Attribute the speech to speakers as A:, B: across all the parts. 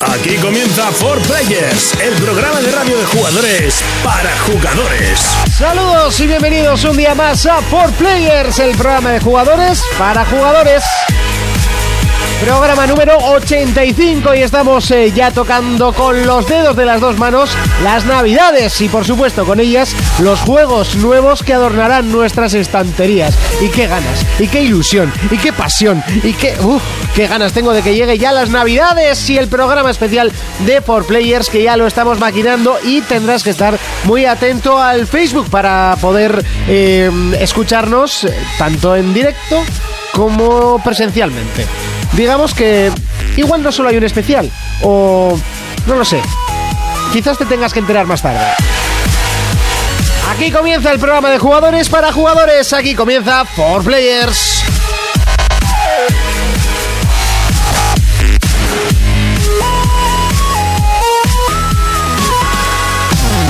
A: Aquí comienza For Players, el programa de radio de jugadores para jugadores.
B: Saludos y bienvenidos un día más a For Players, el programa de jugadores para jugadores. Programa número 85 y estamos eh, ya tocando con los dedos de las dos manos las navidades y por supuesto con ellas los juegos nuevos que adornarán nuestras estanterías. Y qué ganas, y qué ilusión, y qué pasión, y qué... uf, qué ganas tengo de que llegue ya las navidades y el programa especial de For Players que ya lo estamos maquinando y tendrás que estar muy atento al Facebook para poder eh, escucharnos eh, tanto en directo como presencialmente. Digamos que igual no solo hay un especial, o no lo sé. Quizás te tengas que enterar más tarde. Aquí comienza el programa de jugadores para jugadores. Aquí comienza For Players.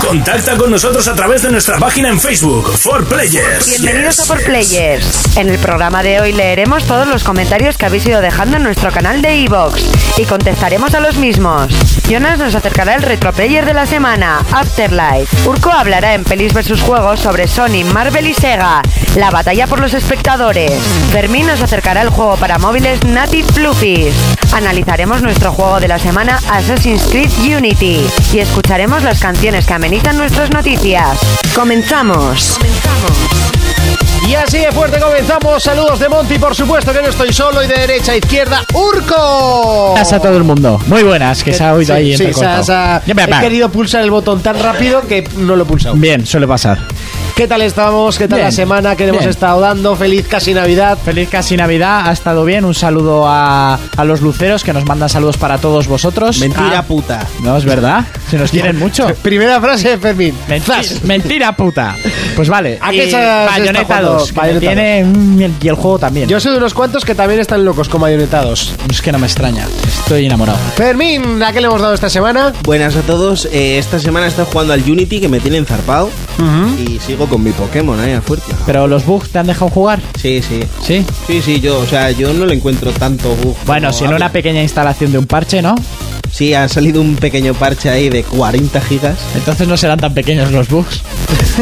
A: Contacta con nosotros a través de nuestra página en Facebook, For Players.
C: Bienvenidos a
A: Yes,
C: Por
A: yes.
C: Players. En el programa de hoy leeremos todos los comentarios que habéis ido dejando en nuestro canal de iVoox y contestaremos a los mismos. Jonas nos acercará el retroplayer de la semana, Afterlife. Urco hablará en Pelis vs Juegos sobre Sony, Marvel y Sega, la batalla por los espectadores. Fermín nos acercará el juego para móviles Native Fluffies. Analizaremos nuestro juego de la semana Assassin's Creed Unity y escucharemos las canciones que amenizan nuestras noticias. Comenzamos.
B: Y así de fuerte comenzamos. Saludos de Monty, por supuesto que no estoy solo. Y de derecha a izquierda, Urco.
D: Buenas a todo el mundo. Muy buenas, que se ha oído
B: Sí,
D: ahí
B: sí,
D: entrecortado.
B: se ha- se ha-
D: Ya me
B: he
D: apago.
B: querido pulsar el botón tan rápido que no lo he pulsado.
D: Bien, suele pasar.
B: ¿Qué tal estamos? ¿Qué tal
D: Bien,
B: la semana que le hemos
D: bien.
B: estado dando? Feliz casi Navidad.
D: Feliz casi Navidad, ha estado bien. Un saludo a, a los luceros que nos mandan saludos para todos vosotros.
E: Mentira
D: Ah,
E: puta.
D: No, es verdad. Se nos quieren mucho.
B: Primera frase de Fermín.
D: Mentira,
B: Zas.
D: mentira puta. Pues vale.
B: ¿A qué
D: Y
B: se- se está
D: Bayonetta
B: jugando?
D: 2. que me
B: Bayonetta
D: tiene, mm, y el juego también.
B: Yo soy de unos cuantos que también están locos con mayonetados.
D: Es que no me extraña. Estoy enamorado.
B: Fermín, ¿a qué le hemos dado esta semana?
E: Buenas a todos. Eh, esta semana estoy jugando al Unity que me tienen zarpado. Y sigo con mi Pokémon ahí a fuerte.
D: Pero los bugs te han dejado jugar.
E: Sí, sí.
D: Sí.
E: Sí, sí, yo, o sea, yo no le encuentro tanto bug.
D: Bueno,
E: como
D: si en
E: habla.
D: una pequeña instalación de un parche, ¿no?
E: Sí, ha salido un pequeño parche ahí de 40 gigas.
D: Entonces no serán tan pequeños los bugs.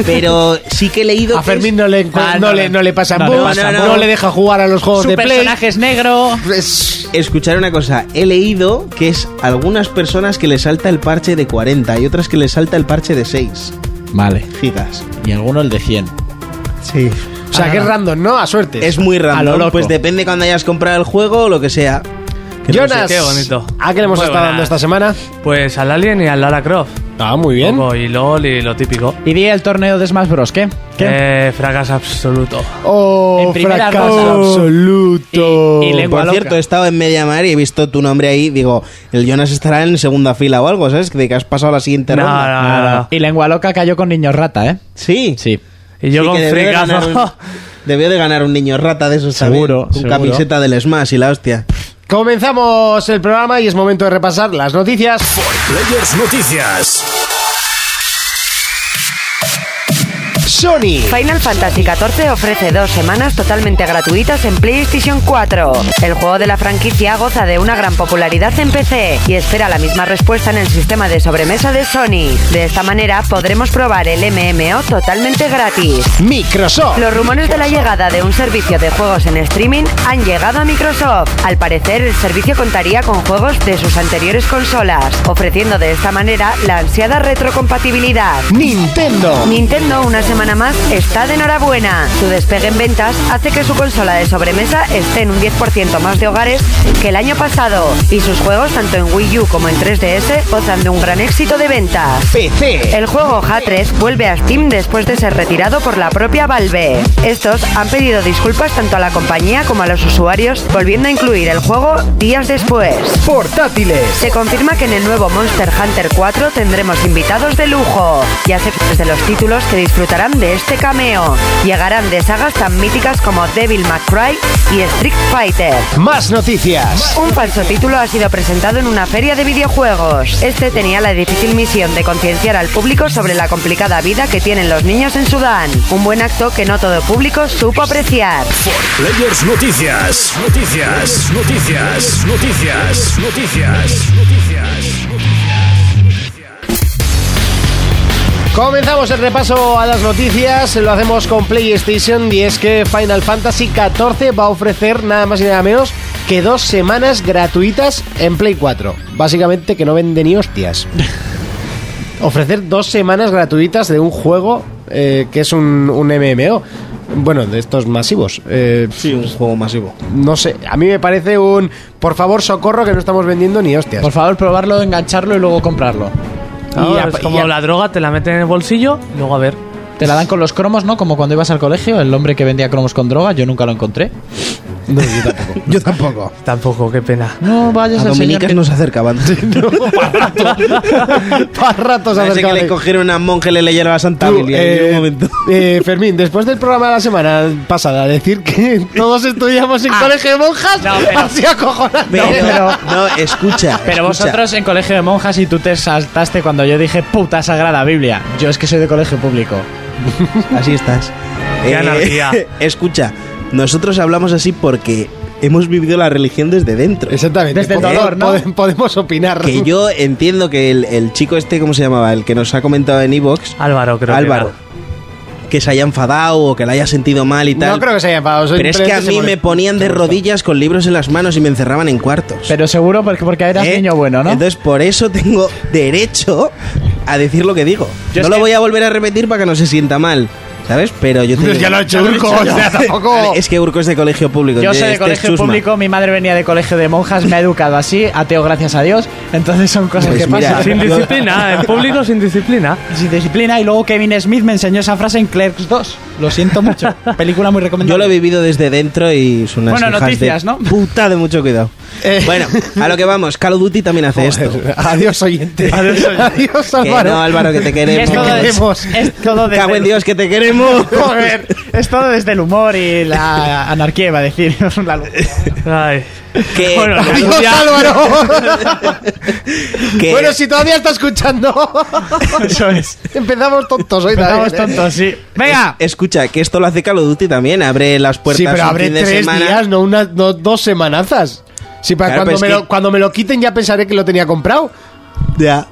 E: Pero sí que he leído.
B: A
E: que
B: Fermín no le,
D: Ah,
B: no
D: no,
B: le,
D: no.
B: no le pasan
D: No le
B: bugs,
E: pasan
B: no,
E: bugs.
B: le deja jugar a los juegos
D: Su
B: de Play.
D: personaje es negro.
B: Es-
E: Escuchar una cosa, he leído que es algunas personas que le salta el parche de 40 y otras que le salta el parche de 6
D: Vale.
E: gigas.
D: Y alguno el de 100.
E: Sí.
B: O
D: Ah,
B: sea, que es random, ¿no? A suerte.
E: Es muy
D: A lo
E: random.
D: loco.
E: Pues depende cuando hayas comprado el juego o lo que sea.
F: Que no sé,
B: Jonas,
F: qué bonito.
B: ¿a qué le hemos
F: Muy
B: estado
F: buena.
B: dando esta semana?
F: Pues al Alien y al Lara Croft.
B: Ah, muy
F: Poco y LOL y lo típico.
D: Y di el torneo de Smash Bros. ¿Qué? ¿Qué?
F: Eh, fracaso absoluto.
B: Oh,
D: En primera
B: fracaso
D: ronda.
B: absoluto.
D: Y- y lengua
E: Por
D: loca.
E: cierto, he estado en Mediamar y he visto tu nombre ahí. Digo, el Jonas estará en segunda fila o algo, ¿sabes? De que has pasado la siguiente
F: No,
E: ronda.
F: no, no, no.
D: Y lengua loca cayó con niños rata, ¿eh?
E: Ah. Sí.
D: Sí.
F: Y yo
E: Sí
F: con
E: que debió de
F: fricazo.
E: ganar un- Debió de ganar un niño rata de esos también,
D: Seguro,
E: Con
D: seguro.
E: camiseta del Smash y la hostia.
B: Comenzamos el programa y es momento de repasar las noticias.
A: Players Noticias.
B: Sony.
C: Final Fantasy XIV ofrece dos semanas totalmente gratuitas en PlayStation 4. El juego de la franquicia goza de una gran popularidad en PC y espera la misma respuesta en el sistema de sobremesa de Sony. De esta manera podremos probar el MMO totalmente gratis.
B: Microsoft.
C: Los rumores de la llegada de un servicio de juegos en streaming han llegado a Microsoft. Al parecer, el servicio contaría con juegos de sus anteriores consolas, ofreciendo de esta manera la ansiada retrocompatibilidad.
B: Nintendo.
C: Nintendo una semana más está de enhorabuena. Su despegue en ventas hace que su consola de sobremesa esté en un 10% más de hogares que el año pasado y sus juegos tanto en Wii U como en 3DS gozan de un gran éxito de ventas.
B: PC.
C: El juego H3 vuelve a Steam después de ser retirado por la propia Valve. Estos han pedido disculpas tanto a la compañía como a los usuarios, volviendo a incluir el juego días después.
B: Portátiles.
C: Se confirma que en el nuevo Monster Hunter 4 tendremos invitados de lujo. Ya sé tres de los títulos que disfrutarán de este cameo. Llegarán de sagas tan míticas como Devil May Cry y Street Fighter.
B: Más noticias.
C: Un falso título ha sido presentado en una feria de videojuegos. Este tenía la difícil misión de concienciar al público sobre la complicada vida que tienen los niños en Sudán. Un buen acto que no todo el público supo apreciar.
A: Players Noticias. Noticias. Noticias. Noticias. Noticias. Noticias.
B: Comenzamos el repaso a las noticias, lo hacemos con PlayStation y es que Final Fantasy XIV va a ofrecer nada más y nada menos que dos semanas gratuitas en Play 4. Básicamente que no vende ni hostias. ofrecer dos semanas gratuitas de un juego eh, que es un, un MMO. Bueno, de estos masivos. Eh,
E: Sí, un juego masivo.
B: no sé, a mí me parece un... Por favor, socorro que no estamos vendiendo ni hostias.
D: Por favor, probarlo, engancharlo y luego comprarlo.
F: Ahora
B: a-
F: es como
B: a-
F: la droga, te la meten en el bolsillo, luego a ver.
D: Te la dan con los cromos, ¿no? Como cuando ibas al colegio, el hombre que vendía cromos con droga, yo nunca lo encontré.
B: No, yo tampoco. yo tampoco.
F: Tampoco, qué pena.
D: No vayas
E: A
D: al señor
E: Dominicas
D: que-
E: nos acercaban.
B: Para ratos a
E: Parece que le cogieron a monje le leyeron a Santa Biblia.
B: eh,
E: y en un momento.
B: Fermín, después del programa de la semana pasada, decir que todos estudiamos en colegio de monjas,
D: Ah. No, pero-
B: así acojonante.
E: No, pero, no, escucha.
D: Pero
E: escucha.
D: vosotros en colegio de monjas y tú te saltaste cuando yo dije puta sagrada Biblia. Yo es que soy de colegio público.
E: Así estás. Eh,
F: Qué anarquía.
E: Escucha, nosotros hablamos así porque hemos vivido la religión desde dentro.
B: Exactamente.
D: Desde el
B: Pod-
D: dolor, ¿no?
B: pod- Podemos opinar.
E: Que yo entiendo que el, el chico este, ¿cómo se llamaba? El que nos ha comentado en Evox,
D: Ah.
F: Álvaro, creo
E: Álvaro,
F: que.
E: que se haya enfadado o que la haya sentido mal y tal.
B: no creo que se haya enfadado. soy
E: Pero es que a
B: diferente,
E: mí
B: se
E: me
B: molesta.
E: ponían de rodillas con libros en las manos y me encerraban en cuartos.
D: Pero seguro porque, porque eras
E: ¿Eh?
D: niño bueno, ¿no?
E: Entonces por eso tengo derecho a decir lo que digo.
D: Yo es
E: no lo
D: que-
E: voy a volver a repetir para que no se sienta mal, ¿sabes? Pero yo tengo...
B: Pues ya lo ha hecho Urco, o sea, tampoco.
E: Es que Urco es de colegio público.
D: Yo
E: entonces
D: soy de
E: este
D: colegio
E: es chusma.
D: público, mi madre venía de colegio de monjas, me ha educado así, ateo gracias a Dios, entonces son cosas
E: Pues
D: que
E: mira,
D: pasan.
F: Sin disciplina, en público sin disciplina.
D: Sin disciplina y luego Kevin Smith me enseñó esa frase en Clerks 2. Lo siento mucho. Película muy
E: Yo lo
D: recomendable.
E: he vivido desde dentro y son unas
D: Bueno,
E: hijas
D: noticias,
E: de
D: ¿no?
E: Puta de mucho cuidado.
B: Eh.
E: Bueno, a lo que vamos, Call of Duty también hace esto.
B: Adiós, oyente. Adiós,
E: Que
B: Álvaro.
E: no, Álvaro, que
D: Y
E: te
D: es
E: queremos.
D: todo,
B: de-
D: es, es todo desde
E: Cago en
D: el-
E: Dios, que te queremos.
B: Joder.
D: es todo desde el humor y la anarquía, iba a decir. la luz.
F: Ay.
E: Que-
F: Bueno, que algún
B: Adiós,
F: día-
B: Álvaro.
E: Que-
B: Bueno, si todavía está escuchando,
D: Eso es.
B: empezamos tontos hoy. también,
D: Estamos
B: ¿eh?
D: tontos, sí. Venga.
E: Escucha, que esto lo hace Call of Duty también. Abre las puertas
B: Sí, pero
E: un
B: habré
E: fin de
B: tres
E: semana.
B: días, no, una, no dos semanazas. Sí, para
E: Claro,
B: cuando,
E: pero
B: me
E: es
B: lo,
E: que-
B: cuando me lo quiten ya pensaré que lo tenía comprado.
E: Ya.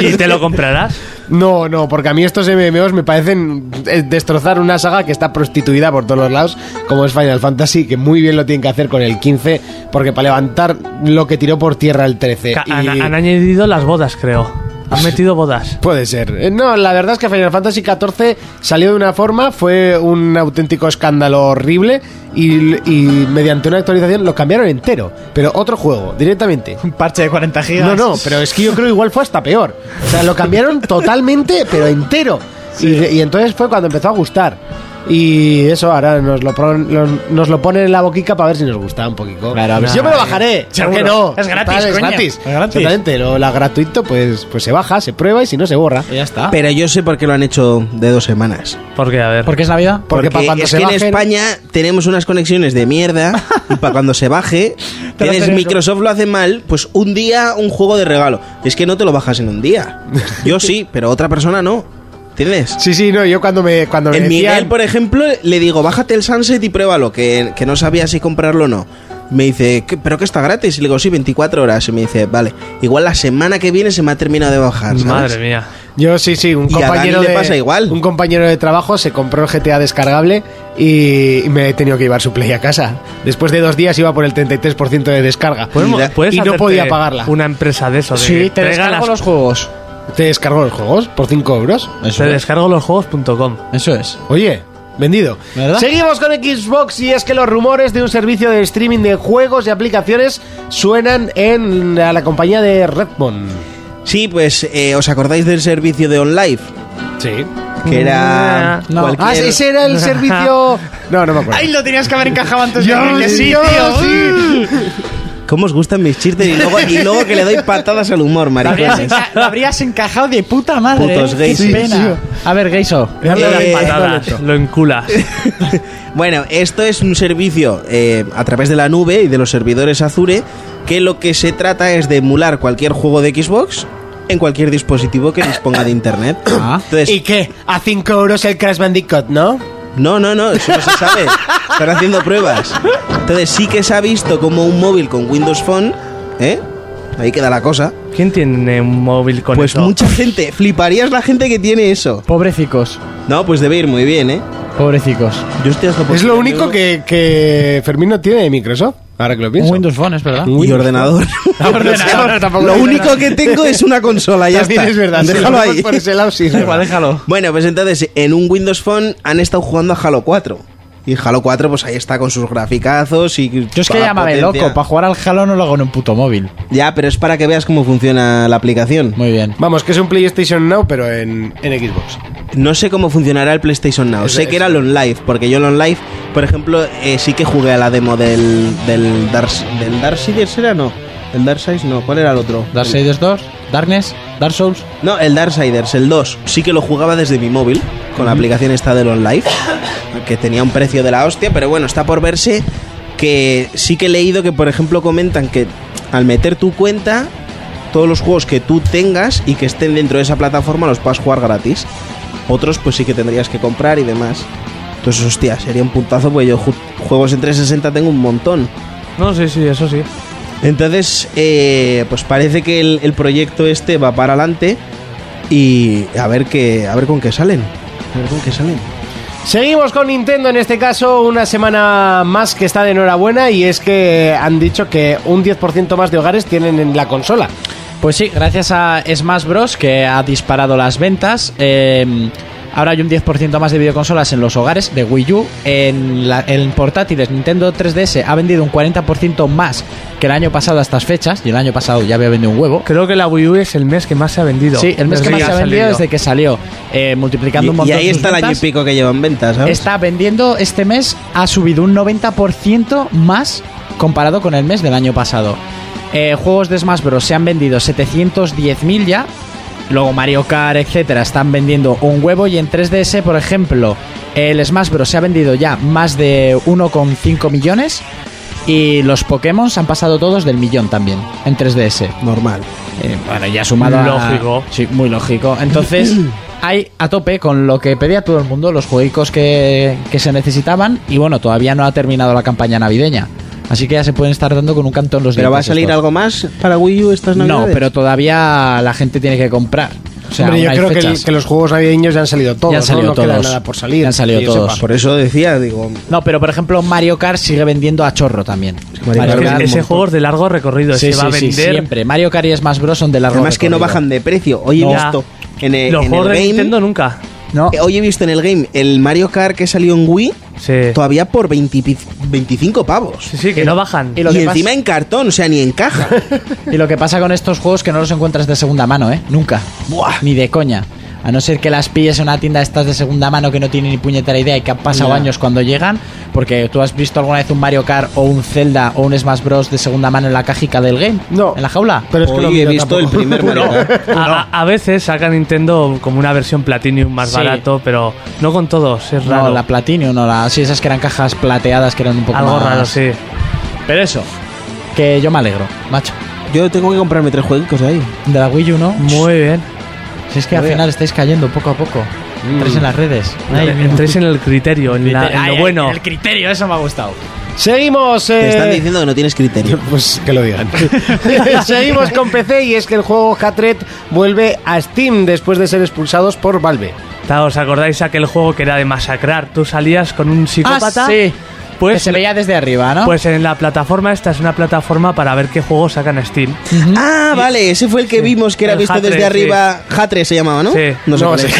F: ¿Y te lo comprarás?
B: No, no, porque a mí estos MMOs me parecen eh, destrozar una saga que está prostituida por todos los lados, como es Final Fantasy, que muy bien lo tienen que hacer con el 15, porque para levantar lo que tiró por tierra el 13.
F: Ca-
B: y-
F: Han, han añadido las bodas, creo. Han metido bodas.
D: Pues,
B: Puede ser. Eh, No, la verdad es que Final Fantasy XIV salió de una forma, fue un auténtico escándalo horrible y, y mediante una actualización lo cambiaron entero, pero otro juego, directamente.
D: Un parche de 40 gigas.
B: No, no, pero es que yo creo igual fue hasta peor. O sea, lo cambiaron totalmente, pero entero. Y, y entonces fue cuando empezó a gustar. Y eso, ahora nos lo, pon- lo- nos lo ponen en la boquica para ver si nos gusta un poquito.
D: Claro, a ver.
B: yo me lo bajaré. ¿Por qué no?
D: Seguro. Es gratis,
B: Total, es
D: coño.
B: gratis.
D: Es gratis.
B: Exactamente, lo, la gratuito pues, pues se baja, se prueba y si no se borra.
E: Eh,
D: Y ya está.
E: Pero yo sé por qué lo han hecho de dos semanas.
F: Porque, a ver.
D: ¿Por qué es Navidad?
B: Porque para cuando
E: es
B: se
E: que en
B: bajen-
E: España tenemos unas conexiones de mierda y para cuando se baje,
D: Te lo
E: tienes
D: hacen eso.
E: Microsoft lo hace mal, pues un día un juego de regalo. Es que no te lo bajas en un día. Yo sí, pero otra persona no. ¿Entiendes?
B: Sí, sí, no, yo cuando me cuando me
E: En
B: decían-
E: Miguel, por ejemplo, le digo, bájate el Sunset y pruébalo, que, que no sabía si comprarlo o no. Me dice, "¿Qué- ¿pero que está gratis? Y le digo, sí, 24 horas. Y me dice, vale, igual la semana que viene se me ha terminado de bajar. ¿sabes?
F: Madre mía.
B: Yo sí, sí, un
E: Y a
B: compañero
E: Dani le
B: de
E: pasa igual.
B: un compañero de trabajo se compró el GTA descargable y me he tenido que llevar su Play a casa. Después de dos días iba por el 33% de descarga
F: Podemos-
E: Y la-
F: puedes
B: y no
F: hacerte
B: podía pagarla.
F: Una empresa de eso. De
D: Sí, te
F: pega
D: descargo
F: las-
D: los juegos.
B: Te descargó los juegos por 5 euros.
D: Eso
F: Te
D: es.
F: descargo los juegos.com.
D: Eso es.
B: Oye, vendido.
D: ¿Verdad?
B: Seguimos con Xbox y es que los rumores de un servicio de streaming de juegos y aplicaciones suenan en a la compañía de Redmond.
E: Sí, pues, eh, ¿os acordáis del servicio de OnLive?
B: Sí.
E: Que era.
D: No.
E: cualquier-
B: Ah, ese era el servicio. No, no me acuerdo.
D: lo tenías que haber encajado antes
B: Yo sí, yo sí.
E: ¿Cómo os gustan mis chistes? Y luego, y luego que le doy patadas al humor,
D: Lo habrías,
E: maricones.
D: enca- lo habrías encajado de puta madre.
E: Putos
D: ¿eh?
E: gays.
D: Qué
E: Sí,
D: pena.
E: sí.
D: A ver, gayso.
E: Eh,
F: Las patadas, lo enculas.
E: Bueno, esto es un servicio eh, a través de la nube y de los servidores Azure que lo que se trata es de emular cualquier juego de Xbox en cualquier dispositivo que disponga de internet.
D: Ah.
E: Entonces,
B: ¿Y qué? A 5 euros el Crash Bandicoot, ¿no?
E: no, no, no, eso no se sabe. Están haciendo pruebas. Entonces sí que se ha visto como un móvil con Windows Phone, ¿eh? ahí queda la cosa.
F: ¿Quién tiene un móvil con
E: pues
F: eso?
E: mucha gente, fliparías la gente que tiene eso.
D: Pobrecicos.
E: No, pues debe ir muy bien, ¿eh?
D: Pobrecicos.
E: Yo estoy hasta por
B: Es lo
E: aquí,
B: único
E: amigo.
B: que, que Fermín no tiene de Microsoft, ahora que lo
D: Un
B: pienso.
D: Windows Phone, es verdad.
E: Y ordenador.
B: ordenador tampoco
E: lo
B: es verdad.
E: único que tengo es una consola, ya
B: También
E: está.
B: es verdad. si
E: Déjalo
B: lo vemos
E: ahí.
B: Por ese lado, sí, es
F: Igual,
B: verdad.
F: déjalo.
E: Bueno, pues entonces, en un Windows Phone han estado jugando a Halo 4. Y Halo 4, pues ahí está con sus graficazos y...
D: Yo es que
E: toda la
D: llámame
E: potencia.
D: loco, para jugar al Halo no lo hago en un puto móvil.
E: Ya, pero es para que veas cómo funciona la aplicación.
D: Muy bien.
B: Vamos, que es un PlayStation Now, pero en, en Xbox.
E: No sé cómo funcionará el PlayStation Now.
B: Eso,
E: sé
B: eso.
E: que era el OnLive, porque yo el OnLive, por ejemplo, eh, sí que jugué a la demo del. del Dark- ¿Del Darksiders era no? El Darksiders no, ¿cuál era el otro?
D: Darksiders 2, Darkness, Dark Souls.
E: No, el Darksiders, el 2. Sí que lo jugaba desde mi móvil, con la aplicación esta del OnLive, que tenía un precio de la hostia, pero bueno, está por verse que sí que he leído que, por ejemplo, comentan que al meter tu cuenta, todos los juegos que tú tengas y que estén dentro de esa plataforma los puedas jugar gratis. Otros pues sí que tendrías que comprar y demás. Entonces, hostia, sería un puntazo, porque yo ju- juegos en 360 tengo un montón.
F: No, sí, sí, eso sí.
E: Entonces, eh, pues parece que el, el proyecto este va para adelante y a ver qué, a ver con qué salen. A ver con qué salen.
G: Seguimos con Nintendo, en este caso una semana más que está de enhorabuena y es que han dicho que un 10% más de hogares tienen en la consola.
D: Pues sí, gracias a Smash Bros. que ha disparado las ventas. eh, ahora hay un 10% más de videoconsolas en los hogares de Wii U. En, la- en portátiles, Nintendo 3DS ha vendido un 40% más que el año pasado a estas fechas. Y el año pasado ya había vendido un huevo.
F: Creo que la Wii U es el mes que más se ha vendido.
D: Sí, el mes que
F: Desde
D: más se ha vendido
F: salido.
D: desde que salió, eh, multiplicando un
E: Y, y
D: montón
E: ahí
D: sus
E: está el año y
D: ventas.
E: pico que llevan ventas, ¿sabes?
D: Está vendiendo este mes, ha subido un 90% más comparado con el mes del año pasado. Eh, juegos de Smash Bros. se han vendido 710.000 ya. Luego Mario Kart, etcétera, están vendiendo un huevo. Y en 3DS, por ejemplo, el Smash Bros. se ha vendido ya más de 1,5 millones. Y los Pokémon se han pasado todos del millón también en 3DS.
E: Normal.
D: Eh, bueno, ya sumado a-
F: Lógico.
D: Sí, muy lógico. Entonces, hay a tope con lo que pedía todo el mundo, los juegos que, que se necesitaban. Y bueno, todavía no ha terminado la campaña navideña. Así que ya se pueden estar dando con un canto en los
E: ¿Pero va a
D: dientes
E: salir
D: estos.
E: algo más para Wii U estas
D: pues No,
E: navidades?
D: pero todavía la gente tiene que comprar. O sea,
B: Hombre,
D: aún
B: yo
D: hay
B: creo que, el-
D: fechas.
B: que los juegos navideños ya han salido todos.
D: Ya han salido
B: ¿no? No queda
D: todos.
B: nada por salir.
D: Ya han salido
B: que yo
D: todos.
B: sepa.
E: Por eso decía, digo...
D: No, pero por ejemplo, Mario Kart sigue vendiendo a chorro también.
E: Mario
F: Es que
E: Kart, un
F: ese
E: montón.
F: juego es de largo recorrido.
D: Sí,
F: se va a
D: sí, sí,
F: vender.
D: siempre. Mario Kart y Smash Bros. son de largo
E: Además que no
D: recorrido.
E: bajan de precio. Hoy he
F: No.
E: visto en el,
F: Los
E: en
F: juegos
E: el
F: de
E: game...
F: Nintendo nunca.
D: No.
E: eh, Hoy he visto en el game el Mario Kart que salió en Wii
F: Sí.
E: todavía por 20 y piz- 25 pavos.
F: Sí, sí, que no bajan.
D: y
E: Y,
D: lo que pasa-
E: encima en cartón, o sea, ni en caja.
D: Y lo que pasa con estos juegos que no los encuentras de segunda mano, ¿eh? Nunca.
E: Buah.
D: Ni de coña. A no ser que las pilles en una tienda de estas de segunda mano que no tiene ni puñetera idea y que han pasado años cuando llegan, porque tú has visto alguna vez un Mario Kart o un Zelda o un Smash Bros de segunda mano en la cajica del game,
B: No.
D: en la jaula.
B: Pero es que
E: Hoy
B: lo
E: he
B: miro
E: visto el
B: tampoco.
E: primer Mario Kart.
F: A, a- a veces saca Nintendo como una versión Platinum más
D: Sí.
F: barato, pero no con todos, es raro.
D: No, la Platinum, no la, sí esas que eran cajas plateadas que eran un poco
F: Algo
D: más-
F: raro, sí.
D: Pero eso, que yo me alegro, macho.
E: Yo tengo que comprarme tres juegos ahí.
D: De la Wii U, ¿no?
F: Muy bien.
D: Si es que al
E: Muy
D: final estáis cayendo poco a poco.
F: Mm.
D: Tres en las redes. Ay,
F: Entréis en el criterio, en, la- en
D: Ay,
F: lo
D: ay,
F: bueno.
D: El criterio, eso me ha gustado.
G: Seguimos,
E: Te están
G: eh,
E: diciendo que no tienes criterio.
B: Pues que lo digan.
G: seguimos con PC y es que el juego Hatred vuelve a Steam después de ser expulsados por Valve.
F: Ta, ¿Os acordáis aquel juego que era de masacrar? Tú salías con un psicópata.
D: Ah, sí.
F: Pues,
D: que se veía desde arriba, ¿no?
F: pues en la plataforma, esta es una plataforma para ver qué juegos sacan a Steam.
E: Ah, vale, ese fue el que vimos que era
F: El
E: visto
F: Hatre,
E: desde
F: sí.
E: arriba. Hatre se llamaba, ¿no?
F: Sí.
E: No sé.
B: No
E: cuál
B: sé.
E: es.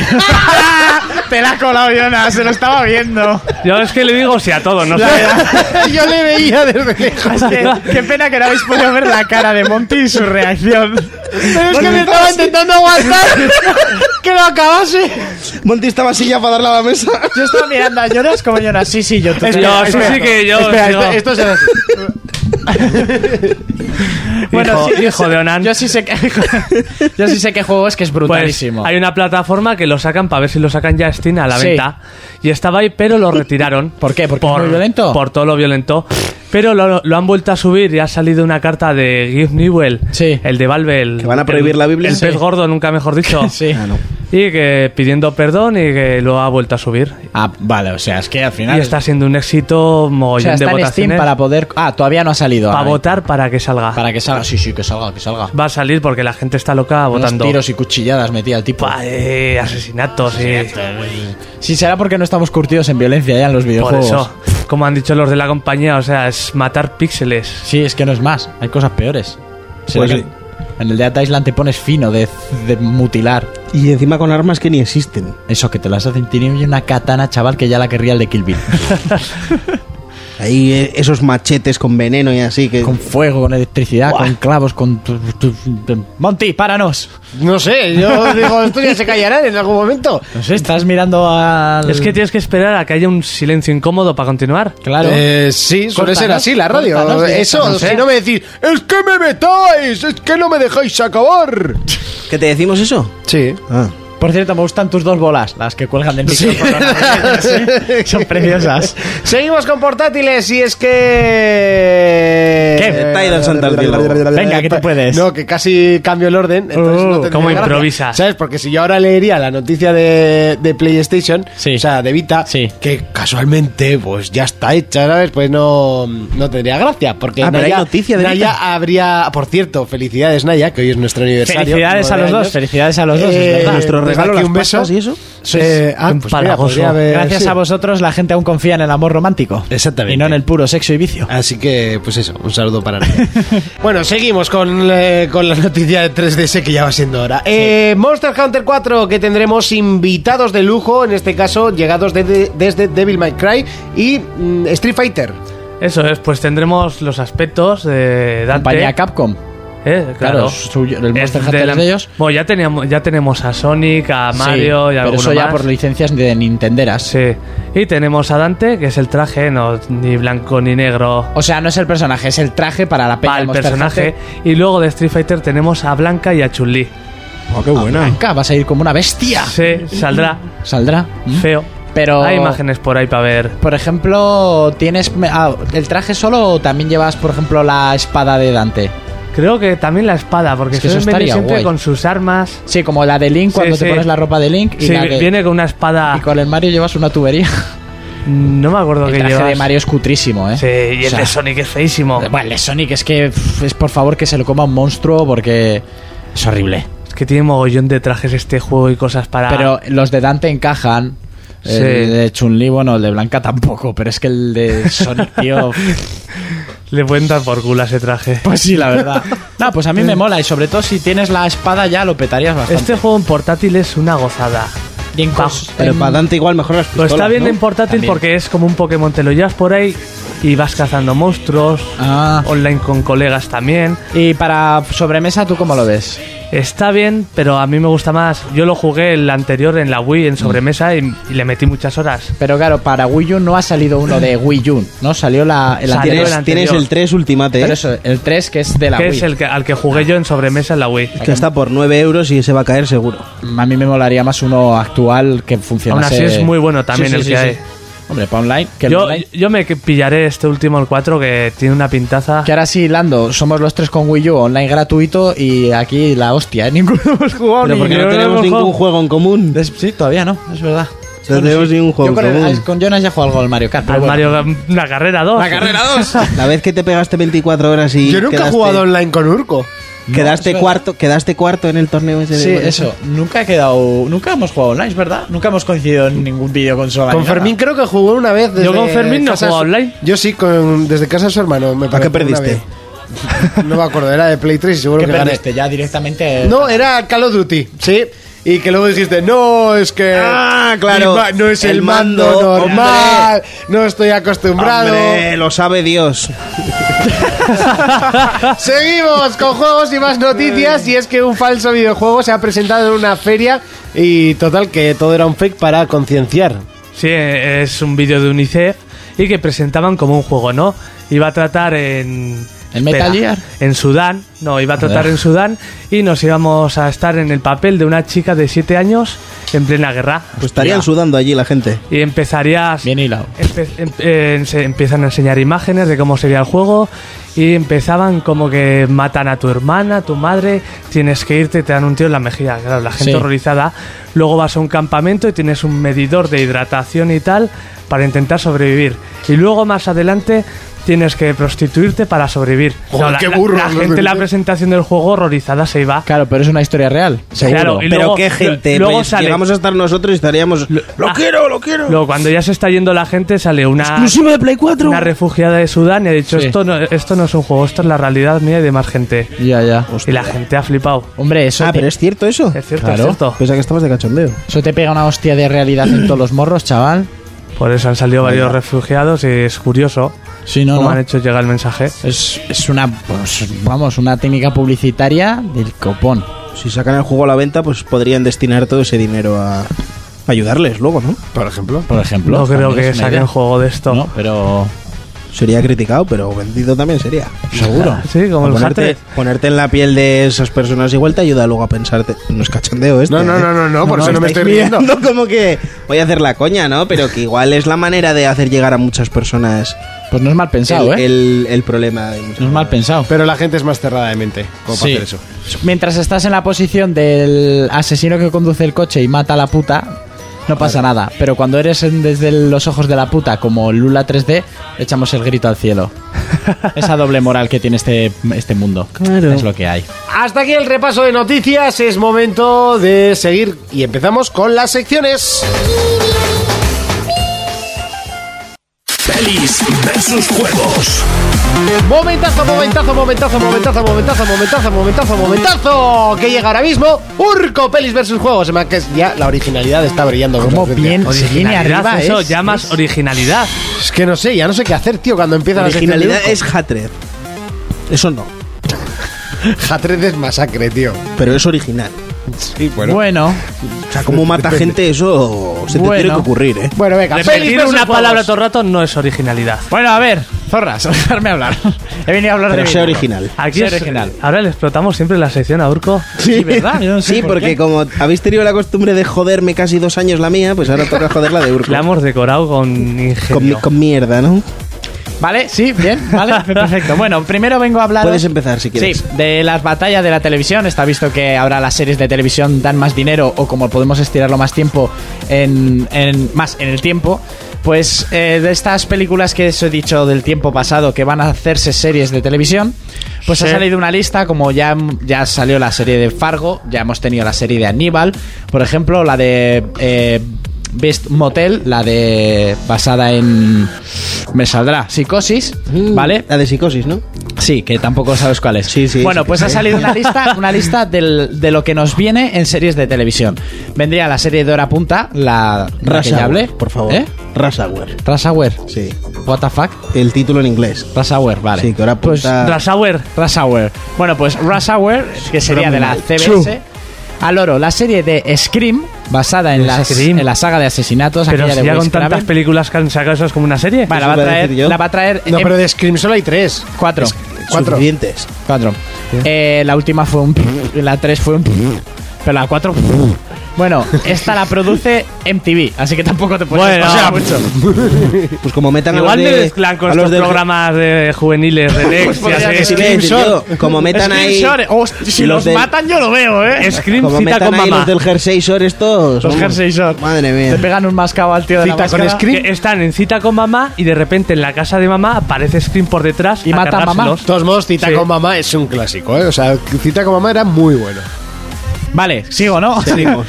D: te la ha colado, Jonas, se lo estaba viendo.
F: Yo es que le digo sí a todo, no sé.
D: Yo le veía desde lejos. qué, pena que no habéis podido ver la cara de Monty y su reacción. Pero es que me estaba intentando aguantar que lo acabase.
E: Monty estaba así ya para darle a la mesa.
D: Yo estaba mirando a Jonas como Jonas. Sí, sí, yo. te
F: No, eso sí que yo.
B: Espera,
F: yo-
B: esto, esto se hace.
F: Bueno,
D: sí,
F: hijo de Onan.
D: Yo sí sé que, yo sí sé qué juego es que es
F: Pues
D: brutalísimo.
F: hay una plataforma que lo sacan para ver si lo sacan ya a Steam a la
D: Sí.
F: venta. Y estaba ahí, pero lo retiraron.
D: ¿Por qué? ¿Porque es muy violento?
F: Por todo lo violento. Pero lo, lo han vuelto a subir y ha salido una carta de Give Newell,
D: Sí.
F: el de Valve. El,
E: Que van a prohibir
F: el-
E: la Biblia.
F: El
E: Sí.
F: pez gordo, nunca mejor dicho.
D: Sí.
E: Ah, no.
F: y que pidiendo perdón y que lo ha vuelto a subir.
D: Ah, vale, o sea, es que al final.
F: Y está siendo un éxito
D: o sea,
F: mogollón
D: está
F: de
D: en Steam
F: votaciones.
D: para poder. Ah, todavía no ha salido.
F: para
D: ahora.
F: votar para que salga.
D: Para que salga. Sí, sí, que salga, que salga.
F: Va a salir porque la gente está loca
D: Unos
F: votando.
D: tiros y cuchilladas metía el tipo.
F: Pa, eh, asesinatos y
D: Sí, será porque no estamos curtidos en violencia ya en los
F: por
D: videojuegos.
F: eso, como han dicho los de la compañía, o sea, es matar píxeles.
D: Sí, es que no es más. Hay cosas peores. ¿Será
E: Pues
D: que
E: sí.
D: En el Dead Island te pones fino de, de mutilar.
E: Y encima con armas que ni existen.
D: Eso, que te las hacen. Tiene hoy una katana, chaval, que ya la querría el de Kill Bill.
E: Ahí eh, esos machetes con veneno y así que...
D: con fuego, con electricidad, con clavos, con. tu- tu- tu- Monty, páranos.
G: No sé, yo digo, esto ya se callarán en algún momento.
D: No sé, estás mirando al.
F: Es que tienes que esperar a que haya un silencio incómodo para continuar.
D: Claro.
B: Eh, sí, suele
D: Córtanos,
B: ser así la radio.
D: córtanos de
B: Eso,
D: esta, no sé.
B: si no me decís, es que me metáis, es que no me dejáis acabar.
E: ¿Qué te decimos eso?
B: Sí.
E: Ah.
D: Por cierto, me gustan tus dos bolas, las que cuelgan del micrófono. Sí, Son preciosas.
G: Seguimos con portátiles y es que...
D: ¿Qué?
E: Eh, Tidal Santaldiego.
D: Venga, que tú puedes.
B: No, que casi cambio el orden. Entonces
F: Uh,
B: no tendría
F: cómo
B: gracia.
F: improvisa.
B: ¿Sabes? Porque si yo ahora leería la noticia de, de PlayStation,
D: Sí.
B: o sea, de Vita,
D: Sí.
B: que casualmente pues ya está hecha, ¿sabes? Pues no, no tendría gracia. Porque
E: Ah, pero hay
B: Naya,
E: noticia de
B: Naya
E: Vita.
B: habría. Por cierto, felicidades, Naya, que hoy es nuestro aniversario.
D: Felicidades a
B: nueve
D: los dos,
B: años.
D: felicidades a los dos.
B: Eh,
D: es verdad.
E: Nuestro
B: desde
E: regalo,
B: aquí
E: las
B: un beso.
E: pastas y eso.
B: Eh, ah,
F: Un
B: pues mira,
F: empalagoso.
B: podría haber-
D: Gracias
B: sí.
D: a vosotros la gente aún confía en el amor romántico.
B: Exactamente.
D: Y no en el puro sexo y vicio.
B: Así que, pues eso, un saludo para Naya. bueno, seguimos con, eh, con la noticia de 3DS que ya va siendo hora.
G: Eh, Monster Hunter 4, que tendremos invitados de lujo, en este caso llegados desde- desde Devil May Cry y mm, Street Fighter.
F: Eso es, pues tendremos los aspectos de Dante.
D: Compañía Capcom.
F: Eh,
D: Claro,
F: claro.
D: suyo- el Monster
F: Es
D: Hunter
F: la-
D: es de ellos.
F: Bueno, ya, teníamos, ya tenemos a Sonic, a Mario
D: Sí,
F: y a
D: pero
F: alguno
D: eso ya
F: más.
D: por licencias de Nintenderas.
F: Sí. Y tenemos a Dante, que es el traje, no ni blanco ni negro.
D: O sea, no es el personaje, es el traje para la peña
F: Para el
D: Monster
F: personaje.
D: Hunter.
F: Y luego de Street Fighter tenemos a Blanca y a Chun-Li.
E: Oh, qué buena.
D: Acá vas a ir como una bestia.
F: Sí, saldrá
D: Saldrá. Ah. ¿Mm?
F: feo.
D: Pero-
F: Hay imágenes por ahí para ver.
D: Por ejemplo, ¿tienes ah, el traje solo o también llevas, por ejemplo, la espada de Dante?
F: Creo que también la espada, porque
D: Es que
F: se
D: eso
F: ven
D: estaría
F: siempre
D: guay.
F: con sus armas.
D: Sí, como la de Link cuando
F: Sí,
D: te
F: sí.
D: pones la ropa de Link y
F: Sí,
D: la de-
F: viene con una espada. Mm,
D: y con el Mario llevas una tubería.
F: No me acuerdo
D: el
F: qué
D: traje
F: llevas.
D: de Mario es cutrísimo, ¿eh?
F: Sí, y el
D: O sea,
F: de Sonic es feísimo.
D: Bueno, el de Sonic es que pff, es por favor que se lo coma un monstruo porque es horrible.
F: Es que tiene mogollón de trajes este juego y cosas para.
D: Pero los de Dante encajan.
F: Sí.
D: El de Chun-Li, bueno, el de Blanca tampoco, pero es que el de Sonic, tío.
F: Le pueden dar por culo a ese traje.
D: Pues sí, la verdad. No, pues a mí me mola y sobre todo si tienes la espada ya lo petarías bastante.
F: Este juego en portátil es una gozada.
D: Bien cons-
F: pa-
E: Pero
D: en-
E: para Dante igual mejor las
F: Lo
E: pistolas,
F: está bien
E: ¿no?
F: en portátil
D: También.
F: porque es como un Pokémon, te lo llevas por ahí y vas cazando monstruos,
D: Ah.
F: online con colegas también.
D: Y para sobremesa, ¿tú cómo lo ves?
F: Está bien, pero a mí me gusta más. Yo lo jugué el anterior en la Wii en sobremesa y, y le metí muchas horas.
D: Pero claro, para Wii U no ha salido uno de Wii U, ¿no? Salió la, el
F: Salió
D: anterior.
E: Tienes,
F: el
E: tienes
F: anterior.
E: el 3 Ultimate, ¿eh?
D: Pero eso, el 3 que es de la
F: que
D: Wii.
F: es el que- al que jugué yo en sobremesa en la Wii.
E: que está por 9 euros y ese va a caer seguro.
D: A mí me molaría más uno actual que
F: Aún
D: funciona.
F: así es muy bueno también el que hay.
D: Hombre, para online, que el
F: Yo,
D: online.
F: yo me que- pillaré este último, el 4, que tiene una pintaza.
D: Que ahora sí, Lando, somos los tres con Wii U, online gratuito y aquí la hostia, ¿eh? Ninguno hemos jugado
E: Pero
D: ni
E: porque
F: yo
E: no
F: no
E: tenemos
F: hemos
E: ningún
F: jugado.
E: juego en común.
D: Es- Sí, todavía no, es verdad.
E: No tenemos ningún
D: Yo
E: juego
D: con,
E: en
D: el-
E: común.
D: con Jonas ya he jugado algo al Mario Kart. pero
F: al
D: bueno.
F: Mario, una carrera 2.
E: La vez que te pegaste 24 horas y
B: Yo nunca
E: quedaste,
B: he jugado online con Urco.
E: quedaste
D: No, es
E: cuarto, quedaste cuarto en el torneo ese de-
D: Sí, eso. Nunca he quedado. Nunca hemos jugado online, es verdad. Nunca hemos coincidido en ningún videoconsola.
B: Con
D: ni nada.
B: Fermín creo que jugó una vez. Desde
F: Yo con Fermín no
B: casa de
F: juego
B: su-
F: online.
B: Yo sí, con, desde casa de su hermano. Me
E: ¿A
B: parece,
E: qué
B: una
E: perdiste?
B: vez. No me acuerdo, era de Play 3 y seguro
D: ¿Qué
B: que gané.
D: perdiste? Ya directamente. eh,
B: No, era Call of Duty, sí. Y que luego dijiste, no, es que.
E: Ah, claro.
B: mi ma- No es el,
E: El
B: mando,
E: mando,
B: normal. No estoy acostumbrado.
E: Hombre, lo sabe Dios.
B: Seguimos con juegos y más noticias. Y es que un falso videojuego se ha presentado en una feria. Y total, que todo era un fake para concienciar.
F: Sí, es un vídeo de UNICEF y que presentaban como un juego, ¿no? Iba a tratar en...
D: ¿En Metal Gear?
F: En Sudán, no, iba a tratar
D: Joder.
F: en Sudán y nos íbamos a estar en el papel de una chica de 7 años en plena guerra.
E: Pues estarían sudando allí la gente.
F: Y empezarías...
D: Bien hilado.
F: empe- em- eh, se empiezan a enseñar imágenes de cómo sería el juego y empezaban como que matan a tu hermana, a tu madre, tienes que irte, te dan un tiro en la mejilla. Claro, la gente
D: Sí.
F: horrorizada. Luego vas a un campamento y tienes un medidor de hidratación y tal para intentar sobrevivir. Y luego más adelante tienes que prostituirte para sobrevivir.
B: Joder,
F: la,
B: qué
F: la-
B: burro,
F: la
B: ¿no?
F: gente en la presentación del juego horrorizada se iba.
D: Claro, pero es una historia real.
F: Claro,
D: Seguro.
F: y
E: Pero
F: luego-
E: qué gente,
F: luego
E: pues,
F: sale-
E: llegamos a estar nosotros y estaríamos. Lo,
F: ah.
E: quiero, lo quiero.
F: Luego cuando ya se está yendo la gente sale una...
E: Exclusivo de Play 4.
F: Una refugiada de Sudán y ha dicho,
D: Sí.
F: esto, no, esto no es un juego, esto es la realidad mía y de más gente.
D: Ya, ya.
F: Y la gente ha flipado.
D: Hombre, eso,
E: Ah,
D: te,
E: pero es cierto eso.
F: Es cierto,
D: Claro.
F: es cierto.
E: Pensaba que estabas de cachondeo.
D: eso te pega una hostia de realidad en todos los morros, chaval.
F: Por eso han salido varios refugiados y es curioso
D: Sí, no,
F: cómo
D: no.
F: han hecho llegar el mensaje.
D: Es, es una, pues, vamos, una técnica publicitaria del copón.
E: Si sacan el juego a la venta, pues podrían destinar todo ese dinero a a ayudarles luego, ¿no?
B: Por ejemplo.
D: Por ejemplo.
F: No creo
D: también
F: que
D: es una
F: saquen
D: idea.
F: juego de esto.
D: No, pero
E: Sería criticado, pero vendido también sería.
D: seguro.
F: Sí, como el
E: ponerte,
F: Hatred.
E: ponerte en la piel de esas personas igual te ayuda luego a pensarte. No es cachondeo este.
B: No, no,
E: ¿eh?
B: no, no, no, por eso no me
E: estáis
B: estoy riendo.
E: mirando como que voy a hacer la coña, ¿no? Pero que igual es la manera de hacer llegar a muchas personas
D: Pues no es mal pensado,
E: el,
D: ¿eh?
E: el- el problema. de muchas
D: No es mal pensado.
B: Pero la gente es más cerrada de mente como para
D: Sí.
B: hacer eso.
D: Mientras estás en la posición del asesino que conduce el coche y mata a la puta, no pasa nada. Pero cuando eres en- desde los ojos de la puta, como Lula 3D, echamos el grito al cielo. Esa doble moral que tiene este, este mundo. Es lo que hay.
B: Hasta aquí el repaso de noticias. Es momento de seguir y empezamos con las secciones.
A: Pelis versus juegos.
B: Momentazo, momentazo, momentazo, momentazo, momentazo, momentazo, momentazo, momentazo. Que llega ahora mismo Urco Pelis versus Juegos. Además que es ya la originalidad está brillando. con su
D: Como
B: ausencia.
D: bien se viene arriba ¿eh?
F: eso,
D: es-
F: llamas originalidad.
B: Es que no sé, ya no sé qué hacer, tío, cuando empieza la sección de
E: Originalidad
B: Urco.
E: es Hatred. Eso no,
B: Jatred es masacre, tío.
E: pero es original.
B: Sí,
D: Bueno,
E: O sea, cómo mata gente, eso se te
D: Bueno.
E: tiene que ocurrir, ¿eh?
B: Bueno, venga, Pelis
F: Repetir
B: versus
F: una
B: Juegos.
F: palabra todo el rato no es originalidad.
D: bueno, a ver, zorras, dejarme hablar. He venido a hablar
E: Pero
D: de
E: sea
D: videojuegos.
E: original.
F: Aquí
D: Sea
F: es-
D: original.
F: Ahora le explotamos siempre la sección a Urco.
D: Sí, ¿verdad? Yo no sé
E: Sí,
D: por
E: porque
D: qué.
E: como habéis tenido la costumbre de joderme casi dos años la mía, pues ahora toca joder la de Urco.
F: La hemos decorado con
E: Con, mi-
F: ingenio.
E: con mierda, ¿no?
D: Vale, sí, bien, vale, perfecto. Bueno, primero vengo a hablar.
E: Puedes empezar si quieres.
D: Sí, de las batallas de la televisión. Está visto que ahora las series de televisión dan más dinero o como podemos estirarlo más tiempo en, en- más en el tiempo. Pues eh, de estas películas que os he dicho del tiempo pasado que van a hacerse series de televisión, pues ha salido una lista como ya, ya salió la serie de Fargo, ya hemos tenido la serie de Aníbal, por ejemplo, la de eh, Best Motel, la de basada en... Me saldrá, Psicosis,
E: Mm.
D: ¿vale?
E: La de psicosis, ¿no?
D: Sí, que tampoco sabes cuál es.
E: Sí, sí,
D: Bueno,
E: sí que
D: pues ha
E: sé.
D: salido una lista, una lista del- de lo que nos viene en series de televisión. Vendría la serie de Hora Punta, la
E: Rush
D: raquillable.
E: Hour, por favor.
D: ¿Eh?
E: Rush Hour.
D: Rush Hour.
E: Sí.
D: What the fuck?
E: El título en inglés.
D: Rush Hour, vale.
E: Sí, que ahora
D: Pues
E: apunta-
F: Rasauer.
E: Ah,
D: Rush Hour. Bueno, pues Rush Hour, que sería de la CBS. Al oro, la serie de Scream, basada en, las-
F: Scream.
D: en la saga de asesinatos.
F: Pero
D: aquella
F: si
D: de
F: ya
D: Wes
F: con tantas
D: Craven.
F: películas que han sacado eso es como una serie.
D: Vale, la
E: Eso
D: va a
E: iba a
D: traer,
E: decir yo.
D: la va a traer
B: No,
D: em-
B: pero de Scream solo hay tres.
D: cuatro.
B: Cuatro.
E: Suficientes.
D: Cuatro. Eh, la última fue un... La tres fue un... Pero la cuatro... Bueno, esta la produce MTV, así que tampoco te puedes
F: Bueno.
D: pasar mucho.
E: Pues como metan
F: Igual
E: a los
F: me
E: de,
F: mezclan con
E: a los
F: estos
E: del-
F: programas de juveniles de Next.
D: podría
F: ya sé.
E: Sí, sí,
D: Screen
E: sí,
D: Shot.
E: tío, como metan
D: Screen
E: ahí.
D: Shore. Host- si
E: y los
D: los
E: del-
D: matan yo lo veo, ¿eh?
F: Scream
E: Como
F: cita
E: metan
F: con
E: ahí
F: mamá.
E: los del Jersey Shore estos.
D: Los
E: vamos.
D: Jersey Shore.
E: Madre
D: Te
E: mía.
D: pegan un mascabo al tío de la
B: Cita con
D: máscara
B: Scream.
F: Que están en cita con mamá y de repente en la casa de mamá aparece Scream por detrás
D: Y
F: a
D: mata a mamá.
F: cargárselos.
B: De todos modos, Cita
F: Sí.
B: con Mamá es un clásico, ¿eh? O sea, Cita con Mamá era muy bueno.
D: Vale, sigo, ¿no?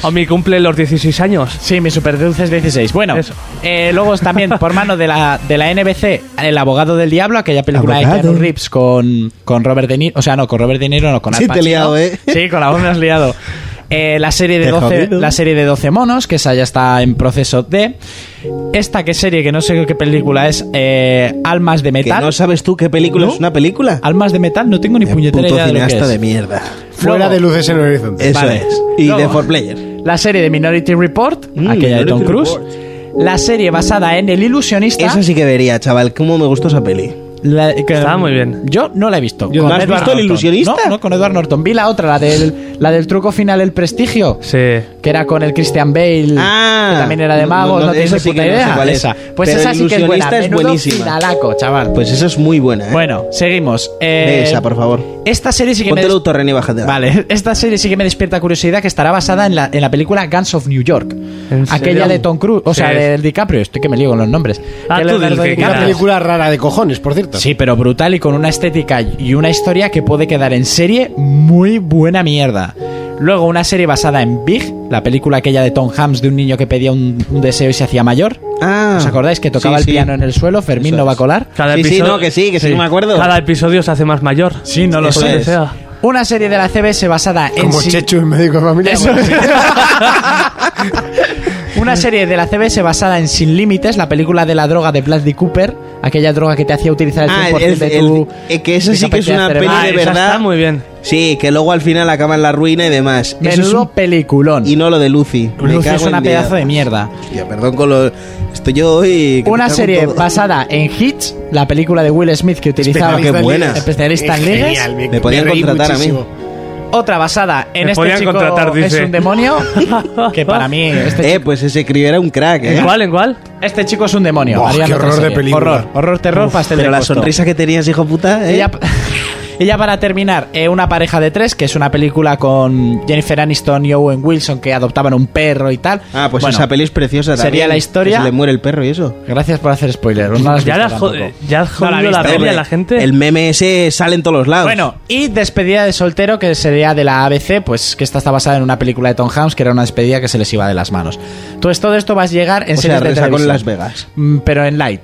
F: O mi cumple los 16 años.
D: Sí, mi superdulce es 16. Bueno,
F: Eso.
D: eh, luego es también por mano de la, de la NBC, El abogado del diablo, aquella película de Keanu Reeves con, con Robert De Niro. O sea, no, con Robert De Niro, no, con Al
E: Sí, te he
D: Pacino.
E: liado, ¿eh?
D: Sí, con la voz me has liado. Eh, la, serie de
E: Te he
D: 12,
E: jodido.
D: la serie de 12 monos, que esa ya está en proceso de. Esta que serie, que no sé qué película es, eh, Almas de
E: Que
D: Metal.
E: no sabes tú qué película es una película.
D: Almas de Metal, no tengo ni puñetera
E: Puto
D: idea de lo que
E: cineasta
D: es.
E: de mierda.
B: Fuera
D: Luego-
B: de luces en el horizonte.
E: Eso
D: Vale.
E: es. Y
D: Luego-
E: de For Player.
D: La serie de Minority Report,
E: Mm,
D: aquella de Tom
E: Minority
D: Cruise.
E: Report.
D: La serie basada en El Ilusionista.
E: Esa sí que vería, chaval. Cómo me gustó esa peli.
D: La- eh, que-
F: Estaba muy bien.
D: Yo no la he visto.
E: Yo
D: Con
E: no. ¿No has
D: Edward
E: visto El
D: Norton.
E: Ilusionista?
D: No, no, con Edward Norton. Vi la otra, la del La del truco final, el prestigio.
F: Sí.
D: Que era con el Christian Bale,
E: Ah.
D: que también era de
E: No,
D: magos, no,
E: no,
D: tienes
E: esa
D: ni
E: sí que
D: puta
E: no sé
D: idea.
E: cuál es.
D: esa. Pues
E: Pero
D: esa sí que es buena.
E: Ilusionista es
D: Menudo
E: buenísima.
D: finalaco, chaval.
E: Pues esa es muy buena. ¿eh?
D: Bueno, seguimos. Eh,
E: Ve esa, por favor.
D: Esta serie sí que
E: Ponte
D: me
E: el
D: des-
E: autorren y bájatela.
D: Vale, esta serie sí que me despierta curiosidad que estará basada en la, en la película Guns of New York. Aquella
F: serio?
D: de Tom Cruise, o sea,
F: Sí.
D: del DiCaprio, estoy que me lío con los nombres.
F: Ah,
D: Que
F: tú
D: Leonardo
F: del que
D: DiCaprio-
F: quieras.
B: Una película rara de cojones, por cierto.
D: Sí, pero brutal y con una estética y una historia que puede quedar en serie muy buena mierda. Luego una serie basada en Big, la película aquella de Tom Hanks de un niño que pedía un, un deseo y se hacía mayor.
E: Ah.
D: ¿Os acordáis que tocaba
E: Sí,
D: el
E: sí.
D: piano en el suelo? Fermín
E: Eso
D: no va a
E: es.
D: colar.
F: Cada
E: Sí, sí,
F: episodio-
E: no, que sí, que sí, que me acuerdo.
F: Cada episodio se hace más mayor.
D: Sí, no
E: lo
F: Eso
E: sé.
F: que sea.
D: Una serie de la CBS basada en...
B: Como
D: si-
B: Chechu en médico de familia.
D: Eso. Una serie de la CBS basada en Sin Límites, la película de la droga de Bradley Cooper, aquella droga que te hacía utilizar el
E: Ah,
D: 100%
E: el-
D: de
E: el-
D: tu...
E: eh, que eso
D: de
E: sí que es
D: capacidad
E: una
D: cerebral.
F: Ah,
E: peli de
F: esa
E: verdad.
F: está muy bien.
E: Sí, que luego al final acaba en la ruina y demás. Eso es
D: Menudo
E: un-
D: peliculón.
E: Y no lo de Lucy. Me
D: Lucy
E: cago
D: es
E: en
D: una
E: día.
D: pedazo de mierda.
E: Hostia, perdón con lo. Estoy yo hoy. que me
D: Una
E: cago en
D: serie
E: todo.
D: basada en Hits, la película de Will Smith que utilizaba
E: Especialista en buena. ligas.
D: especialista en ligas.
E: Me podían contratar a mí.
D: Otra basada en
F: Me
D: este
F: podían
D: chico
F: contratar,
D: es
F: dice.
D: un demonio, que para mí este,
E: Eh, pues ese crío era un crack, ¿eh?
F: ¿En cuál? ¿En cuál?
D: este chico es un demonio.
B: Buah,
D: Harían
B: qué
D: otra
B: horror de
D: serie.
B: película.
D: Horror, horror, terror, pastel
E: Pero
D: de
E: la
D: costo.
E: sonrisa que tenías, hijo puta.
D: Y
E: ¿eh?
D: ya, y ya para terminar, eh, Una pareja de tres, que es una película con Jennifer Aniston y Owen Wilson que adoptaban un perro y tal.
E: Ah, pues
D: Bueno,
E: esa peli es preciosa también.
D: sería la historia-
E: que se le muere el perro y eso.
D: Gracias por hacer spoiler. No la has
F: Ya
D: visto
F: la has
D: tampoco.
F: jod- ya has
D: No la
F: jodido
D: has
F: la
D: visto.
F: peli a la gente.
E: El meme ese sale en todos los lados.
D: Bueno, y Despedida de soltero, que sería de la ABC, pues que esta está basada en una película de Tom Hanks, que era una despedida que se les iba de las manos. Entonces todo esto va a llegar en
E: o sea,
D: series de
E: resa con
D: televisión.
E: Las Vegas.
D: Mm, Pero en light,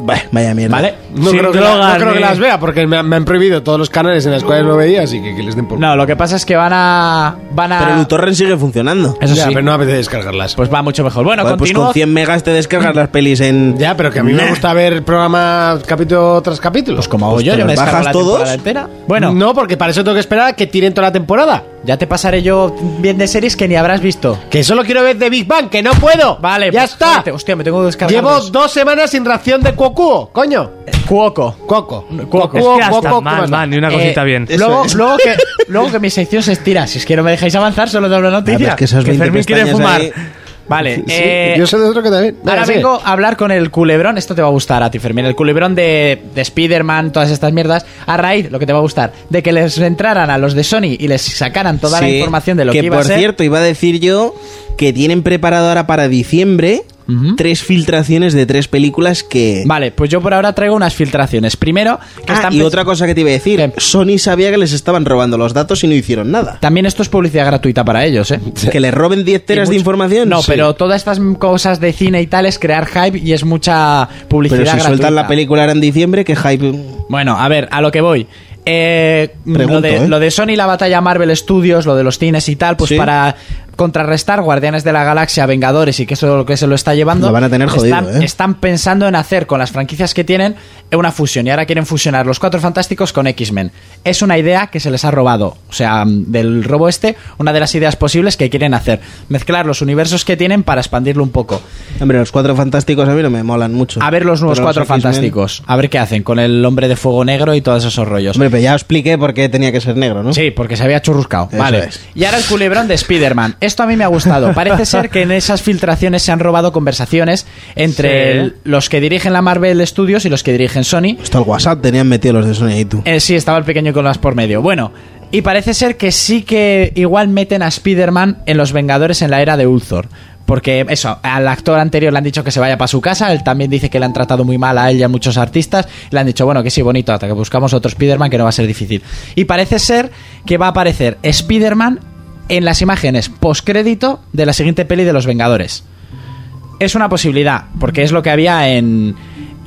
E: Bah, vaya mierda.
D: ¿vale?
B: No,
F: Sin
B: creo que, la-
F: drogas,
B: no creo que
F: ni-
B: las vea porque me, han- me han prohibido todos los canales en los cuales lo veía, así que que les den por.
D: No, lo que pasa es que van a... Van a...
E: Pero el torrent sigue funcionando.
D: Eso
B: ya,
D: sí,
B: pero no apetece descargarlas.
D: pues va mucho mejor. Bueno,
E: Joder, pues
D: continúo. Mm.
E: con 100 megas te descargas las pelis en.
B: ya, pero que a mí me
E: Nah.
B: gusta ver programas capítulo tras capítulo.
D: Pues como hago
E: Pues
D: yo,
E: te
D: yo me
E: los
D: descargo
E: bajas
D: la
E: todos.
D: temporada entera. Bueno,
B: No, porque para eso tengo que esperar a que tiren toda la temporada.
D: ya te pasaré yo bien de series que ni habrás visto.
B: Que solo quiero ver The Big Bang, que no puedo.
D: Vale,
B: ya
D: pues,
B: está.
D: jodete, hostia, me tengo que descargar
B: Llevo
D: dos.
B: dos semanas sin ración de Cuocuo, coño.
D: Cuoco.
B: Coco.
F: Es que hasta mal, man, y una cosita
D: Eh,
F: bien.
D: Luego, luego, que, luego que mi sección se estira. Si es que no me dejáis avanzar, solo doy la
E: Ah, pero
D: noticia.
E: es que esas
F: que
E: 20
F: Fermín quiere
E: pestañas
F: fumar.
E: ahí-
D: Vale, eh,
B: yo sé de otro que también.
D: ahora
B: Venga, sigue.
D: vengo a hablar con el culebrón. Esto te va a gustar a ti, Fermín. El culebrón de, de Spider-Man, todas estas mierdas. A raíz, lo que te va a gustar, de que les entraran a los de Sony y les sacaran toda la
E: Sí,
D: información de lo que, iba
E: por
D: a ser.
E: cierto, iba a decir yo que tienen preparado ahora para diciembre
D: Ujú.
E: tres filtraciones de tres películas que.
D: Vale, pues yo por ahora traigo unas filtraciones. Primero, que
E: Ah,
D: están
E: y
D: pe-
E: otra cosa que te iba a decir,
D: ¿Qué?
E: Sony sabía que les estaban robando los datos y no hicieron nada.
D: También esto es publicidad gratuita para ellos, ¿eh?
E: Que les roben 10 teras de
D: mucho-
E: información.
D: No,
E: sí.
D: pero todas estas cosas de cine y tal es crear hype y es mucha publicidad
E: Pero si
D: gratuita.
E: sueltan la película ahora en diciembre, que hype.
D: Bueno, a ver, a lo que voy. Eh, lo,
E: Pregunto,
D: de,
E: ¿eh?
D: lo de Sony, la batalla Marvel Studios, lo de los cines y tal, pues
E: Sí.
D: para contrarrestar Guardianes de la Galaxia, Vengadores y que eso es lo que se lo está llevando.
E: Lo van a tener jodido,
D: están,
E: ¿eh?
D: están pensando en hacer con las franquicias que tienen una fusión y ahora quieren fusionar los Cuatro Fantásticos con X-Men. Es una idea que se les ha robado, o sea, del robo este, una de las ideas posibles que quieren hacer, mezclar los universos que tienen para expandirlo un poco.
E: Hombre, los cuatro fantásticos a mí no me molan mucho.
D: A ver los nuevos
E: Pero
D: Cuatro
E: X-Men-
D: Fantásticos, a ver qué hacen con el Hombre de Fuego Negro y todos esos rollos.
E: Hombre, pero ya os expliqué por qué tenía que ser negro, ¿no?
D: Sí, porque se había churruscado.
E: Eso
D: vale.
E: es.
D: Y ahora el culebrón de Spider-Man. Esto a mí me ha gustado. Parece ser que en esas filtraciones se han robado conversaciones entre
F: Sí.
D: el- los que dirigen la Marvel Studios y los que dirigen Sony.
E: Hasta el WhatsApp tenían metido los de Sony y tú.
D: Eh, sí, estaba el pequeño con las por medio. Bueno, y parece ser que sí que igual meten a Spider-Man en Los Vengadores en la era de Ulthor. Porque eso, al actor anterior le han dicho que se vaya para su casa, él también dice que le han tratado muy mal a él y a muchos artistas, le han dicho, bueno, que sí, bonito, hasta que buscamos otro Spider-Man que no va a ser difícil. Y parece ser que va a aparecer Spider-Man en las imágenes postcrédito de la siguiente peli de Los Vengadores. Es una posibilidad, porque es lo que había en.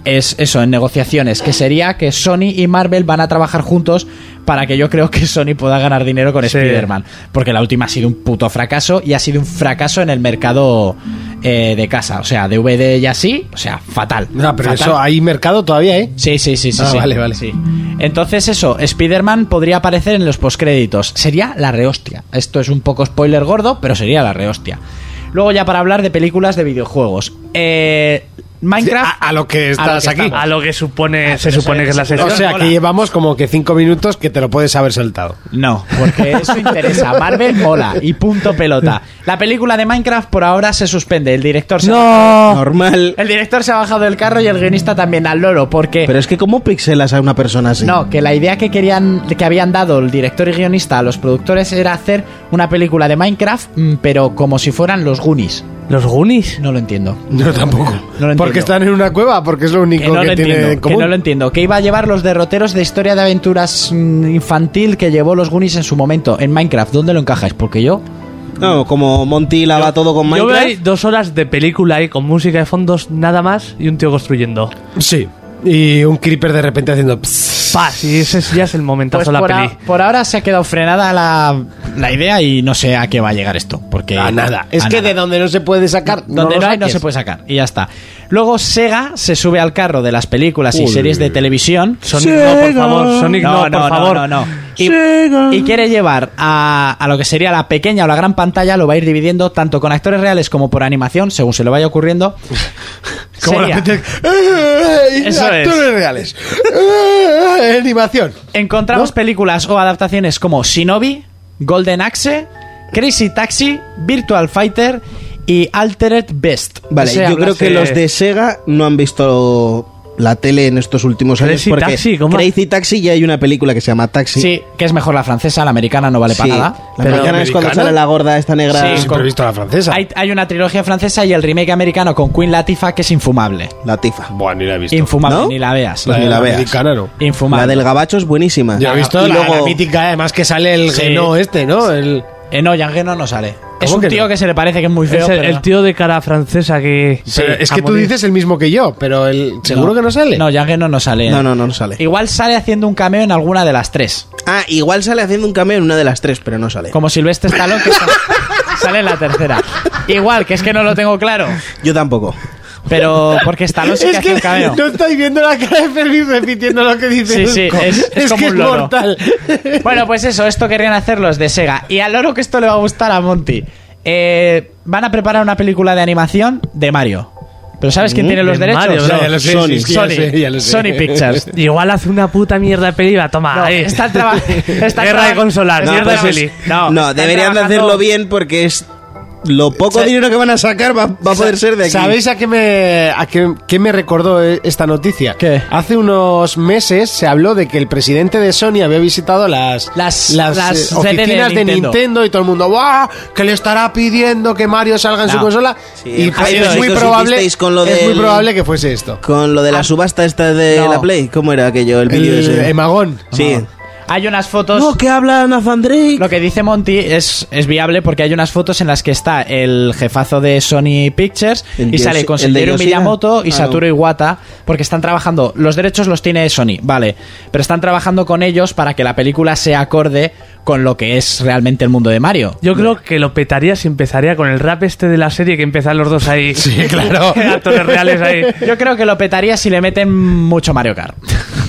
D: Es eso, en negociaciones, que sería que Sony y Marvel van a trabajar juntos para que yo creo que Sony pueda ganar dinero con
F: Sí.
D: Spider-Man. Porque la última ha sido un puto fracaso y ha sido un fracaso en el mercado eh, de casa. O sea, DVD y así, o sea, fatal.
B: No, pero
D: Fatal.
B: eso hay mercado todavía, ¿eh?
D: Sí, sí, sí, sí.
B: Ah,
D: sí.
B: vale, vale.
D: Sí. Entonces, eso, Spider-Man podría aparecer en los postcréditos. Sería la rehostia. Esto es un poco spoiler gordo, pero sería la rehostia. Luego, ya para hablar de películas de videojuegos. Eh, Minecraft.
B: A, a lo que estás aquí.
F: A lo que supone, se supone que es la
B: O
F: sesión.
B: sea, que llevamos como que cinco minutos que te lo puedes haber soltado.
D: No, porque eso interesa. Marvel mola y punto pelota. La película de Minecraft por ahora se suspende. El director se
F: no.
E: Normal.
D: El director se ha bajado del carro y el guionista también al loro, porque
E: Pero es que ¿cómo pixelas a una persona así?
D: no, que la idea que querían que habían dado el director y guionista a los productores era hacer una película de Minecraft, mm, pero como si fueran los Goonies.
F: Los Goonies.
D: No lo entiendo.
B: No, tampoco.
D: No lo entiendo.
B: porque están en una cueva, porque es lo único
D: Que
B: que,
D: no, lo
B: tienen Eh, en
D: entiendo, que
B: común.
D: no lo entiendo. Que iba a llevar los derroteros de historia de aventuras mm, infantil que llevó los Goonies en su momento en Minecraft. ¿Dónde lo encajáis? Porque yo
E: No, como Monty lava todo con
F: Yo veo
E: Minecraft.
F: ahí dos horas de película ahí con música de fondos, nada más, y un tío construyendo.
B: Sí. Y un creeper de repente haciendo. pss.
F: Paz, y ese es- ya es el momentazo
D: Pues
F: de la
D: por,
B: Ah,
F: peli.
D: a- por ahora se ha quedado frenada la, la idea y no sé a qué va a llegar esto. Porque
B: A nada. Es
D: a
B: que
D: nada.
B: de donde no se puede sacar.
D: Ah, donde
B: lo
D: no hay no
B: saques.
D: se puede sacar y ya está. Luego Sega se sube al carro de las películas y series de televisión.
F: Sonic, no, por favor. Sonic, no, por favor.
D: no, no. Y, y quiere llevar a, a lo que sería la pequeña o la gran pantalla, lo va a ir dividiendo tanto con actores reales como por animación, según se le vaya ocurriendo.
B: Como
D: Sería-
B: la gente- ¡Ey!
F: Eso es.
B: Eh, actores reales. ¡Ey! Animación.
D: Encontramos películas o adaptaciones como Shinobi, Golden Axe, Crazy Taxi, Virtual Fighter y Altered Best.
E: Vale,
F: O sea,
E: yo creo que
F: hablase-
E: los de Sega no han visto la tele en estos últimos años
F: Crazy
E: porque
F: Taxi, ¿cómo?
E: Crazy Taxi ya hay una película que se llama Taxi.
D: Sí. que es mejor la francesa, la americana no vale
E: Sí.
D: para nada.
E: La americana es cuando
B: ¿Americana?
E: sale la gorda esta negra.
D: Sí,
B: Siempre he visto a la francesa.
D: Hay, hay una trilogía francesa y el remake americano con Queen Latifah que es infumable.
E: La tifa.
B: Buah, ni la he visto.
D: Infumable,
E: ¿No?
D: ni la veas.
E: Pues ni la veas.
B: americana, no.
E: La
D: Infumable.
E: del gabacho es buenísima.
B: Yo he visto
E: y
B: la,
E: luego,
B: la mítica, además que sale el
D: Sí.
B: genó este, ¿no? El,
D: Eh, no, Yang Geno no sale. Es un
B: que
D: tío
B: no?
D: que se le parece que es muy feo.
F: Es el,
D: pero
F: el
D: no.
F: tío de cara francesa que.
B: Pero es
F: a
B: que tú
F: morir.
B: dices el mismo que yo, pero el, seguro que no sale.
D: No, Yang Geno no sale.
E: No, no, no, no sale.
D: Igual sale haciendo un cameo en alguna de las tres.
E: Ah, igual sale haciendo un cameo en una de las tres, pero no sale.
D: Como Silvestre Stallone que sa- sale en la tercera. Igual, que es que no lo tengo claro.
E: Yo tampoco.
D: Pero porque Stallone sí que, hace un cameo.
B: no estáis viendo la cara de Fermín repitiendo lo que dice.
D: Sí, sí,
B: Urco.
D: es- es como
B: que
D: un
B: es
D: loro.
B: mortal.
D: Bueno, pues eso, esto querrían hacer los de Sega. Y al loro que esto le va a gustar a Monty. Eh, van a preparar una película de animación de Mario. Pero ¿sabes quién tiene los
F: Mm, de
D: derechos?
F: Mario,
B: ya lo sé,
E: Sony,
B: sí, sí, ya
D: Sony,
B: lo sé, ya lo sé.
D: Sony Pictures.
F: Igual hace una puta mierda de peli y va, toma.
D: No,
F: ahí.
D: están traba- están
F: Guerra de
D: traba-
F: consolar,
D: están
F: mierda de
D: traba-
F: peli.
D: No,
E: pues No,
D: están
E: deberían de
D: trabajando-
E: hacerlo bien porque es lo poco dinero que van a sacar va, va a poder ser de aquí.
B: ¿Sabéis a qué me a qué, qué me recordó eh, esta noticia?
D: ¿Qué?
B: Hace unos meses se habló de que el presidente de Sony había visitado las
D: Las-
B: las,
D: las
B: eh,
D: sede
B: oficinas
D: de
B: de Nintendo.
D: Nintendo.
B: y todo el mundo, ¡guau! Que le estará pidiendo que Mario salga en su
D: No.
B: consola
E: Sí,
B: y
E: el
B: pues,
E: hype
B: es
E: que
B: muy
E: os
B: probable
E: hicisteis con lo
B: es muy
E: del-
B: probable que fuese esto.
E: Con lo de la subasta esta de
D: Ah. no.
E: la Play, ¿cómo era aquello? El vídeo
B: El
E: ese.
B: Emagón.
E: Sí.
D: Hay unas fotos.
E: No, que habla Nathan Drake.
D: Lo que dice Monty es, es viable porque hay unas fotos en las que está el jefazo de Sony Pictures
E: El
D: y
E: Yoshi-
D: sale con
E: el de
D: Shigeru
E: Yoshida.
D: Miyamoto y
E: Ah,
D: Satoru
E: no.
D: Iwata porque están trabajando, los derechos los tiene Sony, vale, pero están trabajando con ellos para que la película se acorde con lo que es realmente el mundo de Mario.
F: Yo creo que lo petaría si empezaría con el rap este de la serie que empiezan los dos ahí.
B: Sí, claro.
F: Actores reales ahí.
D: Yo creo que lo petaría si le meten mucho Mario Kart.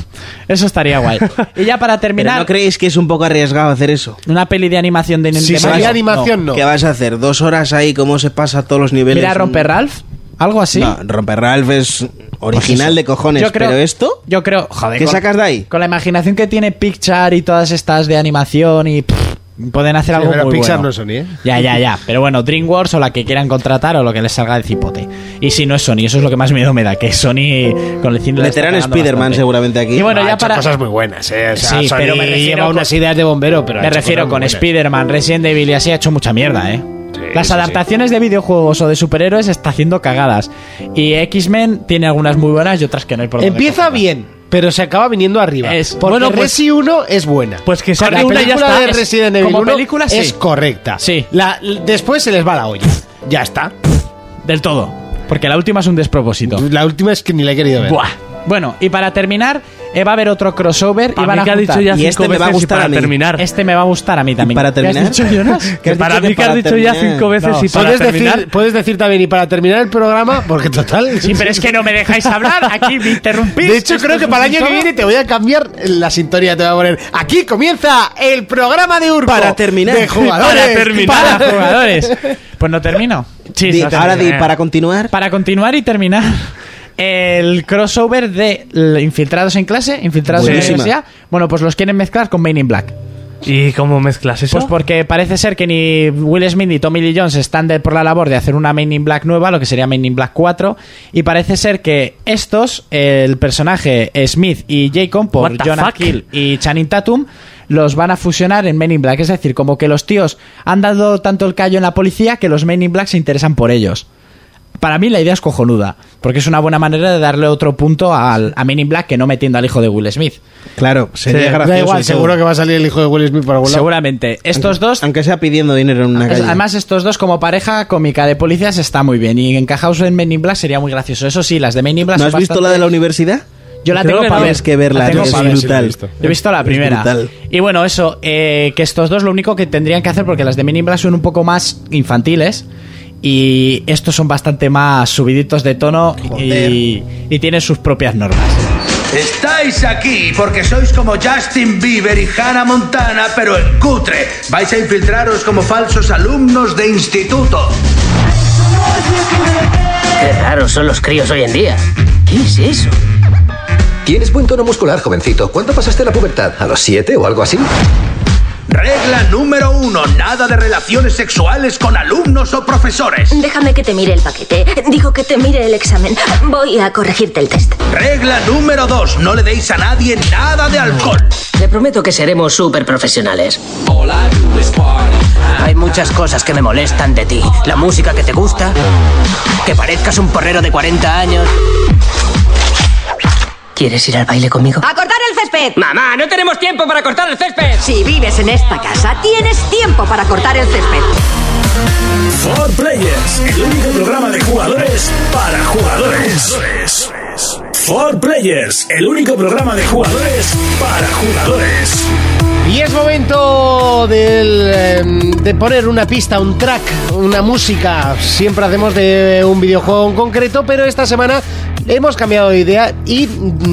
D: Eso estaría guay. Y ya para
E: Pero
D: terminar,
E: no creéis que es un poco arriesgado hacer eso.
D: una peli de animación de,
B: Si
D: de
B: salía
D: Mario.
B: animación no.
E: ¿Qué vas a hacer? ¿Dos horas ahí? ¿Cómo se pasa todos los niveles?
D: Mira Romper Ralph, algo así.
E: No, Romper Ralph es original de cojones. Pero esto,
D: Pues Yo creo. Joder,
E: ¿qué sacas de ahí?
D: Con la imaginación que tiene Pixar y todas estas de animación y. pff, pueden hacer algo
B: pero
D: muy
B: Pixar
D: bueno.
B: no es Sony, ¿eh?
D: Ya, ya, ya. Pero bueno, DreamWorks o la que quieran contratar o lo que les salga de cipote. Y si no es Sony, eso es lo que más miedo me da, que Sony con el cine la está
E: Meterán
D: cagando
E: Spider-Man
D: bastante.
E: seguramente aquí.
D: Y bueno,
B: Ha
D: ya
B: hecho
D: para.
B: cosas muy buenas, eh. O sea,
D: Sí,
B: Sony
D: pero me refiero
B: lleva
D: con-
B: unas ideas de bombero, pero ha
D: Me
B: hecho
D: refiero
B: cosas
D: con
B: muy buenas.
D: Spider-Man, Resident Evil y así ha hecho mucha mierda, ¿eh? Las
B: sí, sí.
D: adaptaciones de videojuegos o de superhéroes está haciendo cagadas. Y X-Men tiene algunas muy buenas y otras que no hay por dónde
B: Empieza
D: cogerlas.
B: bien, pero se acaba viniendo arriba.
D: Es-
B: porque
D: bueno,
B: bueno,
D: pues-
B: Resi 1 es buena.
F: Pues que
B: la
F: saque una
B: película
F: y ya está.
B: de
D: Es-
B: Resident Evil
D: como
B: 1
D: película, sí.
B: es correcta.
D: Sí.
B: La- l- después se les va la olla. Ya está.
D: Del todo. Porque la última es un despropósito.
B: La última es que ni la he querido ver.
D: Buah. Bueno, y para terminar, eh, va a haber otro crossover y
F: Para
D: van
F: mí
D: a
F: que ha
D: juntar.
F: dicho ya
E: Y
F: cinco
E: este me
F: veces
E: va a gustar
F: y para
E: a mí.
F: terminar.
D: Este me va a gustar a mí
E: ¿Y
D: también.
E: para
D: ¿Qué has
E: terminar?
D: dicho, Jonas?
E: ¿Qué
F: Que
E: has
F: para
E: dicho
F: mí que has dicho ya
E: terminar?
F: cinco veces
D: No,
F: y para
B: ¿Puedes,
F: terminar.
B: decir, puedes decir también, y para terminar el programa, porque total.
D: Sí, pero es que no me dejáis hablar. Aquí me interrumpís.
B: De hecho,
D: Esto
B: creo
D: es
B: que
D: un
B: para el año que
D: programa.
B: viene te voy a cambiar la sintonía. Te voy a poner. Aquí comienza el programa de Urco.
E: Para terminar.
B: De jugadores.
F: Para terminar.
D: Para jugadores. Pues no termino.
E: Di-
F: Sí, sí,
E: ahora
F: sí.
E: di, para continuar.
D: Para continuar y terminar, El crossover de l- Infiltrados en clase, Infiltrados en
E: Buenísima.
D: la universidad. Bueno, pues los quieren mezclar con Main in Black.
F: ¿Y cómo mezclas eso?
D: Pues porque parece ser que ni Will Smith ni Tommy Lee Jones están de- por la labor de hacer una Main in Black nueva, lo que sería Main in Black 4. Y parece ser que estos, el personaje Smith y Jacob por
F: What the
D: Jonah
F: fuck?
D: Hill y Channing Tatum, los van a fusionar en Main in Black. Es decir, como que los tíos han dado tanto el callo en la policía que los Main in Black se interesan por ellos. Para mí la idea es cojonuda, porque es una buena manera de darle otro punto al, a Men in Black que no metiendo al hijo de Will Smith.
E: Claro, sería
F: Sí, da
E: gracioso.
B: Da
E: y
B: igual,
E: todo.
B: seguro que va a salir el hijo de Will Smith por algún lado.
D: Seguramente. Estos dos
E: Aunque sea pidiendo dinero en una
D: Ah, Es-
E: calle.
D: Además, estos dos como pareja cómica de policías está muy bien. Y encajados en Men in Black sería muy gracioso. Eso sí, las de Men in Black
E: ¿No
D: son
E: has visto
D: bastante-
E: la de la universidad?
D: Yo la
F: Creo
D: tengo
F: que
D: para
F: no.
D: ver.
E: Tienes que verla,
D: La tengo
E: tío, es
D: pa' ver.
E: brutal.
D: Yo he visto la
E: Es
D: primera.
E: brutal.
D: Y bueno, eso, eh, que estos dos lo único que tendrían que hacer, porque las de Men in Black son un poco más infantiles. Y estos son bastante más subiditos de tono y, y tienen sus propias normas.
H: Estáis aquí porque sois como Justin Bieber y Hannah Montana, pero en cutre. Vais a infiltraros como falsos alumnos de instituto.
I: Qué raros son los críos hoy en día. ¿Qué es eso?
J: Tienes buen tono muscular, jovencito. ¿Cuándo pasaste la pubertad? ¿A los siete o algo así?
H: Regla número uno, nada de relaciones sexuales con alumnos o profesores.
K: Déjame que te mire el paquete. Digo que te mire el examen. Voy a corregirte el test.
H: Regla número dos, no le deis a nadie nada de alcohol.
I: Te prometo que seremos súper profesionales. Hay muchas cosas que me molestan de ti. La música que te gusta, que parezcas un porrero de 40 años. ¿Quieres ir al baile conmigo?
K: ¡A cortar el césped!
I: ¡Mamá, no tenemos tiempo para cortar el césped!
K: Si vives en esta casa, tienes tiempo para cortar el césped.
A: For Players, el único programa de jugadores para jugadores. For Players, el único programa de jugadores para jugadores.
B: Y es momento del, eh, de poner una pista, un track, una música. Siempre hacemos de un videojuego en concreto, pero esta semana hemos cambiado de idea y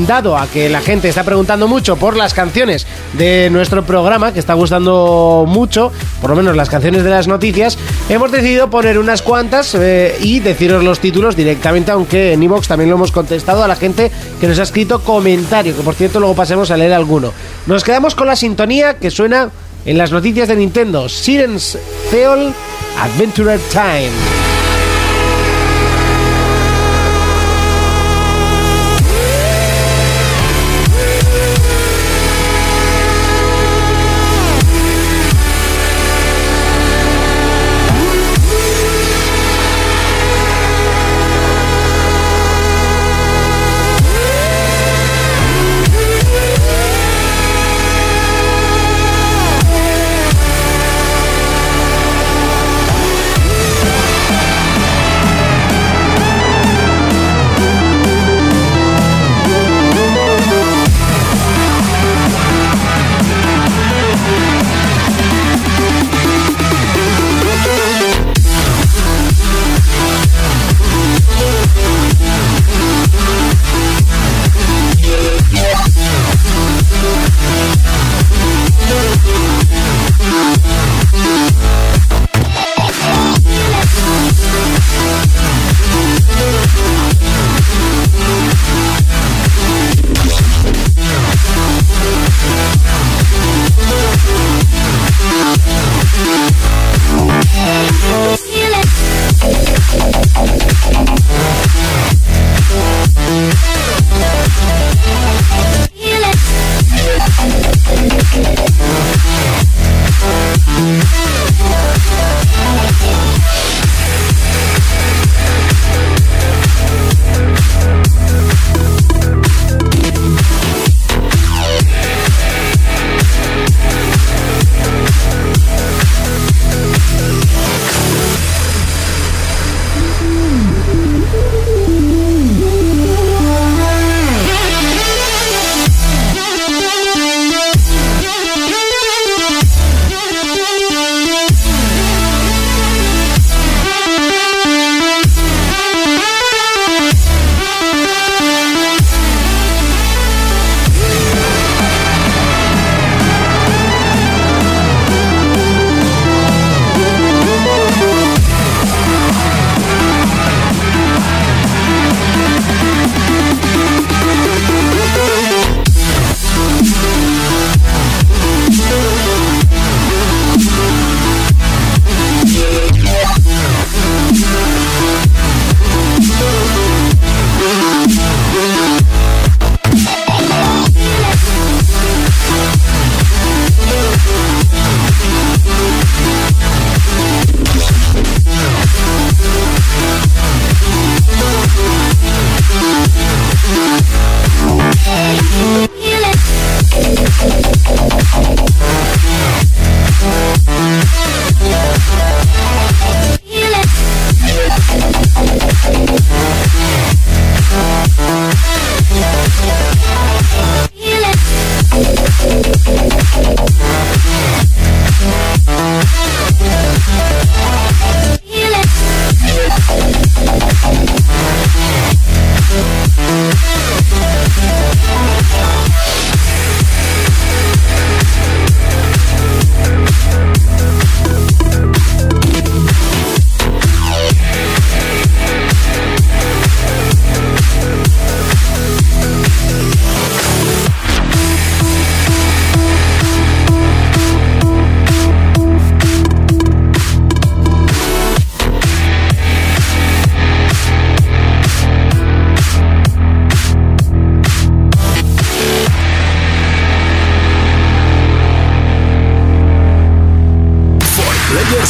B: dado a que la gente está preguntando mucho por las canciones de nuestro programa, que está gustando mucho, por lo menos las canciones de las noticias, hemos decidido poner unas cuantas eh, y deciros los títulos directamente, aunque en iVoox también lo hemos contestado a la gente que nos ha escrito comentario, que por cierto luego pasemos a leer alguno. Nos quedamos con la sintonía que suena en las noticias de Nintendo, Sirens Theol Adventurer Time.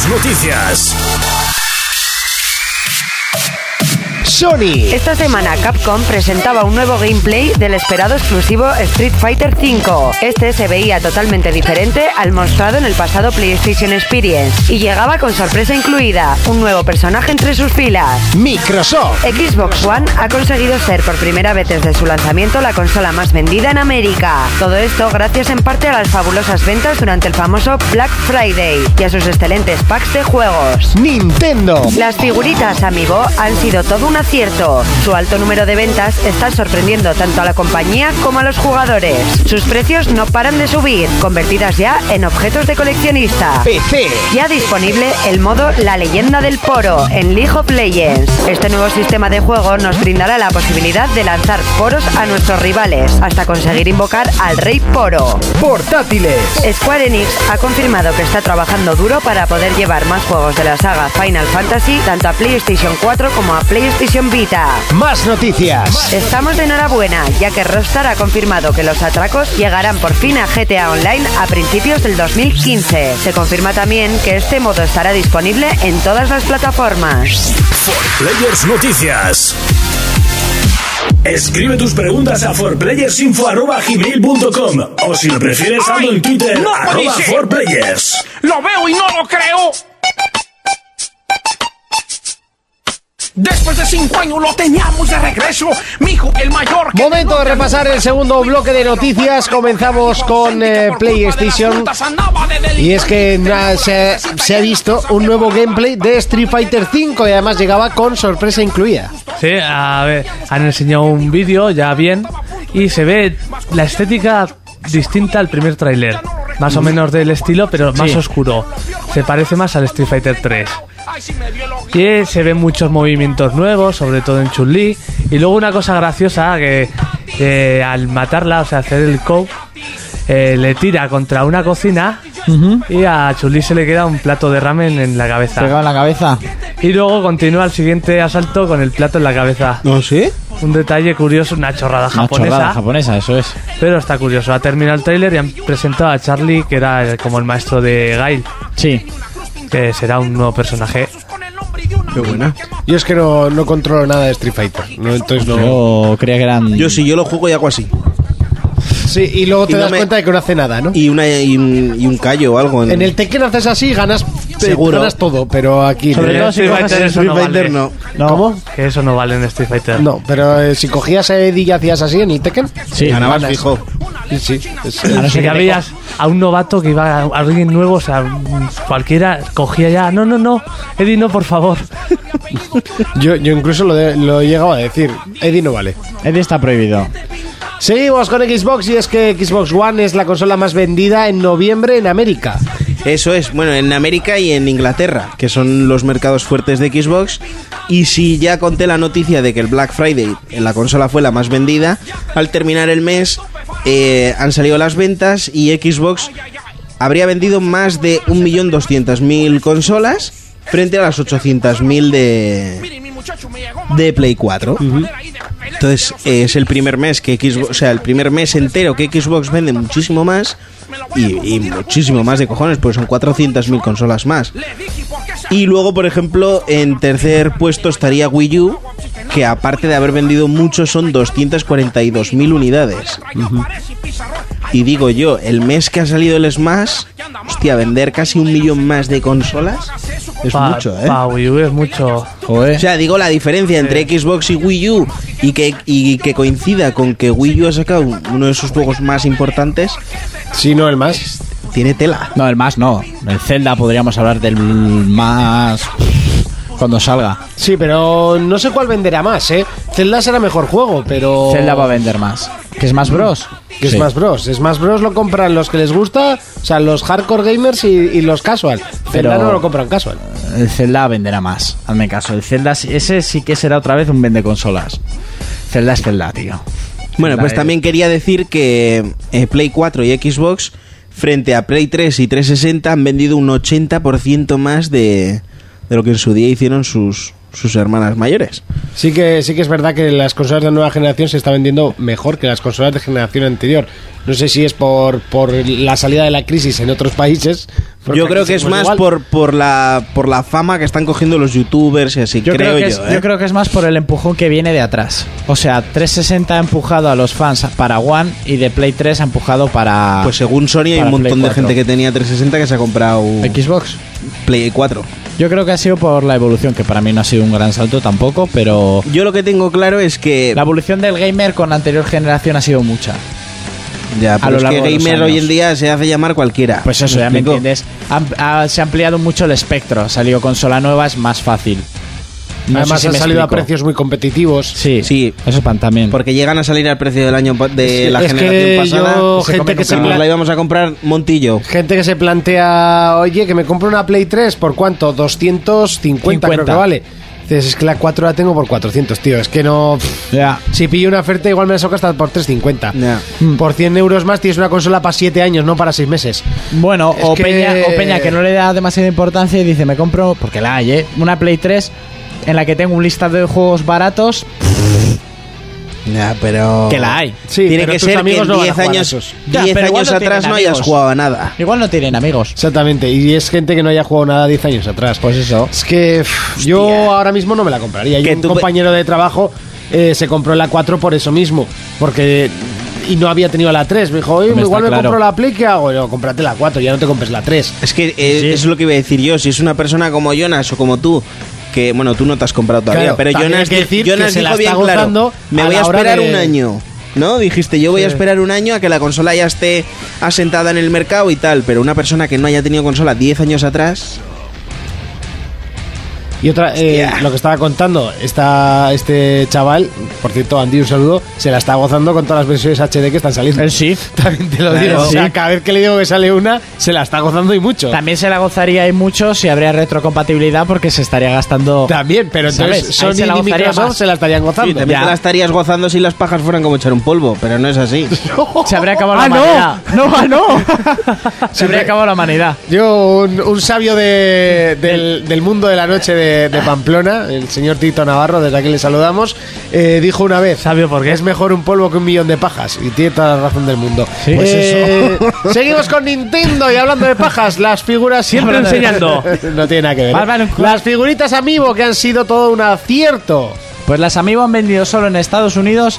A: noticias.
B: Sony.
C: Esta semana Capcom presentaba un nuevo gameplay del esperado exclusivo Street Fighter V. Este se veía totalmente diferente al mostrado en el pasado PlayStation Experience y llegaba con sorpresa incluida, un nuevo personaje entre sus filas.
B: Microsoft.
C: Xbox One ha conseguido ser por primera vez desde su lanzamiento la consola más vendida en América. Todo esto gracias en parte a las fabulosas ventas durante el famoso Black Friday y a sus excelentes packs de juegos.
B: Nintendo.
C: Las figuritas Amiibo han sido todo un acierto. Su alto número de ventas está sorprendiendo tanto a la compañía como a los jugadores. Sus precios no paran de subir, convertidas ya en objetos de coleccionista.
B: PC.
C: Ya disponible el modo La leyenda del poro en League of Legends. Este nuevo sistema de juego nos brindará la posibilidad de lanzar poros a nuestros rivales hasta conseguir invocar al rey poro.
B: Portátiles.
C: Square Enix ha confirmado que está trabajando duro para poder llevar más juegos de la saga Final Fantasy tanto a PlayStation 4 como a PlayStation Vita.
B: Más noticias.
C: Estamos de enhorabuena, ya que Rockstar ha confirmado que los atracos llegarán por fin a GTA Online a principios del 2015. Se confirma también que este modo estará disponible en todas las plataformas.
A: Players Noticias. Escribe tus preguntas a forplayersinfo.com o si lo prefieres hazlo en Twitter
L: no puede
A: arroba
L: ser.
A: forplayers.
L: Lo veo y no lo creo. Después de cinco años lo teníamos de regreso. Mijo, el mayor. que-
B: Momento de repasar el segundo bloque de noticias. Comenzamos con eh, PlayStation. Y es que na, se, se ha visto un nuevo gameplay de Street Fighter V y además llegaba con sorpresa incluida.
F: Sí, a ver, han enseñado un vídeo ya bien y se ve la estética distinta al primer tráiler. Más o menos del estilo, pero más
D: Sí.
F: oscuro. Se parece más al Street Fighter 3. Y eh, se ven muchos movimientos nuevos, sobre todo en Chun-Li. Y luego una cosa graciosa que eh, al matarla, o sea, hacer el cow, eh, le tira contra una cocina y a Chun-Li se le queda un plato de ramen en la cabeza.
D: Pegado en la cabeza.
F: Y luego continúa el siguiente asalto con el plato en la cabeza.
E: ¿No sí?
F: Un detalle curioso, una chorrada
D: Una
F: japonesa.
D: chorrada japonesa, eso es.
F: pero está curioso. Ha terminado el tráiler y han presentado a Charlie, que era el- como el maestro de Gail,
D: Sí.
F: que será un nuevo personaje.
E: Qué buena.
B: Yo es que no, no controlo nada de Street Fighter. No, entonces no.
D: Yo creía que eran.
E: Yo sí, yo lo juego y hago así.
B: Sí, y luego te
E: Y no
B: das
E: me-
B: cuenta de que no hace nada, ¿no?
E: Y, una, y, un, y un callo o algo. En,
B: En el Tekken haces así y ganas, te-
E: Seguro.
B: ganas todo, pero aquí
F: Sobre
B: no.
F: todo si
E: Street
F: coges
E: Fighter,
F: el
E: Street
F: Sonoval
E: Fighter
F: de-
E: no.
D: No.
B: ¿Cómo?
F: Que eso no vale en Street Fighter.
B: No, pero eh, si cogías a Eddie y hacías así en el Tekken,
D: Sí.
E: Ganabas
B: ganas.
E: fijo.
B: sí, sí, es-
D: A no
F: Si
D: ser
F: ya
D: que-
F: veías a un novato que iba a a alguien nuevo, o sea, mm, cualquiera cogía ya. No, no, no, Eddie, no, por favor.
B: yo, yo incluso lo, de- lo he llegado a decir, Eddie no vale.
D: Eddie está prohibido.
B: Seguimos con Xbox y es que Xbox One es la consola más vendida en noviembre en América.
E: Eso es, bueno, en América y en Inglaterra, que son los mercados fuertes de Xbox. Y si ya conté la noticia de que el Black Friday en la consola fue la más vendida, al terminar el mes eh, han salido las ventas y Xbox habría vendido más de 1.200.000 consolas frente a las 800.000 de, de Play 4. Entonces eh, es el primer mes que Xbox, o sea, el primer mes entero que Xbox vende muchísimo más y, y muchísimo más de cojones, pues son 400.000 consolas más. Y luego, por ejemplo, en tercer puesto estaría Wii U, que aparte de haber vendido mucho son 242.000 unidades. Y digo yo, el mes que ha salido el Smash, hostia, vender casi un millón más de consolas es
F: Pa-
E: mucho, ¿eh?
F: pa Wii U es mucho.
E: O sea, digo la diferencia entre Xbox y Wii U y que, y que coincida con que Wii U ha sacado un- uno de sus juegos más importantes,
B: Si no, el más.
E: tiene tela.
D: No, el más no. El Zelda podríamos hablar del más. Cuando salga.
B: Sí, pero no sé cuál venderá más, ¿eh? Zelda será mejor juego, pero...
D: Zelda va a vender más. ¿Que es más bros?
B: Que es más Bros. Es más Bros lo compran los que les gusta, o sea, los hardcore gamers y, y los casual. Pero
D: Pero-
B: no lo compran casual.
D: El Zelda venderá más. Hazme caso. El Zelda, ese sí que será otra vez un vende consolas. Zelda es Zelda, tío.
E: Bueno,
D: Zelda
E: pues
D: es-
E: también quería decir que eh, Play 4 y Xbox frente a Play 3 y 360 han vendido un 80% más de, de lo que en su día hicieron sus, sus hermanas mayores.
B: Sí que, sí que es verdad que las consolas de nueva generación se está vendiendo mejor que las consolas de generación anterior. No sé si es por, por la salida de la crisis en otros países. porque
E: Yo
B: aquí
E: creo que es
D: pues
B: seguimos
E: más
B: igual.
E: por, por, la, por la fama que están cogiendo los youtubers y así,
D: Yo creo,
E: creo,
D: que
E: yo.
D: es,
E: ¿eh?
D: yo creo que es más por el empujón que viene de atrás. O sea, 360 ha empujado a los fans para One y de Play 3 ha empujado para.
E: Pues según Sony hay
D: para
E: un
D: Play
E: montón de
D: 4.
E: gente que tenía 360 que se ha comprado
D: Xbox
E: Play 4.
D: Yo creo que ha sido por la evolución, que para mí no ha sido un gran salto tampoco, pero.
E: Yo lo que tengo claro es que.
D: La evolución del gamer con la anterior generación ha sido mucha.
E: Ya,
D: a
E: pero
D: lo
E: es
D: largo de
E: que
D: los
E: gamer hoy
D: años.
E: en día se hace llamar cualquiera.
D: Pues eso, ya me
E: explico?
D: entiendes. Am- ha- se ha ampliado mucho el espectro. Ha salido consola nueva, es más fácil. No
B: Además
D: sé si
B: han
D: me
B: salido a
D: explico.
B: precios muy competitivos.
D: Sí,
E: sí.
D: Eso pan- también.
E: Porque llegan a salir al precio del año pa- de
B: Es-
E: la
B: es que
E: generación pasada.
B: yo,
E: Se
B: gente
E: come
B: que se
E: nunca.
B: pla-
E: Nos la íbamos a comprar Montillo.
B: Gente que se plantea, oye, que me compro una Play 3 por cuánto? 250 creo que
D: 50.
B: vale. Dices, es que la 4 la tengo por 400, tío. Es que no. pff.
D: Ya.
B: Si pillo una oferta, igual me la saco hasta por 350.
E: Ya.
B: Por 100 euros más tienes una consola para 7 años, no para 6 meses.
D: Bueno,
B: Es
D: o,
B: que-
D: Peña, o Peña que no le da demasiada importancia y dice, me compro, porque la hay, ¿eh? Una Play 3 en la que tengo un listado de juegos baratos
E: Ya, pero.
D: que la hay.
B: Sí,
E: Tiene
B: pero
E: que
B: tus
E: ser que
B: amigos
E: en
B: no van a
E: 10
B: jugar a
E: años,
B: esos.
E: 10
D: pero igual
E: años
D: no tienen
E: atrás no
D: amigos.
E: hayas jugado a nada.
D: Igual no tienen amigos.
B: Exactamente, y es gente que no haya jugado nada 10 años atrás.
D: Pues eso.
B: Es que pff, yo ahora mismo no me la compraría. Y
E: Que
B: un
E: tú ve-
B: compañero de trabajo eh, se compró la 4 por eso mismo. Porque. Y no había tenido la 3. Me dijo, "Oye,
D: Hombre, está
B: igual me
D: claro.
B: compro la Play, ¿qué hago? No, cómprate la 4, ya no te compres la 3.
E: Es que eh, es lo que iba a decir yo. Si es una persona como Jonas o como tú, que bueno, tú no te has comprado todavía,
B: Claro,
E: pero
B: también
E: Jonas,
B: hay que decir
E: di- Jonas
B: que se la
E: dijo
B: está
E: bien claro:
B: gozando
E: Me
B: a
E: voy a
B: la hora
E: esperar
B: de-
E: un año. ¿No? Dijiste, yo voy a
F: Sí.
E: esperar un año a que la consola ya esté asentada en el mercado y tal, pero una persona que no haya tenido consola 10 años atrás,
B: Y otra, eh,
E: Hostia.
B: lo que estaba contando, está este chaval, por cierto, Andy, un saludo, se la está gozando con todas las versiones HD que están saliendo.
D: El Shift.
B: También te lo
D: Eh,
B: digo.
D: Claro.
B: O sea,
D: Sí.
B: cada vez que le digo que sale una, se la está gozando y mucho.
D: También se la gozaría y mucho si habría retrocompatibilidad porque se estaría gastando...
B: También, pero entonces
D: ¿Sabes? Ahí se
B: Sony
D: la
B: y
D: gozaría
B: Microsoft
D: más.
B: se la estarían
E: sí,
B: gozando.
E: también
D: Ya.
E: te la estarías gozando si las pajas fueran como echar un polvo, pero no es así.
D: Se habría acabado la
B: ¡Ah, no!
D: humanidad. ¡No, ah, no! se habría
B: Siempre-
D: acabado la humanidad.
B: Yo, un, un sabio de- del, del mundo de la noche de, de Pamplona, el señor Tito Navarro, desde aquí le saludamos, eh, dijo una vez...
F: Sabio por qué.
B: Es mejor un polvo que un millón de pajas. Y tiene toda la razón del mundo.
D: Sí. Pues
B: eso. Seguimos con Nintendo y hablando de pajas, las figuras
F: Siempre enseñando.
B: no tiene nada que ver. ¿eh?
D: Mal, mal, un cu-
B: Las figuritas amiibo que han sido todo un acierto.
D: Pues las Amiibo han vendido solo en Estados Unidos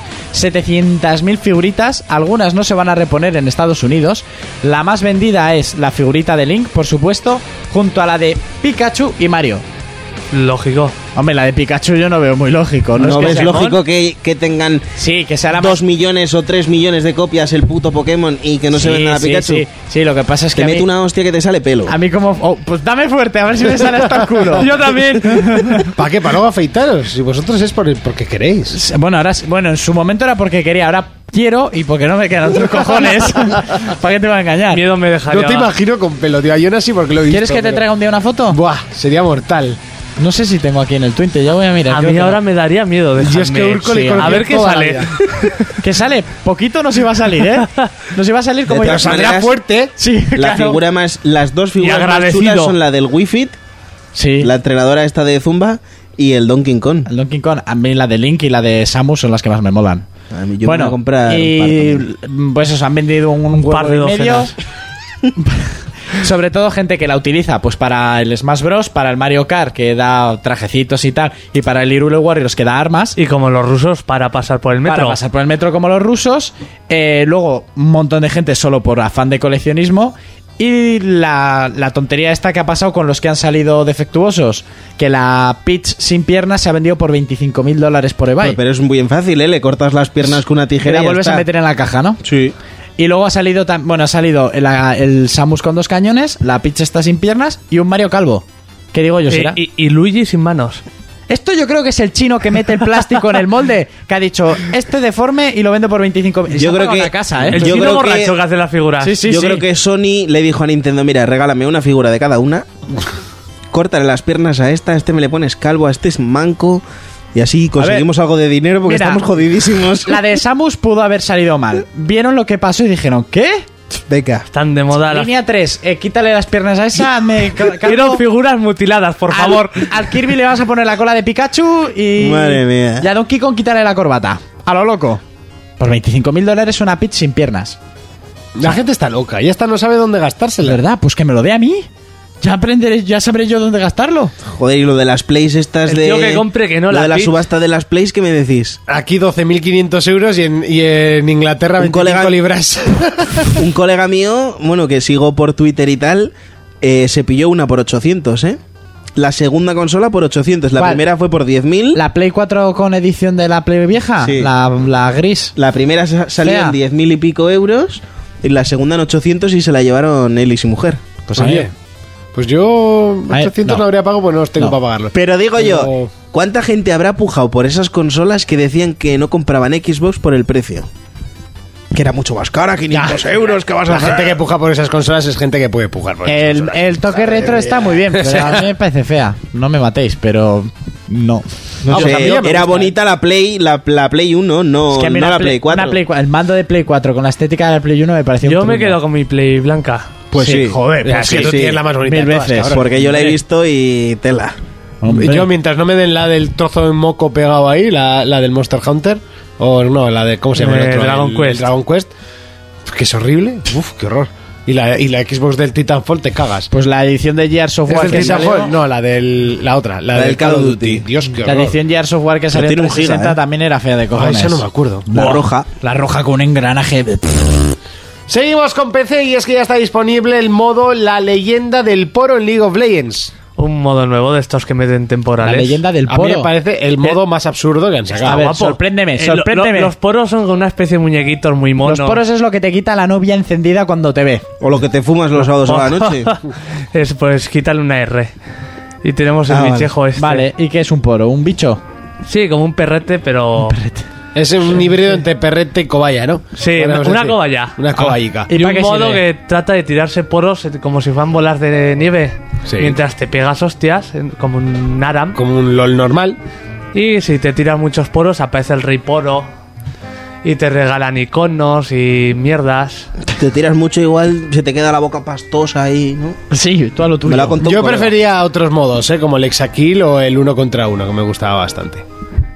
D: 700.000 figuritas, algunas no se van a reponer en Estados Unidos. La más vendida es la figurita de Link, por supuesto, junto a la de Pikachu y Mario.
F: Lógico.
D: Hombre, la de Pikachu yo no veo muy lógico, ¿no?
E: ¿No
D: es que
E: ves
D: sea-
E: lógico que, que tengan
D: Sí, que sea la más...
E: 2 millones o 3 millones de copias el puto Pokémon y que no se
D: Sí,
E: venda la
D: sí,
E: Pikachu?
D: Sí, sí, lo que pasa es que
E: Te
D: a
E: mete
D: mí,
E: una hostia que te sale pelo.
D: a mí como... oh, pues dame fuerte, a ver si me sale hasta el culo.
F: Yo también.
B: ¿Para qué? Para no afeitaros. Si vosotros es por, porque queréis.
D: Bueno, ahora sí- bueno, en su momento era porque quería, ahora quiero y porque no me quedan otros cojones. ¿Para qué te va a engañar?
F: Miedo me dejaría.
B: No te imagino con pelo, tío. Yo no sí porque lo he visto.
D: ¿Quieres que te
B: pero-
D: traiga un día una foto?
B: Buah, sería mortal.
D: No sé si tengo aquí en el Twitter, ya voy a mirar.
F: A
D: creo
F: mí
D: que
F: ahora
D: no.
F: me daría miedo.
B: es
F: Dejarme.
B: que Urco le
F: Sí, a
B: conoció
F: ver qué
B: toda la
F: sale.
B: vida.
D: Que sale, poquito nos iba a salir, ¿eh? Nos iba a salir como
E: De
D: yo.
E: todas maneras,
D: Sí,
E: La
D: claro.
E: figura más, las dos figuras más
F: agradecido.
E: chulas son la del Wii Fit,
D: Sí.
E: la entrenadora esta de Zumba y el Donkey Kong.
D: El Donkey Kong, a mí la de Link y la de Samus son las que más me molan.
E: A mí yo
D: bueno,
E: me voy a comprar un par
D: y
E: también.
D: pues eso, han vendido un, un
F: par
D: huevo
F: de
D: y medio.
F: docenas.
D: Sobre todo gente que la utiliza pues para el Smash Bros, para el Mario Kart que da trajecitos y tal, y para el Hyrule Warriors que da armas.
F: Y como los rusos para pasar por el metro.
D: Para pasar por el metro como los rusos. eh, luego, un montón de gente solo por afán de coleccionismo. Y la, la tontería esta que ha pasado con los que han salido defectuosos. Que la Peach sin piernas se ha vendido por 25 mil dólares por eBay.
E: Pero, pero es muy fácil, ¿eh? Le cortas las piernas con una
D: Y
E: tijera
D: la
E: y ya
D: vuelves
E: está.
D: a meter en la caja, ¿no?
E: Sí.
D: Y luego ha salido, tam- bueno, ha salido el, el Samus con dos cañones, la Peach está sin piernas y un Mario calvo. ¿Qué digo yo,
F: Y-
D: será?
F: y, y Luigi sin manos.
D: Esto yo creo que es el chino que mete el plástico en el molde, que ha dicho, este deforme y lo vendo por 25 mil.
E: Yo creo que-
D: casa, ¿eh?
F: El
E: Yo
F: chino
E: creo que-
F: borracho que... hace las figuras.
D: Sí, sí.
E: Yo creo que Sony le dijo a Nintendo, mira, regálame una figura de cada una, córtale las piernas a esta, a este me le pones calvo, a este es manco, y así conseguimos algo de dinero porque
D: mira,
E: estamos jodidísimos.
D: La de Samus pudo haber salido mal. Vieron lo que pasó y dijeron, ¿qué?
E: Venga.
F: Están de moda las...
D: Línea 3, eh, quítale las piernas a esa. Me ca-
F: Quiero
D: cambio.
F: figuras mutiladas,
B: Ah,
F: por
D: Al-
F: favor.
D: Al, Kirby le vas a poner la cola de Pikachu y.
E: Madre mía.
D: Y a Donkey Kong quitarle la corbata. A lo loco. Por 25 mil dólares una pitch sin piernas.
B: La gente está loca y esta no sabe dónde gastársela.
D: ¿Verdad? Pues que me lo dé a mí. Ya aprenderé, ya sabré yo dónde gastarlo.
E: Joder, y lo de las plays estas
F: El
E: pues de.
F: tío que compre que no,
E: lo
F: la
E: de la
F: Peach.
E: subasta de las plays, ¿qué me decís?
B: Aquí 12.500 euros y en, y en Inglaterra
E: Un
B: 25
E: colega-
B: libras.
E: Un colega mío, bueno, que sigo por Twitter y tal, eh, se pilló una por 800, ¿eh? La segunda consola por 800. La
D: ¿Cuál?
E: primera fue por 10.000. La,
D: La Play 4 con edición de la Play vieja.
E: Sí.
D: La, la gris.
E: primera sa- salió
D: Fea.
E: en 10.000 y pico euros. Y la segunda en 800 y se la llevaron él y su mujer.
D: Pues
B: Oye, pues yo
D: Ay,
B: 800
D: no.
B: no habría pago pues no los tengo
D: No.
B: para pagarlo.
E: Pero digo yo,
B: Pero-
E: ¿cuánta gente habrá pujado por esas consolas que decían que no compraban Xbox por el precio? Que era mucho más cara, 500 euros, que vas a
B: La gente
E: hacer?
B: que puja por esas consolas es gente que puede pujar por esas
D: El,
B: consolas.
D: el toque retro está muy bien, pero a mí me parece fea. No me matéis, pero no.
E: No
B: Ah,
E: sé,
B: pues a mí ya me
E: era
B: gusta,
E: bonita la Play, la, la Play 1, no,
D: Es que a mí
E: no
D: una
E: la Play 4.
D: una cua- el mando de Play 4 con la estética de la Play 1 me pareció
F: Yo
D: un
F: me
D: truño.
F: quedo con mi play blanca.
E: Pues sí,
B: Joder, pues
E: Ya,
B: es
E: sí,
B: que tú
E: sí.
B: tienes la más bonita
D: Mil
B: de todas,
D: veces,
B: cabrón.
E: Porque yo la he visto y tela.
D: Hombre.
B: Yo mientras no me den la del trozo de moco pegado ahí, la, la del Monster Hunter, o no, la de, ¿cómo se llama el
F: Eh,
B: otro?
F: Dragon
B: El-
F: Quest.
B: el Dragon Quest, que es horrible, uf, qué horror. Y la, y la Xbox del Titanfall te cagas.
D: Pues la edición de Gears of
B: ¿Es
D: War
B: del
D: que salió-
B: Titanfall? No, la del, la otra, la,
E: La
B: del,
E: del
B: Call of
E: Call of
B: Duty.
E: Duty.
B: Dios, qué
D: La
B: horror.
D: edición Gears of War que salió en
E: tiene un giga,
D: 360
E: ¿eh?
D: también era fea de
B: Ah,
D: cojones.
B: esa no me acuerdo.
E: La roja.
D: La roja con un engranaje. de-
B: Seguimos con PC y es que ya está disponible el modo La leyenda del poro en League of Legends.
F: Un modo nuevo de estos que meten
D: La
F: temporales.
D: leyenda del
B: A mí me
D: poro.
B: parece el modo más absurdo que han
D: A
B: sacado.
D: ver,
B: guapo.
D: sorpréndeme,
F: Eh, lo-
D: sorpréndeme.
F: lo- los poros son con una especie de muñequitos muy monos.
D: Los poros es lo que te quita la novia encendida cuando te ve.
E: O lo que te fumas los sábados a la noche.
F: es, pues quítale una R. Y tenemos el
E: Ah, vale.
F: bichejo este.
D: Vale, ¿y qué es un poro? ¿Un bicho?
F: Sí, como un perrete, pero.
B: Es un híbrido entre perrete y cobaya, ¿no?
F: Sí,
B: Podríamos
F: una Ah.
B: decir.
F: cobaya.
B: Una cobayica.
F: Y,
D: Ah, ¿Y para
F: un
D: qué
F: modo
D: sirve?
F: que trata de tirarse poros eh, como si fueran bolas de nieve.
B: Sí.
F: Mientras te pegas hostias, en- como un aram.
B: Como un LOL normal.
F: Y si te tiras muchos poros, aparece el rey poro. Y te regalan iconos y mierdas.
E: te tiras mucho, igual se te queda la boca pastosa ahí, ¿no?
D: Sí, tú a lo
E: Me la contó un
B: Yo
E: colega.
B: prefería otros modos, ¿eh? Como el Hexakill o el uno contra uno, que me gustaba bastante.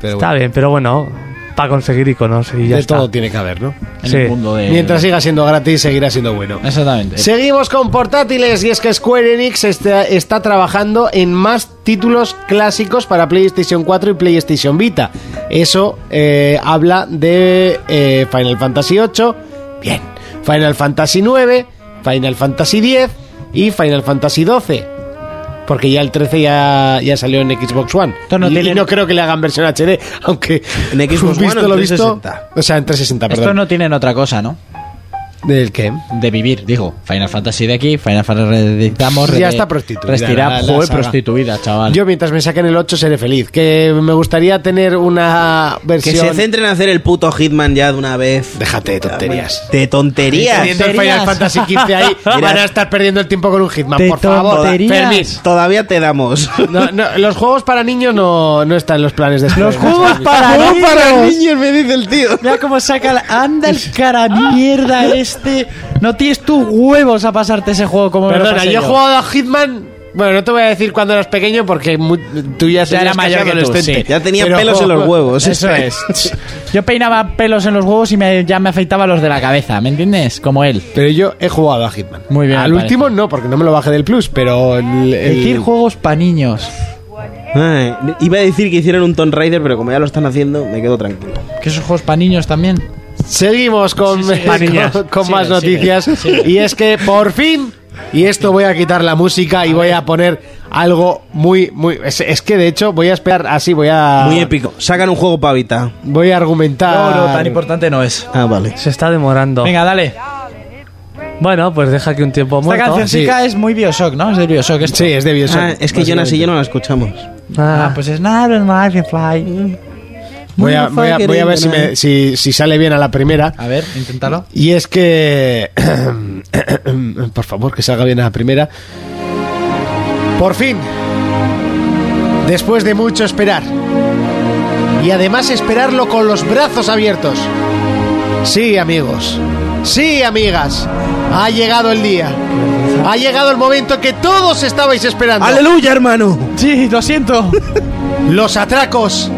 B: Pero
F: Está
B: bueno,
F: bien, pero bueno, para conseguir iconos y ya
B: de
F: está.
B: todo tiene que haber, ¿no?
D: En
F: Sí.
D: el mundo de...
B: Mientras siga siendo gratis, seguirá siendo bueno.
D: Exactamente.
B: Seguimos con portátiles y es que Square Enix está, está trabajando en más títulos clásicos para PlayStation 4 y PlayStation Vita. Eso eh, habla de eh, Final Fantasy VIII, bien, Final Fantasy IX, Final Fantasy X y Final Fantasy XII. Porque ya el 13 ya, ya salió en Xbox One.
D: Esto no
B: y, y
D: tiene-
B: no creo que le hagan versión HD, aunque
E: En Xbox One o en 360.
B: o sea, en 360,
D: Esto
B: perdón.
D: no tienen otra cosa, ¿no?
B: ¿Del qué?
D: De vivir, digo. Final Fantasy de aquí, Final Fantasy de
B: Pues Ya está prostituida
D: Restirar,
B: la- la
D: joder,
B: saga.
D: prostituida, chaval.
B: Yo mientras me saquen el 8 seré feliz. Que me gustaría tener una
E: Que
B: versión...
E: se centren en hacer el puto Hitman ya de una vez.
B: Déjate de tonterías.
E: De tonterías.
B: Teniendo el Final Fantasy XV ahí, van a estar perdiendo el tiempo con un Hitman,
D: De
B: por favor.
D: tonterías.
B: Fermín,
E: Todavía te damos.
B: No, no, los juegos para niños no, no están en los planes de Los
D: para
E: niños, me dice el tío.
D: Mira cómo saca la... Anda el cara ¡Ah! mierda este. No tienes tus huevos a pasarte ese juego como me lo
B: Perdona,
D: pasé
B: yo he jugado a Hitman. Bueno, no te voy a decir cuando eras pequeño porque mu- tú ya,
D: Ya era
B: serías
D: mayor
B: casi
D: que tú,
B: adolescente.
D: sí.
E: Ya tenía
B: Pero
E: pelos en los
B: juego-
E: huevos.
D: Eso es. Yo peinaba pelos en los huevos y me- ya me afeitaba los de la cabeza, ¿me entiendes? Como él.
B: Pero yo he jugado a Hitman.
D: Muy bien,
B: Al
D: me
B: último no, porque no me lo bajé del plus, pero el, el-
D: Decir juegos pa' niños.
E: Ay, iba a decir que hicieron un Tomb Raider, pero como ya lo están haciendo, me quedo tranquilo.
D: Que esos juegos pa' niños también.
B: Seguimos con, con-
F: Manillas.
B: con
D: Sigue,
B: más
D: sigue,
B: noticias. Y es que por fin, y esto voy a quitar la música y voy a poner algo muy, muy. Es, es que de hecho voy a esperar así, voy a.
E: Muy épico. Sacan un juego pavita.
B: Voy a argumentar.
D: importante no es.
E: Ah, vale.
F: Se está demorando.
D: Venga, dale.
F: Bueno, pues deja que un tiempo
D: Esta
F: muerto.
D: cancioncica es muy Bioshock, ¿no? Es de Bioshock esto.
B: Sí, es de Bioshock.
E: Ah, es que Jonas y yo no la escuchamos.
D: Ah,
F: Ah,
D: pues es nada normal que fly.
B: voy, a, voy a- voy a ver si, me- si- si sale bien a la primera.
D: A ver, inténtalo.
B: Y es que. por favor, que salga bien a la primera. Por fin. Después de mucho esperar. Y además esperarlo con los brazos abiertos. Sí, amigos. Sí, amigas. Ha llegado el día. Ha llegado el momento que todos estabais esperando.
E: ¡Aleluya, hermano!
D: Sí, lo siento.
B: Los atracos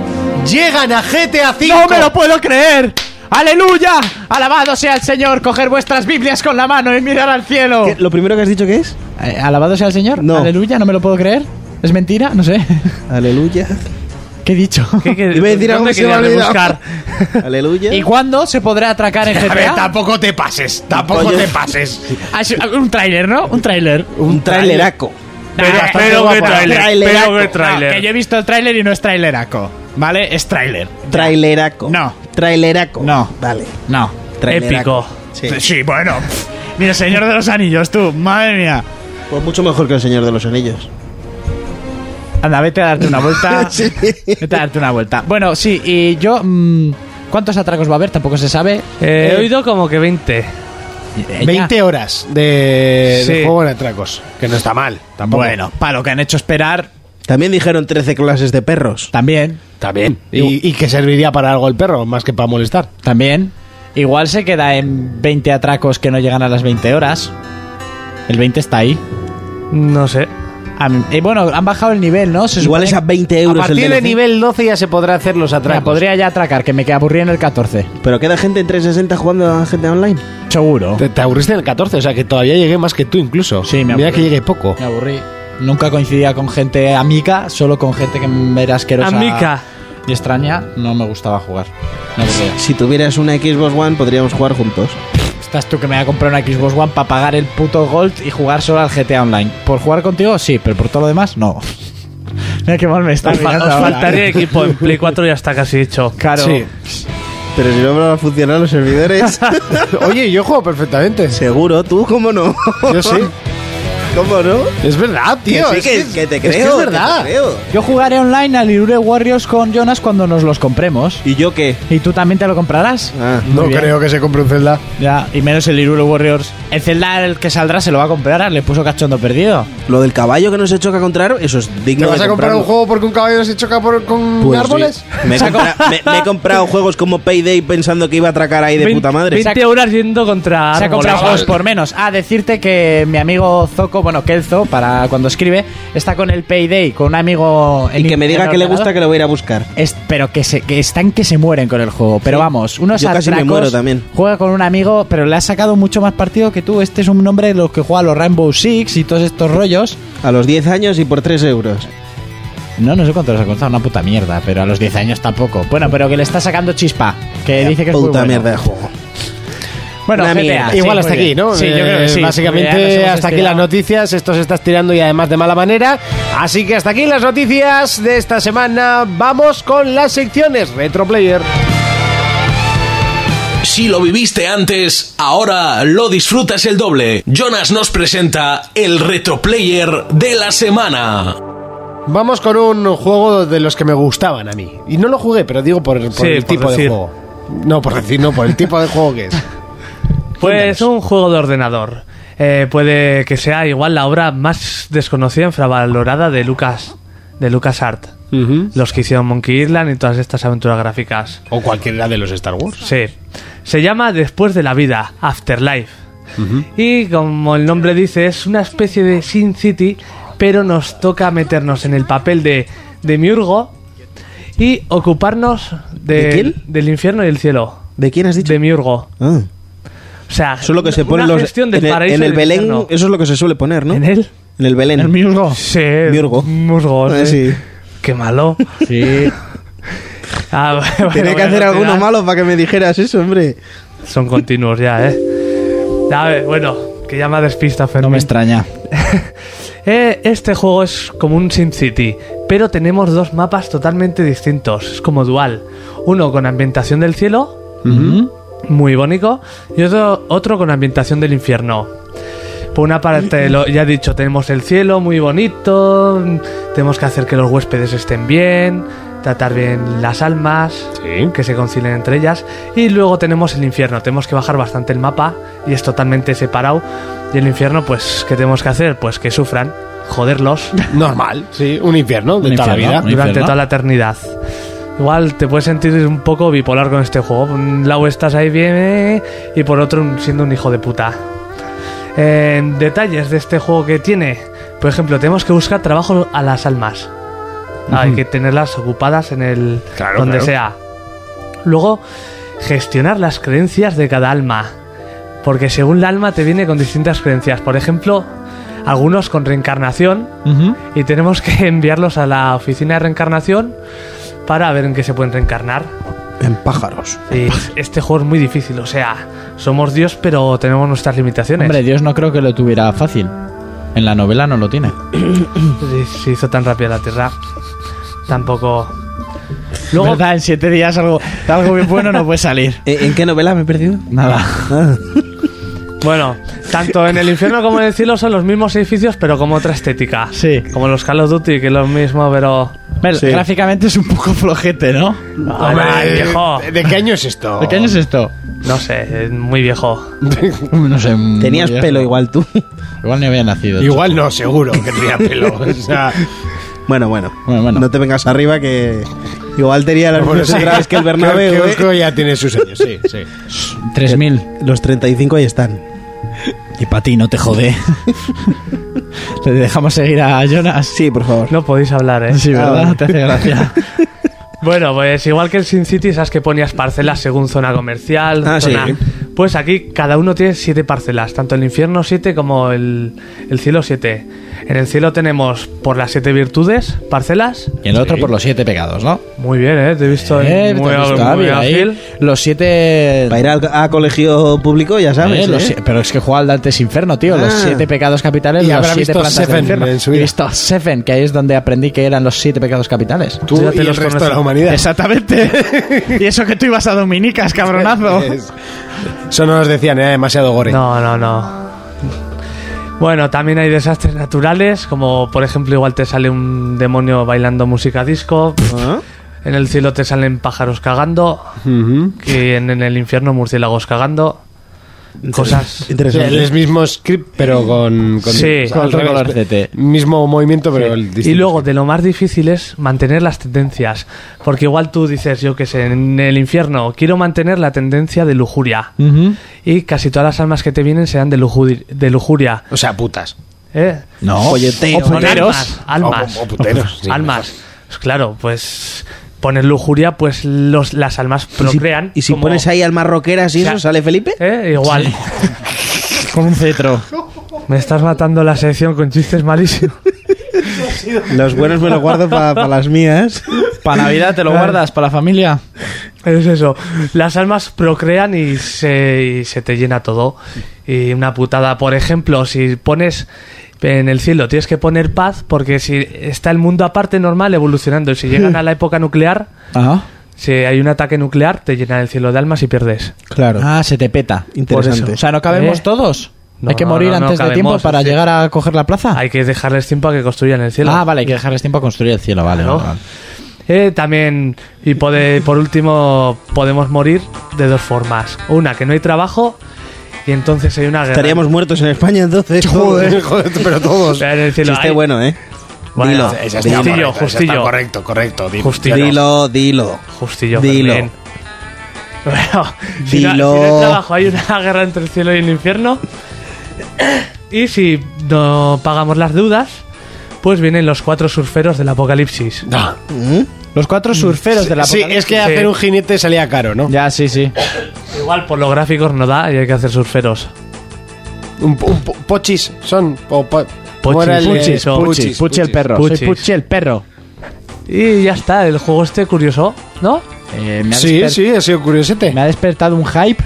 B: llegan a GTA V.
D: ¡No me lo puedo creer! ¡Aleluya! Alabado sea el Señor, coger vuestras Biblias con la mano y mirar al cielo. Eh,
E: ¿Lo primero que has dicho qué es?
D: ¿Alabado sea el Señor?
E: No.
D: ¿Aleluya? No me lo puedo creer. ¿Es mentira? No sé.
E: Aleluya.
D: ¿Qué he dicho?
F: ¿Qué, qué,
E: Iba a decir algo
F: dónde
E: que se me ha
F: querías
E: olvidado.
F: rebuscar?
E: Aleluya.
D: ¿Y cuándo se podrá atracar en
L: A ver,
D: GTA?
L: tampoco te pases, tampoco
E: Oye.
L: te pases.
D: Ah, sí, Un tráiler, ¿no? Un tráiler.
E: Un traileraco.
F: Pero,
D: Nah, bastante
F: pero qué
D: guapo.
F: trailer,
E: Traileraco.
F: pero qué
D: No, que yo
F: trailer.
D: he visto el tráiler y no es traileraco. ¿Vale? Es tráiler.
E: Traileraco.
D: No.
E: Traileraco.
D: No.
E: Vale.
D: No.
E: Traileraco.
F: Épico.
E: Sí.
D: Sí, bueno. Ni el Señor de los Anillos, tú. Madre mía.
E: Pues mucho mejor que el Señor de los Anillos.
D: Anda, vete a darte una vuelta.
E: Sí.
D: Vete a darte una vuelta. Bueno, sí, y yo. mm, ¿Cuántos atracos va a haber? Tampoco se sabe.
F: Eh, he oído como que 20.
D: Eh, ya.
B: 20 horas de, de
F: Sí.
B: juego en atracos. Que no está mal, tampoco.
D: Bueno, para lo que han hecho esperar,
E: También dijeron 13 clases de perros.
D: también.
B: Está bien. Y, y que serviría para algo el perro, más que para molestar.
D: También. Igual se queda en 20 atracos que no llegan a las 20 horas. El 20 está ahí.
F: No sé.
D: Am- eh, bueno, han bajado el nivel, ¿no? Se
E: Igual
D: supone
E: es a 20 euros
B: A partir
E: el
B: de
E: DLC.
B: nivel 12 ya se podrá hacer los
D: Mira,
B: atracos.
D: podría ya atracar, que me queda aburrí en el 14.
E: Pero queda gente en 360 jugando a gente online.
D: Seguro.
B: Te, te aburriste en el 14, o sea que todavía llegué más que tú incluso.
D: Sí, me
B: Mira
D: aburrí.
B: que llegué poco.
D: Me aburrí. Nunca coincidía con gente amiga, solo con gente que me era asquerosa.
F: Amica.
D: Y extraña, no me gustaba jugar. Me aburría.
E: Si tuvieras una Xbox One podríamos jugar juntos.
D: Estás tú que me voy a comprar una Xbox One para pagar el puto Gold y jugar solo al GTA Online. Por jugar contigo, sí, pero por todo lo demás, no. Mira qué mal me está
F: Os, fa-
D: mirando
F: os
D: ahora. eh.
F: faltaría equipo. En Play 4 ya está casi hecho.
D: Claro.
E: Pero si no van a funcionar los servidores.
B: Oye, yo juego perfectamente.
E: Seguro, tú, ¿cómo no?
B: Yo sí.
E: ¿Cómo no?
B: Es verdad, tío.
E: Que
B: es
E: sí, que, que te creo.
B: es que es
E: que te
B: verdad.
E: creo.
D: Yo jugaré online al Irure Warriors con Jonas cuando nos los compremos.
E: ¿Y yo qué?
D: ¿Y tú también te lo comprarás?
E: Ah,
D: Muy
B: no
D: bien.
B: creo que se compre un Zelda.
D: Ya, y menos el Irule Warriors. El Zelda, el que saldrá, se lo va a comprar. Le puso cachondo perdido.
E: lo del caballo que no se choca contra aro- eso es
B: ¿Te
E: digno
B: vas
E: de
B: a comprar
E: comprarlo.
B: un juego porque un caballero se choca por- con
E: Pues sí.
B: árboles?
E: Me, he compra- me- me he comprado juegos como Payday pensando que iba a atracar ahí de puta madre.
F: 20 horas yendo contra Pues
D: Se ha comprado
F: árboles.
D: juegos por menos. Ah, decirte que mi amigo Zoco, bueno, Kelzo, para cuando escribe, está con el Payday, con un amigo.
E: Y
D: en-
E: que me diga
D: en
E: que le
D: ordenador.
E: gusta que lo voy a ir a buscar.
D: Es- pero que, se, que están que se mueren con el juego. Pero
E: Sí.
D: vamos, unos
E: Yo casi me
D: atracos,
E: muero también.
D: Juega con un amigo, pero le ha sacado mucho más partido que tú. Este es un hombre de los que juega a los Rainbow Six y todos estos rollos.
E: A los 10 años y por 3 euros.
D: No, no sé cuánto les ha costado, una puta mierda, pero a los 10 años tampoco. Bueno, pero que le está sacando chispa, que dice que es muy
E: puta
D: bueno.
E: mierda de juego.
D: Bueno,
E: Una
D: GTA,
E: mierda.
D: sí,
B: Igual
D: muy
B: hasta aquí,
D: bien.
B: ¿no?
D: Sí, yo creo
B: Eh,
D: que sí. Ya nos
B: Básicamente
D: hemos
B: hasta aquí las
D: estirado.
B: noticias. Esto se está estirando y además de mala manera. Así que hasta aquí las noticias de esta semana. Vamos con las secciones Retro Player.
A: Si lo viviste antes, ahora lo disfrutas el doble. Jonas nos presenta el retroplayer de la semana.
B: Vamos con un juego de los que me gustaban a mí. Y no lo jugué, pero digo por, por
F: Sí,
B: el
F: por
B: tipo de
F: decir.
B: juego. No, por decir, no, por el tipo de juego que es.
F: Pues un juego de ordenador. Eh, puede que sea igual la obra más desconocida e infravalorada de Lucas de Lucas Art. Los que hicieron Monkey Island y todas estas aventuras gráficas.
B: O cualquiera de los Star Wars.
F: Sí. Se llama Después de la vida, Afterlife. Y como el nombre dice, es una especie de Sin City, pero nos toca meternos en el papel de, de Miurgo y ocuparnos de-
E: ¿De quién?
F: del infierno y el cielo.
E: ¿De quién has dicho?
F: De Miurgo.
E: Ah.
F: O sea,
E: Eso es lo que se
F: una
E: pone en los-
F: gestión del
E: en el,
F: paraíso
E: en el
F: y del
E: Belén.
F: infierno.
E: Eso es lo que se suele poner, ¿no?
F: ¿En él?
E: En el Belén.
D: El musgo.
F: Sí.
E: Miurgo.
F: Miurgo,
E: Ah,
F: sí.
E: sí.
F: Qué malo.
D: Sí.
F: Ah, bueno,
E: Tenía que
F: bueno,
E: hacer
F: al
E: alguno
F: final
E: malo para que me dijeras eso, hombre.
F: Son continuos ya, ¿eh? A ver, bueno, que ya me ha despistado,
D: No
F: Fermín.
D: me extraña.
F: Eh, este juego es como un Sin City, pero tenemos dos mapas totalmente distintos. Es como dual. Uno con ambientación del cielo, muy bonito, y otro, otro con ambientación del infierno. Por una parte, lo, ya he dicho, tenemos el cielo muy bonito, mm, tenemos que hacer que los huéspedes estén bien, tratar bien las almas, que se concilien entre ellas, y luego tenemos el infierno, tenemos que bajar bastante el mapa y es totalmente separado, y el infierno, pues, ¿qué tenemos que hacer? Pues que sufran, joderlos
B: Normal, sí, un infierno de
D: Un
B: toda
D: infierno,
B: la
D: un
B: vida.
F: durante
D: infierno.
F: toda la eternidad. Igual te puedes sentir un poco bipolar con este juego. Por un lado estás ahí bien eh, y por otro un- siendo un hijo de puta. eh, detalles de este juego que tiene. Por ejemplo, tenemos que buscar trabajo a las almas. Ah, Hay
M: Ujú.
F: que tenerlas ocupadas en el
M: Claro,
F: donde
M: claro.
F: sea. Luego, gestionar las creencias de cada alma. Porque según la alma te viene con distintas creencias. Por ejemplo, algunos con reencarnación. Y tenemos que enviarlos a la oficina de reencarnación para ver en qué se pueden reencarnar.
E: En pájaros.
F: Y este juego es muy difícil. O sea, somos Dios, pero tenemos nuestras limitaciones.
D: Hombre, Dios no creo que lo tuviera fácil. En la novela no lo tiene.
F: Sí, se hizo tan rápida la Tierra. Tampoco.
D: Luego, ¿Verdad? En siete días algo, algo bien bueno no puede salir.
E: Eh, ¿En qué novela me he perdido?
D: Nada.
F: Bueno, tanto en el infierno como en el cielo son los mismos edificios, pero con otra estética. Sí. Como los Call of Duty, que es lo mismo, pero.
D: Sí. Gráficamente es un poco flojete, ¿no?
F: Hombre, viejo.
B: ¿De qué año es esto?
D: ¿De qué año es esto?
F: No sé, es muy viejo.
D: no sé.
F: Tenías pelo
E: igual tú.
D: Igual ni había nacido.
B: Igual no, seguro que tenía pelo. O sea,
E: Bueno, bueno, No te vengas arriba que igual tenía las
B: bueno,
E: mismas
B: sí.
E: entradas que el Bernabéu.
B: Creo-
E: ¿eh?
B: creo que ya tiene sus años, sí, sí.
D: 3.000.
E: Los 35 ahí están.
D: Y para ti, no te jode. ¿Le dejamos seguir a Jonas?
E: Sí, por favor.
F: No podéis hablar, ¿eh?
D: Sí, ¿verdad?
F: Ah, vale.
D: Te hace gracia.
F: Bueno, pues igual que el Sin City, sabes que ponías parcelas según zona comercial.
E: Ah, sí.
F: zona- Pues aquí cada uno tiene siete parcelas, tanto el infierno siete como el, el cielo siete. En el cielo tenemos por las siete virtudes parcelas.
D: Y el otro por los siete pecados, ¿no?
F: Muy bien, ¿eh? Te he visto
D: Eh,
F: ahí muy,
D: te has visto,
F: muy
D: Javi, ahí.
F: ágil.
D: Los siete.
E: Para ir al- a, colegio público, ya sabes.
D: Eh, los
E: ¿eh?
D: sie- pero es que juega al Dantes Inferno, tío. Los
E: Ah.
D: siete pecados capitales,
E: Y
D: los
E: habrá
D: siete
E: visto
D: plantas del
E: Seven
D: infierno.
E: en su
D: Y he
E: vida.
D: visto Seven, que ahí es donde aprendí que eran los siete pecados capitales.
B: Tú y el resto de la humanidad.
D: Exactamente. y eso que tú ibas a Dominicas, cabronazo.
B: Eso no nos decían, era demasiado gore.
F: No, no, no. Bueno, también hay desastres naturales, como por ejemplo igual te sale un demonio bailando música disco,
B: Ah.
F: en el cielo te salen pájaros cagando, que en, en el infierno murciélagos cagando, cosas...
B: El mismo script, pero con. con
F: Sí.
B: o sea,
F: Con
B: al
F: otro
B: revés.
F: color
B: Mismo movimiento, pero el distinto.
F: Y luego de lo más difícil es mantener las tendencias, porque igual tú dices, yo qué sé, en el infierno quiero mantener la tendencia de lujuria, y casi todas las almas que te vienen serán de, lujuri- de lujuria.
B: O sea, putas.
F: ¿Eh?
B: No. Folleteo.
F: Son
B: O puteros.
F: Almas.
B: O- o puteros, sí.
F: almas. Pues claro, pues poner lujuria, pues los, las almas procrean.
E: Y si
F: como-
E: pones ahí al marroqueras y
F: O sea,
E: eso, ¿sale Felipe?
F: Eh, igual.
D: Con un cetro.
F: Me estás matando la sección con chistes malísimos.
E: Los buenos me los guardo para las mías.
D: Para Navidad te lo guardas, para la familia.
F: Es eso. Las almas procrean y se, y se te llena todo. Y una putada, por ejemplo, si pones en el cielo, tienes que poner paz porque si está el mundo aparte normal evolucionando y si llegan a la época nuclear,
D: Ah,
F: si hay un ataque nuclear, te llena el cielo de almas y pierdes.
E: claro.
D: Ah, se te peta.
E: Interesante.
D: O sea, ¿no cabemos
F: ¿Eh?
D: todos?
F: No,
D: ¿Hay que
F: no,
D: morir
F: no, no
D: antes de
F: cabemos,
D: tiempo para
F: sí.
D: llegar a coger la plaza?
F: Hay que dejarles tiempo a que construyan el cielo.
D: Ah, vale, hay que dejarles tiempo a construir el cielo, vale.
F: Claro.
D: vale, vale.
F: Eh, también, y pode- por último, podemos morir de dos formas. Una, que no hay trabajo y entonces hay una guerra.
E: Estaríamos muertos en España entonces.
B: Joder, joder, pero todos.
F: Pero en el cielo
E: Chiste
F: hay-
E: bueno, ¿eh?
F: Bueno,
E: Dilo.
B: Esa está correcta,
E: Dilo.
F: Justillo,
B: esa está
F: justillo.
B: Correcto, correcto. di-
F: Justillo.
E: Dilo, dilo.
F: Justillo,
E: Dilo.
F: Fermín. Bueno, si no- si no hay
E: Dilo.
F: trabajo, hay una guerra entre el cielo y el infierno. Y si no pagamos las deudas, pues vienen los cuatro surferos del apocalipsis.
B: Ah.
D: Los cuatro surferos de la
B: Sí, es que
F: Sí.
B: hacer un jinete salía caro, ¿no?
D: Ya, sí, sí.
F: Igual por los gráficos no da y hay que hacer surferos.
B: Un, po- un po- pochis son. O po- ¿cómo era el-
F: Puchis,
B: eh,
F: o-
B: puchis,
D: Puchi el
B: puchis.
D: perro.
F: Puchis.
D: Soy Puchi el perro.
F: Y ya está, el juego este curioso, ¿no?
D: Eh, me ha
B: Sí,
D: desper-
B: sí, ha sido curiosete.
D: Me ha despertado un hype.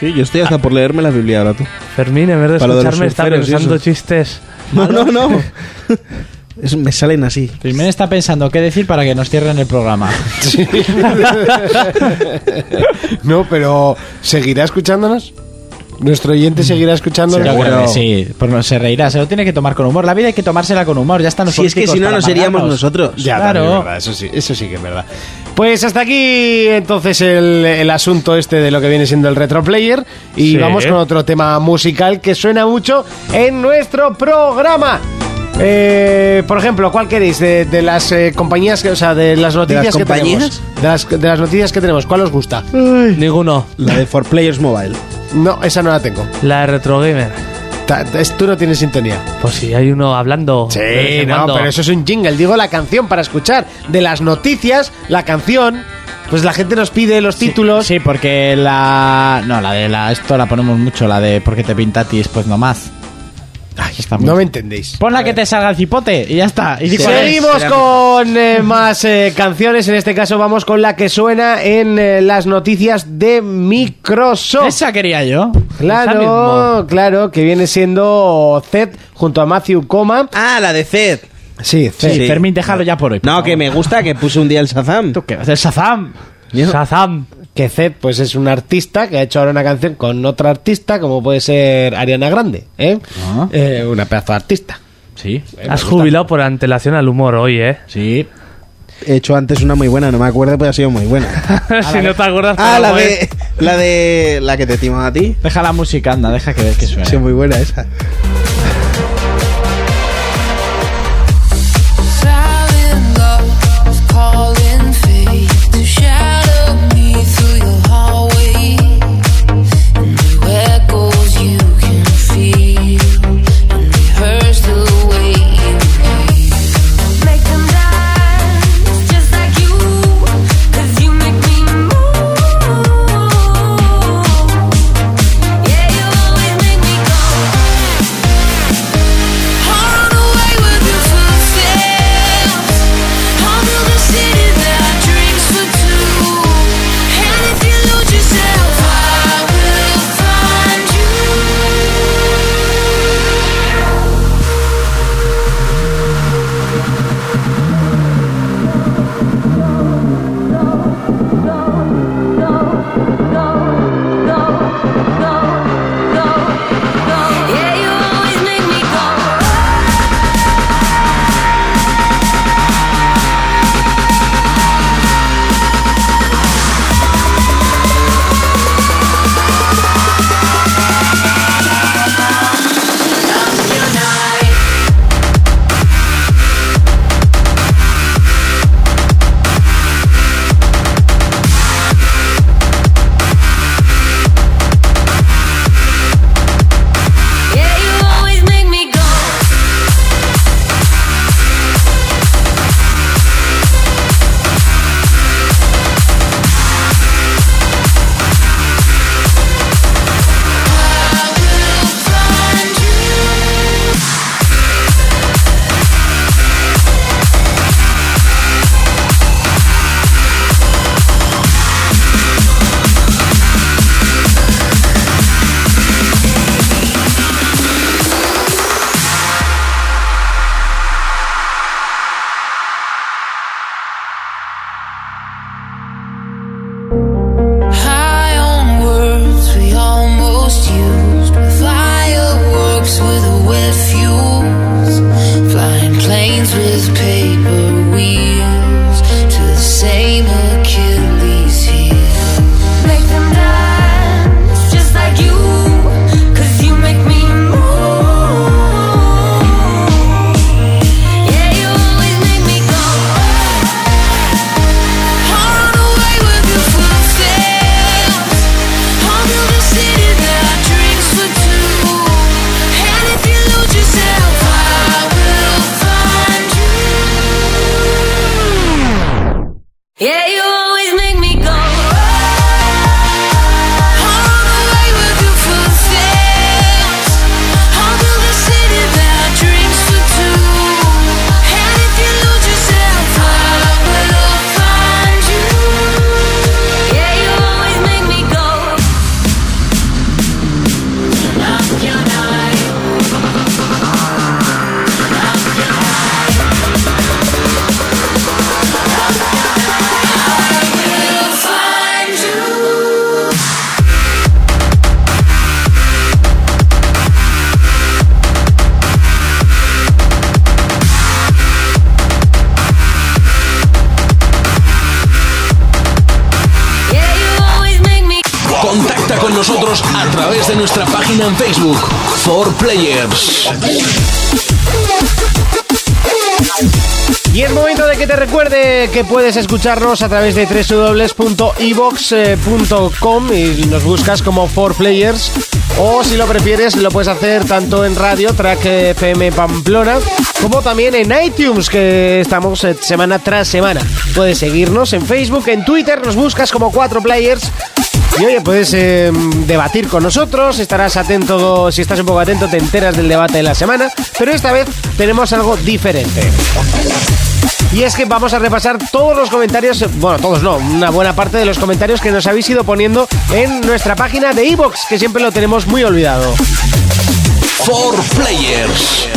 E: Sí, yo estoy hasta por leerme la Biblia ahora tú.
F: Fermín, en vez de
E: Para lo de los
F: escucharme, está
E: surferos y
F: pensando
E: eso.
F: chistes.
E: No, no, no. Es- me salen así.
D: Primero está pensando qué decir para que nos cierren el programa.
B: No, pero ¿seguirá escuchándonos? ¿Nuestro oyente seguirá escuchándonos?
D: Yo creo Mm. que sí, pues no se reirá, se lo tiene que tomar con humor. La vida hay que tomársela con humor, ya están los
E: Si es que
D: políticos
E: si no,
D: para
E: no seríamos
D: amargarnos.
E: nosotros.
B: Ya,
D: Claro.
B: también es verdad, eso sí, eso sí que es verdad. Pues hasta aquí entonces el, el asunto este de lo que viene siendo el retro player y
F: Sí.
B: vamos con otro tema musical que suena mucho en nuestro programa. Eh, por ejemplo, ¿cuál queréis de, de las eh, compañías, que, o sea, de las noticias que
E: compañías?
B: tenemos? De las, de las noticias que tenemos, ¿cuál os gusta?
F: Ninguno.
E: La de For Players Mobile.
B: No, esa no la tengo.
F: La de Retro Gamer.
B: Ta- es- Tú no tienes sintonía.
F: Pues si hay uno hablando. de vez
B: Sí,
F: en
B: no,
F: cuando.
B: pero eso es un jingle. Digo la canción para escuchar. De las noticias, la canción. Pues la gente nos pide los títulos.
D: Sí, porque la. No, la de la. Esto la ponemos mucho, la de porque te pintatis, pues nomás. Ay, está muy-
B: No me entendéis.
D: Pon la que te salga el cipote y ya está. Y di cuál es.
B: Seguimos con eh, más eh, canciones. En este caso vamos con la que suena en eh, las noticias de Microsoft.
D: Esa quería yo.
B: Claro, claro, que viene siendo Zed junto a Matthew Coma.
E: Ah, la de Zed.
B: Sí, Zed.
D: Sí, Fermín, déjalo ya por hoy.
E: No, que me gusta que puse un día el Shazam.
D: ¿Tú qué vas a hacer, Shazam?
F: Shazam.
B: Que Zed, pues es un artista que ha hecho ahora una canción con otra artista, como puede ser Ariana Grande, ¿eh? Eh, una pedazo de artista.
D: Sí.
F: Has jubilado por antelación al humor hoy, ¿eh?
D: Sí.
E: He hecho antes una muy buena, no me acuerdo, pero ha sido muy buena.
F: si no te acuerdas,
E: ah,
F: pero
E: la
F: bueno.
E: de, la de. La que te timaba a ti.
D: Deja la música, anda, deja que que
E: Ha
D: suene.
E: sido muy buena esa.
M: Silent love, calling fate to shadow me through your hallway. And the echoes you can feel, and rehearse the way you leave. Make them dance just like you, 'cause you make me move. Yeah, you always make me go. Run away with your footsteps. Under the city that drinks for two. And if you lose yourself, I will find you. Yeah, you always make me go. Yeah, you always make me go. High on words we almost used. Fireworks with a wet fuse. Flying planes with paper wheels to the same Achilles heel. Make them dance just like you, 'cause you make me move. Yeah, you always make me go. Run away with your footsteps under the city that drinks for two. And if you lose yourself, I will find you. Yeah, you always make me go. Run away with your footsteps under the city that drinks for two. And if you lose yourself, I will find you. Yeah, you always make me go. Up your night. Will find you. Yeah, you always make me.
L: Contacta con nosotros a través de nuestra página en Facebook, For Players.
B: Y es momento de que te recuerde que puedes escucharnos a través de www.evox.com y nos buscas como 4Players. O si lo prefieres, lo puedes hacer tanto en radio, Track FM Pamplona, como también en iTunes, que estamos eh, semana tras semana. Puedes seguirnos en Facebook, en Twitter, nos buscas como 4Players. Y oye, puedes eh, debatir con nosotros, estarás atento, si estás un poco atento te enteras del debate de la semana, pero esta vez tenemos algo diferente. Y es que vamos a repasar todos los comentarios, bueno, todos no, una buena parte de los comentarios que nos habéis ido poniendo en nuestra página de iVoox, que siempre lo tenemos muy olvidado.
L: For Players.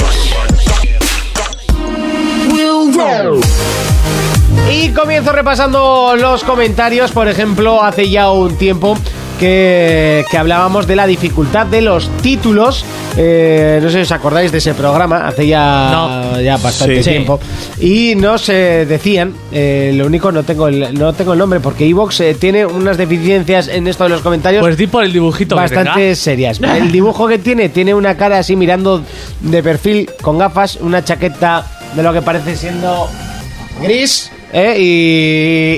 B: Y comienzo repasando los comentarios. Por ejemplo, hace ya un tiempo que, que hablábamos de la dificultad de los títulos. Eh, no sé si os acordáis de ese programa, hace ya, ya bastante
D: Sí.
B: tiempo. Y nos eh, decían, eh, lo único no tengo el, no tengo el nombre, porque Evox eh, tiene unas deficiencias en esto de los comentarios.
F: Pues di por el dibujito que
B: Bastante
F: tenga.
B: serias. El dibujo que tiene, tiene una cara así mirando de perfil con gafas, una chaqueta de lo que parece siendo gris. ¿eh?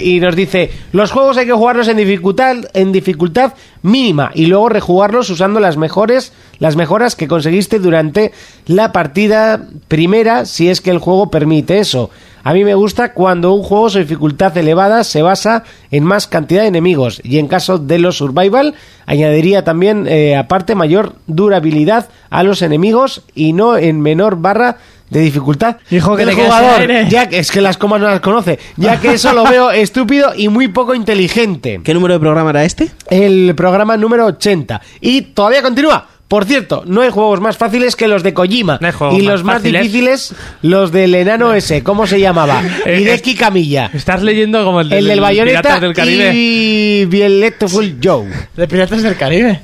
B: Y, y nos dice, los juegos hay que jugarlos en dificultad, en dificultad mínima y luego rejugarlos usando las mejores, las mejoras que conseguiste durante la partida primera, si es que el juego permite eso. A mí me gusta cuando un juego su dificultad elevada se basa en más cantidad de enemigos y en caso de los survival añadiría también eh, aparte mayor durabilidad a los enemigos y no en menor barra de dificultad. Hijo
D: que
B: el
D: te quedas
B: jugador,
D: sin aire.
B: ya que es que las comas no las conoce, ya que eso lo veo estúpido y muy poco inteligente.
E: ¿Qué número de programa era este?
B: El programa número 80 y todavía continúa. Por cierto, no hay juegos más fáciles que los de Kojima. y
F: más
B: los más
F: fáciles.
B: difíciles, los del enano ese, ¿cómo se llamaba? Hideki Camilla.
F: Estás leyendo como Eh, el,
B: El del Bayonetta
F: Piratas del Caribe.
B: y Beautiful Joe.
D: ¿De Piratas del Caribe?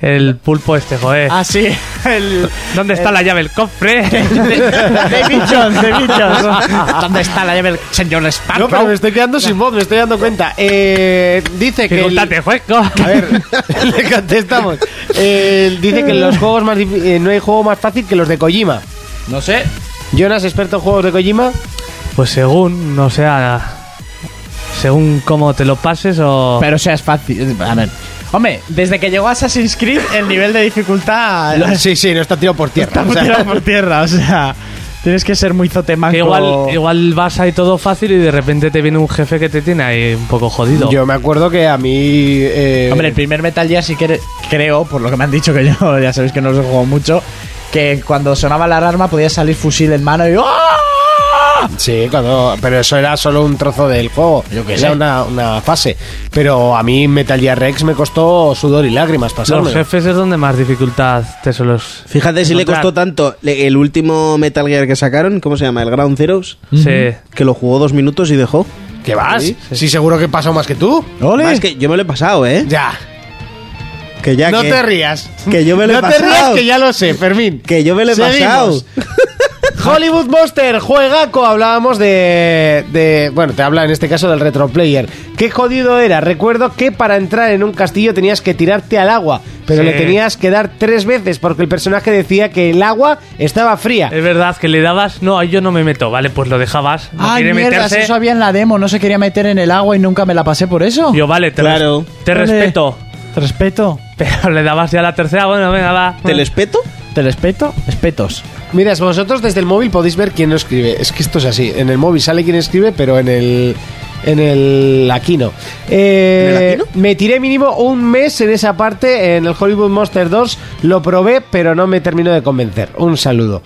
F: El pulpo este, joder.
D: Ah, sí. El,
F: ¿Dónde está
D: el-
F: la llave? El cofre.
D: De bichos, de bichos. ¿Dónde está la llave del señor Sparrow?
B: No, pero me estoy quedando sin voz, me estoy dando cuenta. Eh, dice que. el-
F: Preguntate, juego.
B: A ver, le contestamos. Eh, dice que los juegos más dif- eh, no hay juego más fácil que los de Kojima.
D: No sé.
B: Jonas, experto en juegos de Kojima.
F: Pues según, no sea. Según cómo te lo pases o.
D: Pero o sea, es fácil. A ver. Hombre, desde que llegó Assassin's Creed, el nivel de dificultad.
B: Lo- Ah, sí, sí, no está tirado por tierra.
D: Está
B: o sea.
D: tirado por tierra, o sea. Tienes que ser muy
E: Ah,
D: zotemanco.
F: Que igual, igual vas ahí todo fácil y de repente te viene un jefe que te tiene ahí un poco jodido.
B: Yo me acuerdo que a mí. eh,
D: Hombre, el primer Metal Gear sí que re- creo, por lo que me han dicho que yo, ya sabéis que no lo he jugado mucho, que cuando sonaba la alarma podía salir fusil en mano y ¡ah!
B: Sí, cuando, pero eso era solo un trozo del juego.
D: qué
B: era
D: sé.
B: una, una fase. Pero a mí Metal Gear Rex me costó sudor y lágrimas
F: Los
B: pasarme.
F: jefes es donde más dificultad te suelos.
E: Fíjate si le
F: encontrar.
E: costó tanto le- el último Metal Gear que sacaron, ¿cómo se llama? El Ground Zeroes,
F: Sí.
E: que lo jugó dos minutos y dejó.
B: ¿Qué vas? Sí,
E: Sí.
B: seguro que he pasado más que tú.
E: Es que yo me lo he pasado, ¿eh?
B: Ya.
E: Que ya
B: no
E: que,
B: te rías.
E: que yo me lo he
B: no te rías
E: pasado.
B: que ya lo sé, Fermín.
E: Que yo me lo he
B: Seguimos.
E: pasado.
B: Hollywood Monster, juegaco, hablábamos de, de- Bueno, te habla en este caso del retro player. Qué jodido era. Recuerdo que para entrar en un castillo tenías que tirarte al agua, pero
F: Sí.
B: le tenías que dar tres veces porque el personaje decía que el agua estaba fría.
F: Es verdad que le dabas, no, ahí yo no me meto, vale, pues lo dejabas. No
D: Ay,
F: quiere
D: mierda,
F: meterse.
D: eso había en la demo, no se quería meter en el agua y nunca me la pasé por eso.
F: Yo, vale, te,
E: Claro.
F: res- te
D: Ole.
F: respeto.
D: Te respeto.
F: Pero le dabas ya la tercera, bueno, venga, va.
E: ¿Te lespeto?
D: ¿Te respeto? Respetos.
B: Mirad, vosotros desde el móvil podéis ver quién lo escribe. Es que esto es así. En el móvil sale quién escribe, pero en el. En el Aquino. Eh,
E: ¿En el Aquino?
B: Me tiré mínimo un mes en esa parte, en el Hollywood Monster 2. Lo probé, pero no me terminó de convencer. Un saludo.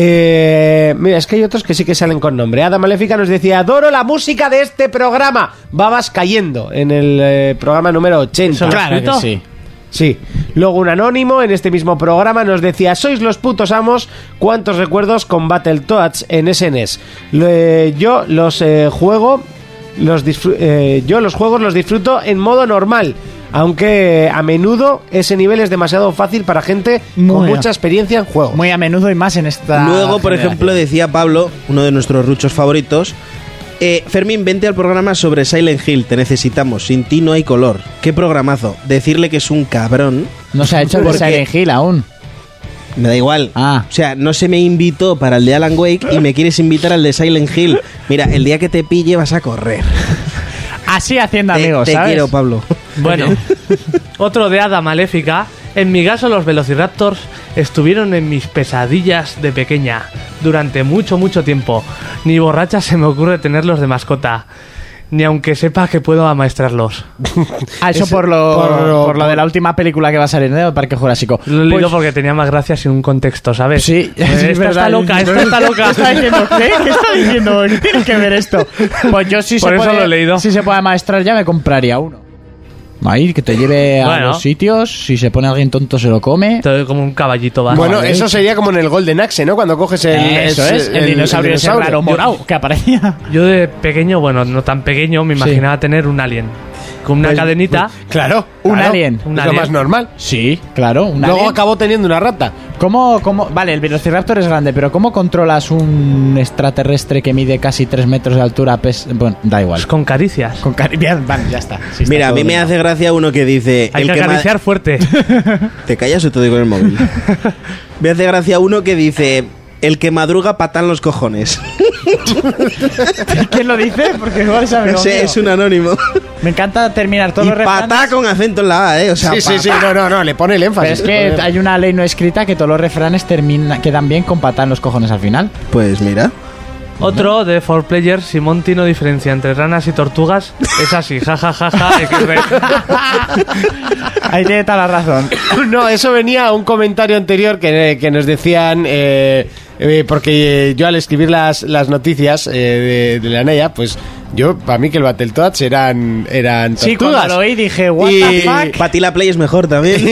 B: Eh, mira, es que hay otros que sí que salen con nombre. Ada Maléfica nos decía: Adoro la música de este programa. Babas cayendo en el eh, programa número 80.
D: Claro que sí.
B: Sí. Luego un anónimo en este mismo programa nos decía, sois los putos amos, cuántos recuerdos con Battletoads en SNES. Lo- eh, yo los eh, juego, los disfru- eh, yo los juegos los disfruto en modo normal, aunque a menudo ese nivel es demasiado fácil para gente con
D: Muy a-
B: mucha experiencia en juego.
D: Muy a menudo y más en esta.
E: Luego, por
D: generación.
E: ejemplo, decía Pablo, uno de nuestros ruchos favoritos, eh, Fermín, vente al programa sobre Silent Hill, te necesitamos, sin ti no hay color. Qué programazo. Decirle que es un cabrón.
D: No se ha hecho el de
E: Porque-
D: Silent Hill aún.
E: Me da igual.
D: Ah.
E: O sea, no se me invitó para el de Alan Wake y me quieres invitar al de Silent Hill. Mira, el día que te pille vas a correr.
D: Así haciendo
E: Te-
D: amigos,
E: te
D: ¿sabes?
E: quiero, Pablo.
F: Bueno, otro de hada maléfica. En mi caso, los velociraptors estuvieron en mis pesadillas de pequeña durante mucho, mucho tiempo. Ni borracha se me ocurre tenerlos de mascota. Ni aunque sepa que puedo amaestrarlos.
D: Ah, eso por lo, por, lo de la última película que va a salir ¿no? del Parque Jurásico.
F: Lo he leído
D: Pues-
F: porque tenía más gracia sin un contexto, ¿sabes? Sí,
D: Es
F: esta está
D: verdad,
F: loca,
D: es-
F: esta está loca.
D: Está diciendo, ¿qué? ¿Qué está diciendo? ¿Qué tiene que ver esto? Pues yo sí
F: Por
D: se
F: eso
D: puede,
F: lo he leído.
D: Si se puede maestrar ya me compraría uno. Ahí, que te lleve a
F: Bueno.
D: los sitios. Si se pone alguien tonto, se lo come.
F: Todo como un caballito va.
D: Bueno,
B: Bueno, eso sería como en el Golden Axe, ¿no? Cuando coges el.
D: Ah, Eso Eh, es, el dinosaurio ese raro morado que aparecía.
F: Yo de pequeño, bueno, no tan pequeño, me imaginaba tener un alien. Con una
B: Pues-
F: cadenita.
B: Claro,
F: un
D: alien.
F: Un
B: Es lo
F: alien.
B: más normal.
D: Sí, claro. Un
B: Luego
D: alien.
B: acabó teniendo una rata.
D: ¿Cómo, cómo, vale, el Velociraptor es grande, pero ¿cómo controlas un extraterrestre que mide casi 3 metros de altura? Pes- bueno, da igual.
F: Con caricias.
D: pues, Con cari- bien, vale, ya está. Sí, está
E: Mira, a
D: todo
E: mí me
D: bien.
E: hace gracia uno que dice...
F: Hay que
E: ma-
F: acariciar fuerte.
E: ¿Te callas o te doy con el móvil? me hace gracia uno que dice... El que madruga patan los cojones.
D: ¿Quién lo dice? Porque igual es amigo
E: No sé,
D: mío.
E: es un anónimo.
D: Me encanta terminar todos
E: y
D: los refranes.
E: patá con acento en la A, ¿eh? O sea,
B: Sí, sí, sí,
E: patá.
B: no, no, no, le pone el
D: Pero
B: énfasis.
D: es que hay una ley no escrita que todos los refranes termina, quedan bien con patán los cojones al final.
E: Pues mira.
F: Otro de Four Players, Simón Tino diferencia entre ranas y tortugas. Es así, jajajaja.
D: Ahí tiene toda la razón.
B: No, eso venía a un comentario anterior que, que nos decían, eh, eh, porque eh, yo al escribir las, las noticias eh, de, de la NEA, pues yo, para mí que el Battletoads eran, eran tortugas.
D: Sí, cuando lo oí dije, what
B: Y-
D: the fuck.
E: Para ti la play es mejor también.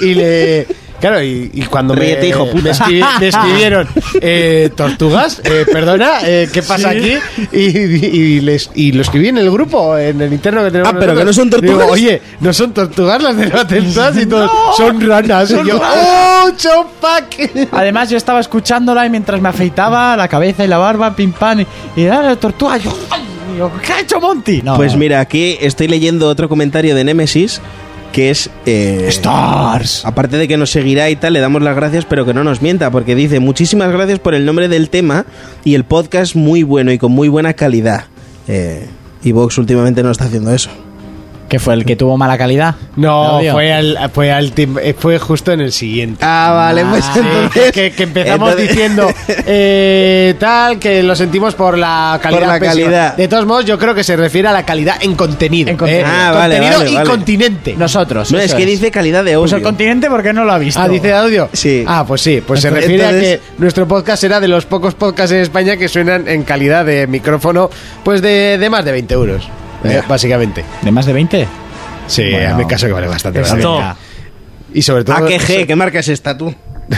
B: y, y le... Claro, y, y cuando
E: Ríete,
B: me,
E: hijo puta.
B: me escribi- me escribieron, eh, ¿tortugas? Eh, perdona, eh, ¿qué pasa aquí? Y, y- y les, y lo escribí en el grupo, en el interno que tenemos
E: Ah, pero que
B: nosotros.
E: no son tortugas.
B: Digo, oye, no son tortugas las de Battletoads y todo, son ranas.
D: Son
B: y yo,
D: ranas.
B: ¡oh, chopac!
D: Además, yo estaba escuchándola y mientras me afeitaba la cabeza y la barba, pim pam, y, y era la tortuga. Yo, ay, yo, ¿qué ha hecho Monty? No,
E: Pues mira, aquí estoy leyendo otro comentario de Nemesis que es... eh,
D: Este Stars.
E: Aparte de que nos seguirá y tal, le damos las gracias, pero que no nos mienta, porque dice, muchísimas gracias por el nombre del tema y el podcast muy bueno y con muy buena calidad. Eh, y Vox últimamente no está haciendo eso.
D: Que fue el que tuvo mala calidad.
B: No,
D: Claudio.
B: fue, al, fue, al tim- eh, fue justo en el siguiente.
E: Ah, vale, pues
B: Sí, que- que, que empezamos
E: entonces-
B: diciendo eh, tal que lo sentimos por la calidad.
E: la
B: pésima.
E: calidad.
B: De todos modos, yo creo que se refiere a la calidad en contenido.
D: En contenido.
B: ¿eh?
E: Ah, vale,
B: Contenido
E: vale,
B: y
E: vale.
B: continente.
D: Nosotros.
E: No, es
D: eso
E: que dice calidad de
D: Pues
E: audio.
D: el continente porque no lo ha visto.
B: Ah, dice audio.
E: Sí.
B: Ah, pues sí. Pues se refiere
E: Entonces-
B: a que nuestro podcast será de los pocos podcasts en España que suenan en calidad de micrófono, pues de, de más de 20 euros, eh,
D: Venga.
B: básicamente.
D: ¿De más de 20?
B: Sí,
D: Bueno.
B: a mi caso que vale bastante.
F: Exacto.
B: bastante. Y sobre todo.
E: AKG, ¿qué marca es esta tú?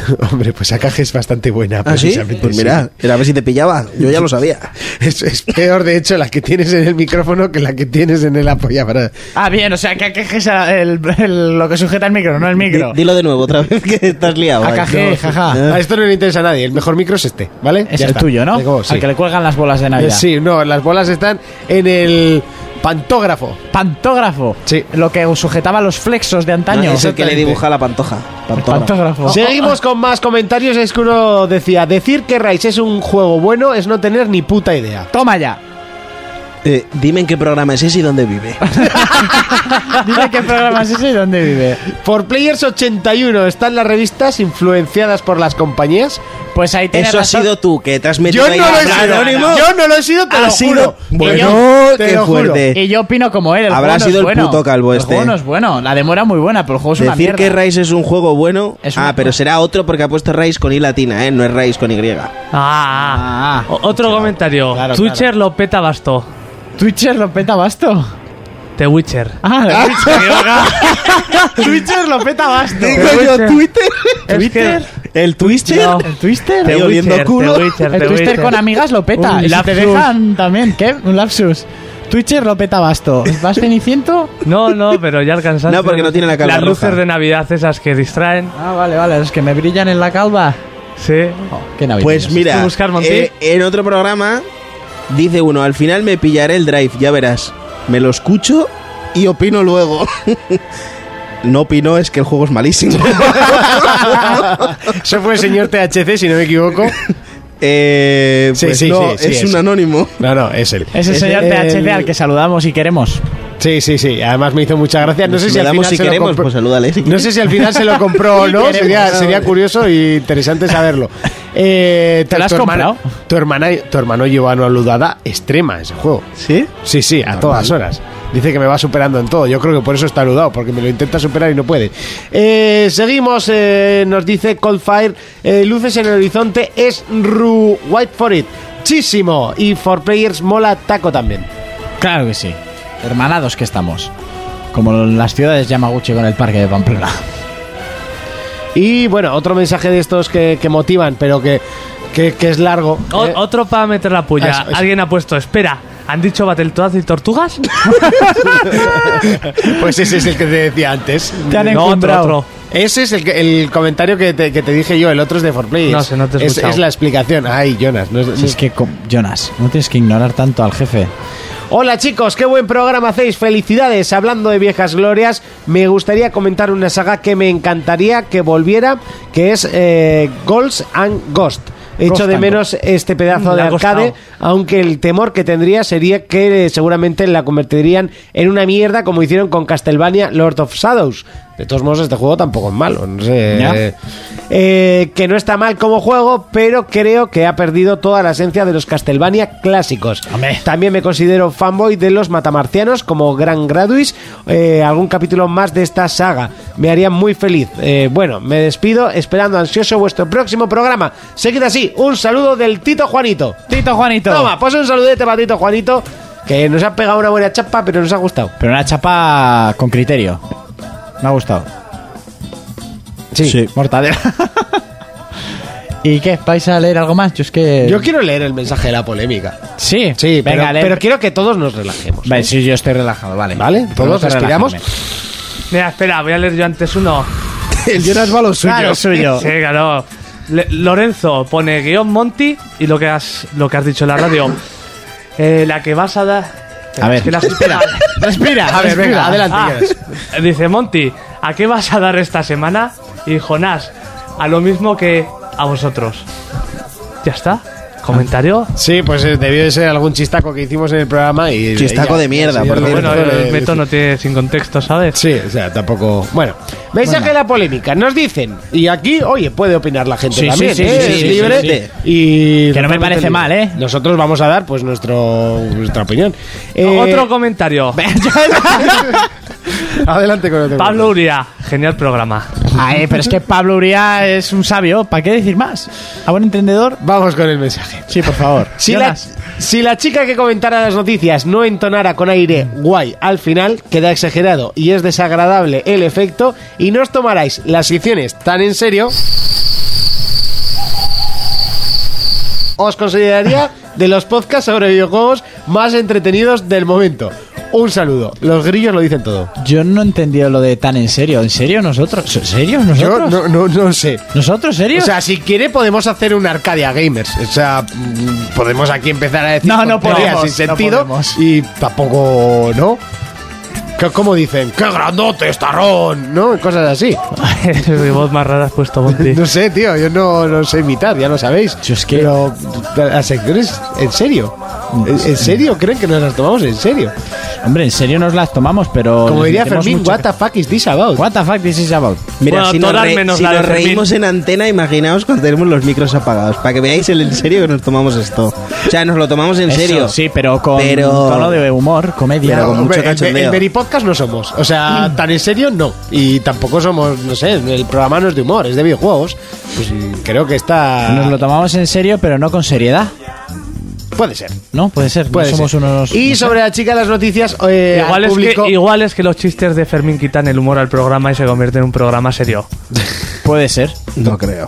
B: Hombre, pues AKG es bastante buena.
E: ¿Ah, sí?
B: precisamente,
E: Pues
B: sí.
E: mira, era a ver si te pillaba. Yo ya lo sabía.
B: Es, es peor, de hecho, la que tienes en el micrófono que la que tienes en el apoya para.
D: Ah, bien, o sea, que quejes el, el- lo que sujeta el micro, no el
E: Di-
D: micro.
E: Dilo de nuevo otra vez que estás liado. Ay,
D: AKG,
E: no.
D: jaja.
B: A esto no le interesa a nadie. El mejor micro es este, ¿vale?
D: Es
B: Ya
D: el
B: está.
D: tuyo, ¿no?
B: Le digo, sí.
D: Al que le cuelgan las bolas de Navidad.
B: Eh, sí, no, las bolas están en el pantógrafo.
D: Pantógrafo.
B: Sí.
D: Lo que sujetaba los flexos de
E: No,
D: antaño.
E: es el que le dibuja la pantoja. Pantorra.
D: Pantógrafo. oh.
B: Seguimos con más comentarios. Es que uno decía: decir que Rise es un juego bueno es no tener ni puta idea.
D: Toma ya.
E: Eh, dime en qué programa es ese y dónde vive.
D: Dime qué programa es ese y dónde vive.
B: For Players 81 están las revistas influenciadas por las compañías.
D: Pues ahí tienes
E: Eso ha
D: razón.
E: sido tú, que te has metido
B: Yo
E: ahí
B: no
E: a
B: lo he
E: hablar,
B: sido.
E: Anónimo.
B: Yo no lo he sido, te
E: Ha
B: lo
E: sido-
B: juro.
E: Bueno,
B: te
E: qué
B: lo juro.
E: fuerte.
D: Y yo opino como él. El
E: Habrá
D: juego no
E: sido
D: es
E: el
D: bueno.
E: puto calvo
D: El
E: este.
D: juego no es bueno. La demora muy buena, pero el juego es una
E: Decir
D: mierda.
E: que Rise es un juego bueno.
D: Es una
E: ah, pero
D: mierda.
E: será otro porque ha puesto Rise con I latina, ¿eh? No es Rise con Y.
F: Ah,
D: Ah.
F: O- otro comentario.
D: Claro,
F: Twitcher lo peta basto.
D: Twitcher lo peta basto.
F: The Witcher.
D: Ah, la Twitcher. Twitcher lo peta basto.
F: Witcher.
E: Twitter.
F: Twitter.
E: ¿El Twister?
F: No.
D: ¿El Twister?
E: Te- oliendo
F: Witcher,
E: culo.
F: The Witcher,
D: El
F: The
D: Twister
F: Witcher.
D: con amigas lo peta.
F: Un
D: y si te
F: lapsus.
D: dejan también, ¿qué? Un lapsus. Twitcher lo peta basto. ¿Vas ceniciento?
F: No, no, pero ya alcanzaste.
E: No, porque no tiene la calva
F: Las
E: roja.
F: luces de Navidad esas que distraen.
D: Ah, vale, vale. Los que me brillan en la calva.
F: Sí.
D: Oh, qué navideños.
E: Pues mira,
F: ¿Tú buscar, Monty?
E: eh, en otro programa dice uno, al final me pillaré el drive, ya verás. Me lo escucho y opino luego. no opino es que el juego es malísimo.
B: Eso fue el señor THC, si no me equivoco.
E: Eh,
B: Sí,
E: pues
B: sí,
E: no,
B: sí, sí,
E: es,
B: es.
E: un anónimo.
B: No, no, es él. Eh,
D: Es el señor THC al que saludamos y queremos.
B: Sí, sí, sí. Además me hizo muchas gracias. No sé
E: Le
B: si al
E: damos
B: final
E: si
B: se lo
E: queremos,
B: compró-
E: pues salúdale.
B: No sé si al final se lo compró o
E: Sí,
B: no.
E: queremos,
B: Sería,
E: no.
B: sería curioso e interesante saberlo. Eh,
D: ¿Te lo has
B: tu hermana-
D: comprado?
B: Tu hermana, tu hermano lleva una ludada extrema en ese juego.
E: ¿Sí?
B: Sí, sí, a todas horas. Dice que me va superando en todo. Yo creo que por eso está ludado, porque me lo intenta superar y no puede. Eh, seguimos, eh, nos dice Coldfire. eh, luces en el horizonte es Ru White for It. Chísimo. Y for players mola taco también.
D: Claro que sí. Hermanados que estamos. Como las ciudades Yamaguchi con el parque de Pamplona.
B: Y bueno, otro mensaje de estos que, que motivan, pero que, que, que es largo.
F: O-
B: ¿eh?
F: Otro para meter la puya.
B: Eso, eso.
F: Alguien ha puesto, espera, ¿han dicho Battletoads y tortugas?
B: Pues ese es el que te decía antes.
D: Te han
F: No, otro,
D: encontrado.
F: otro.
B: Ese es el, que- el comentario que te, que te dije yo, el otro es de For Players.
F: No sé, no te he
B: es,
F: escuchado.
B: es la explicación. Ay, Jonas. no es-
D: Si es que, com- Jonas, no tienes que ignorar tanto al jefe.
B: Hola chicos, qué buen programa hacéis. Felicidades. Hablando de viejas glorias, me gustaría comentar una saga que me encantaría que volviera, que es eh, Goals and Ghost. Hecho
D: Ghost
B: de
D: and
B: menos este pedazo
F: Mm,
B: de
F: le ha
B: arcade,
F: costado.
B: aunque el temor que tendría sería que eh, seguramente la convertirían en una mierda como hicieron con Castlevania Lord of Shadows. De todos modos, este juego tampoco es malo. No sé.
D: Ya.
B: Eh, que no está mal como juego, pero creo que ha perdido toda la esencia de los Castlevania clásicos.
D: Hombre.
B: También me considero fanboy de los matamarcianos como Gran Graduis. eh, algún capítulo más de esta saga me haría muy feliz. Eh, bueno, me despido esperando ansioso vuestro próximo programa. Seguid así. Un saludo del Tito Juanito.
D: Tito Juanito.
B: Toma, pues un saludete para Tito Juanito. Que nos ha pegado una buena chapa, pero nos ha gustado.
D: Pero una chapa con criterio. Me ha gustado.
B: Sí.
D: Mortadela. ¿Y qué? ¿Vais a leer algo más? Yo es que.
B: Yo quiero leer el mensaje de la polémica.
D: Sí,
B: Sí, pero,
D: venga, leer.
B: pero quiero que todos nos relajemos.
D: Vale, sí, yo estoy relajado, vale.
B: ¿Vale?
D: Prometo
B: Todos respiramos.
D: relajarme.
F: Mira, espera, voy a leer yo antes uno.
E: El Jonas va a lo suyo.
D: Claro, suyo.
F: Sí, claro. Le- Lorenzo pone guión Monty y lo que has, lo que has dicho en la radio. Eh, la que vas a dar.
D: A ver.
F: Es que la gente-
D: Respira,
B: A ver, venga,
D: respira.
B: adelante.
F: Ah,
B: Digas.
F: dice Monty, ¿a qué vas a dar esta semana? Y Jonás, a lo mismo que a vosotros. Ya está. Comentario.
B: Sí, pues eh, debió de ser algún chistaco que hicimos en el programa y...
E: Chistaco de mierda,
B: el señor
E: por
F: Pues
E: cierto.
F: Bueno, eh,
B: Lorenzo le-
F: el método no tiene sin contexto, ¿sabes?
B: Sí, o sea, tampoco... Bueno, mensaje de la polémica. Nos dicen, y aquí, oye, puede opinar la gente
D: Sí,
B: también,
D: sí, sí,
B: ¿eh?
D: sí,
B: Es
D: sí,
B: libre.
E: sí, sí.
B: Y
D: Que no me parece mal, ¿eh?
B: Nosotros vamos a dar, pues, nuestro, nuestra opinión. Eh,
F: Otro comentario.
B: Adelante con otro.
F: Pablo Uría, genial programa.
D: Ay, pero es que Pablo Uría es un sabio. ¿Para qué decir más? A buen entendedor.
B: Vamos con el mensaje.
D: Sí, por favor.
B: Si la,
D: Jonas.
B: si la chica que comentara las noticias no entonara con aire guay al final, queda exagerado y es desagradable el efecto y no os tomaráis las secciones tan en serio, os consideraría de los podcasts sobre videojuegos más entretenidos del momento. Un saludo. Los grillos lo dicen todo.
D: Yo no he entendido lo de tan en serio. ¿En serio nosotros? ¿En serio
B: Yo
D: nosotros?
B: no, no, no sé.
D: ¿Nosotros,
B: O
D: serios?
B: sea, si quiere podemos hacer un Arcadia Gamers. O sea, mm, podemos aquí empezar a decir
D: No, no
B: tonterías
D: podemos,
B: sin
D: no
B: sentido
D: podemos.
B: y tampoco, ¿no? Que- ¿Cómo dicen? ¡Qué grandote, estarrón! ¿No? Cosas así.
F: Qué voz más rara has puesto, Monty.
B: No sé, tío, yo no, no sé imitar, ya lo sabéis.
D: Yo es que- Mm,
B: Pero las secciones, ¿en serio? ¿En, en serio? ¿Creen que nos las tomamos en serio?
D: Hombre, en serio nos las tomamos, pero.
B: Como
D: les
B: diría
D: metemos
B: Fermín,
D: mucho-
B: what the fuck is this about?
D: What the fuck this is about?
E: Mira,
F: Bueno,
E: si nos,
F: todas
E: re-
F: menos
E: si
F: la de
E: nos
F: Fermín.
E: reímos en antena, imaginaos cuando tenemos los micros apagados, para que veáis el en serio que nos tomamos esto. O sea, nos lo tomamos en
D: Eso,
E: serio.
D: Sí, pero con
E: Pero-
D: tono de humor, comedia.
E: Pero con
B: Hombre,
E: mucho
B: en-
E: cachondeo.
B: En Veripodcast no somos. O
F: Mm.
B: sea, tan en serio no. Y tampoco somos, no sé, el programa no es de humor, es de videojuegos. Pues mm, creo que
D: Nos lo
B: está.
D: tomamos en serio, pero no con seriedad.
B: Puede ser.
D: ¿No? Puede ser. no
B: Puede
D: somos
B: ser.
D: unos.
B: y
D: no sé.
B: sobre la chica de las noticias, eh,
F: Igual
B: al
F: es,
B: público.
F: que, igual es que los chistes de Fermín quitan el humor al programa y se convierte en un programa serio.
D: Puede ser.
E: No creo.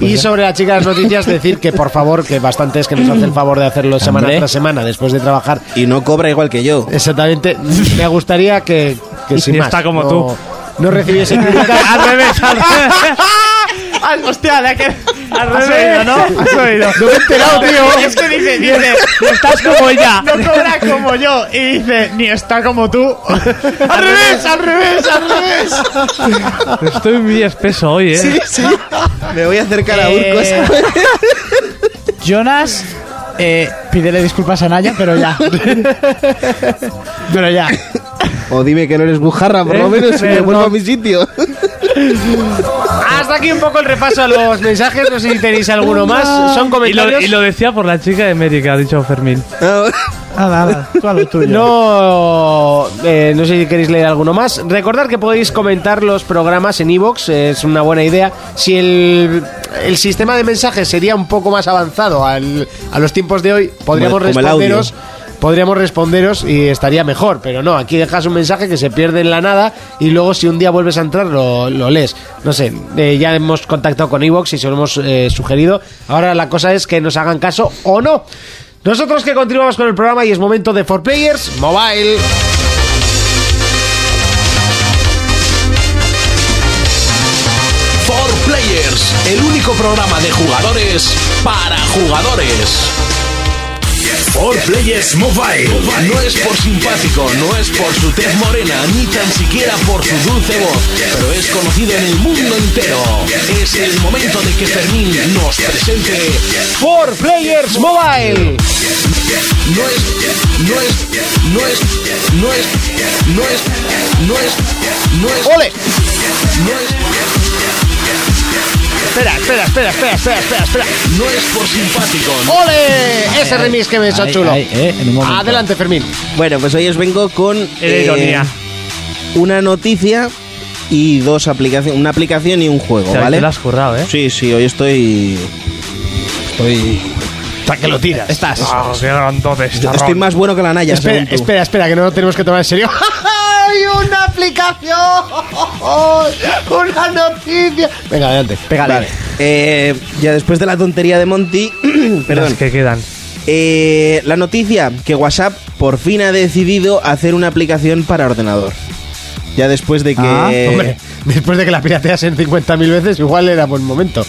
B: Y sobre la chica de las noticias, decir que por favor, que bastantes que nos hace el favor de hacerlo semana
D: Hombre.
B: tras semana después de trabajar.
E: Y no cobra igual que yo.
B: Exactamente. Me gustaría que, que sin
F: Y
B: más,
F: está como
B: no-
F: tú.
B: No recibiese críticas.
F: al revés, al revés.
D: hostia, le ha, qued- le ha quedado,
F: Al
B: ¿Has
F: revés.
B: oído, no? ¿Has oído?
F: No me he enterado, tío.
B: Es que dice, dice,
F: No estás como ella.
B: No cobra como yo. Y dice, ni está como tú. ¡Al revés, al revés, al revés!
F: Estoy muy espeso hoy, eh.
E: Sí, sí. Me voy a acercar a
D: Eh,
E: Urco. ¿sabes?
D: Jonas, eh, pídele disculpas a Naya, pero ya. pero ya.
E: O dime que no eres bujarra, por lo
D: Eh,
E: menos, y me
D: perdón.
E: vuelvo a mi sitio.
B: Hasta aquí un poco el repaso a los mensajes. No sé si tenéis alguno más. Son
F: Y lo,
B: comentarios.
F: y lo decía por la chica de América, ha dicho Fermín.
E: Pues
B: No, eh, no sé si queréis leer alguno más. Recordad que podéis comentar los programas en iVoox, es una buena idea. Si el, el sistema de mensajes sería un poco más avanzado al- a los tiempos de hoy, podríamos
E: como el audio.
B: responderos. Podríamos responderos y estaría mejor, pero no, aquí dejas un mensaje que se pierde en la nada y luego si un día vuelves a entrar lo, lo lees. No sé, eh, ya hemos contactado con Evox y se lo hemos eh, sugerido. Ahora la cosa es que nos hagan caso o no. Nosotros que continuamos con el programa y es momento de 4Players Mobile.
L: For Players, el único programa de jugadores para jugadores. For Players Mobile. No es por simpático, no es por su tez morena, ni tan siquiera por su dulce voz, pero es conocido en el mundo entero. Es el momento de que Fermín nos presente
B: 4Players Mobile.
L: No es, no es, no es, no es, no es, no es, no es.
B: ¡Ole! Espera, espera, espera, espera, espera, espera, espera.
L: No es por simpático. no-
B: ¡Ole! Ese
E: ay,
B: remix que me hizo
E: ay,
B: chulo.
E: ay, eh, en un momento.
B: Adelante, Fermín.
E: Bueno, pues hoy os vengo con
F: ironía.
E: eh, una noticia y dos aplicaciones, una aplicación y un juego,
F: Te-
E: ¿vale?
F: te la has currado, eh.
E: Sí, sí, hoy estoy estoy
B: Para que lo tiras. Estás.
F: Ah, qué grandote está,
E: estoy
F: Ron.
E: más bueno que la Naya,
B: espera,
E: según tú.
B: espera, espera, que no lo tenemos que tomar en serio. ¡Hay una aplicación! ¡Una noticia! Venga, adelante, pégale.
E: Vale. Eh, ya después de la tontería de Monty,
F: Las
E: perdón.
F: que quedan.
E: Eh, la noticia que WhatsApp por fin ha decidido hacer una aplicación para ordenador. Ya después de que
B: Ah, hombre, después de que la pirateas en 50.000 veces, igual era buen momento.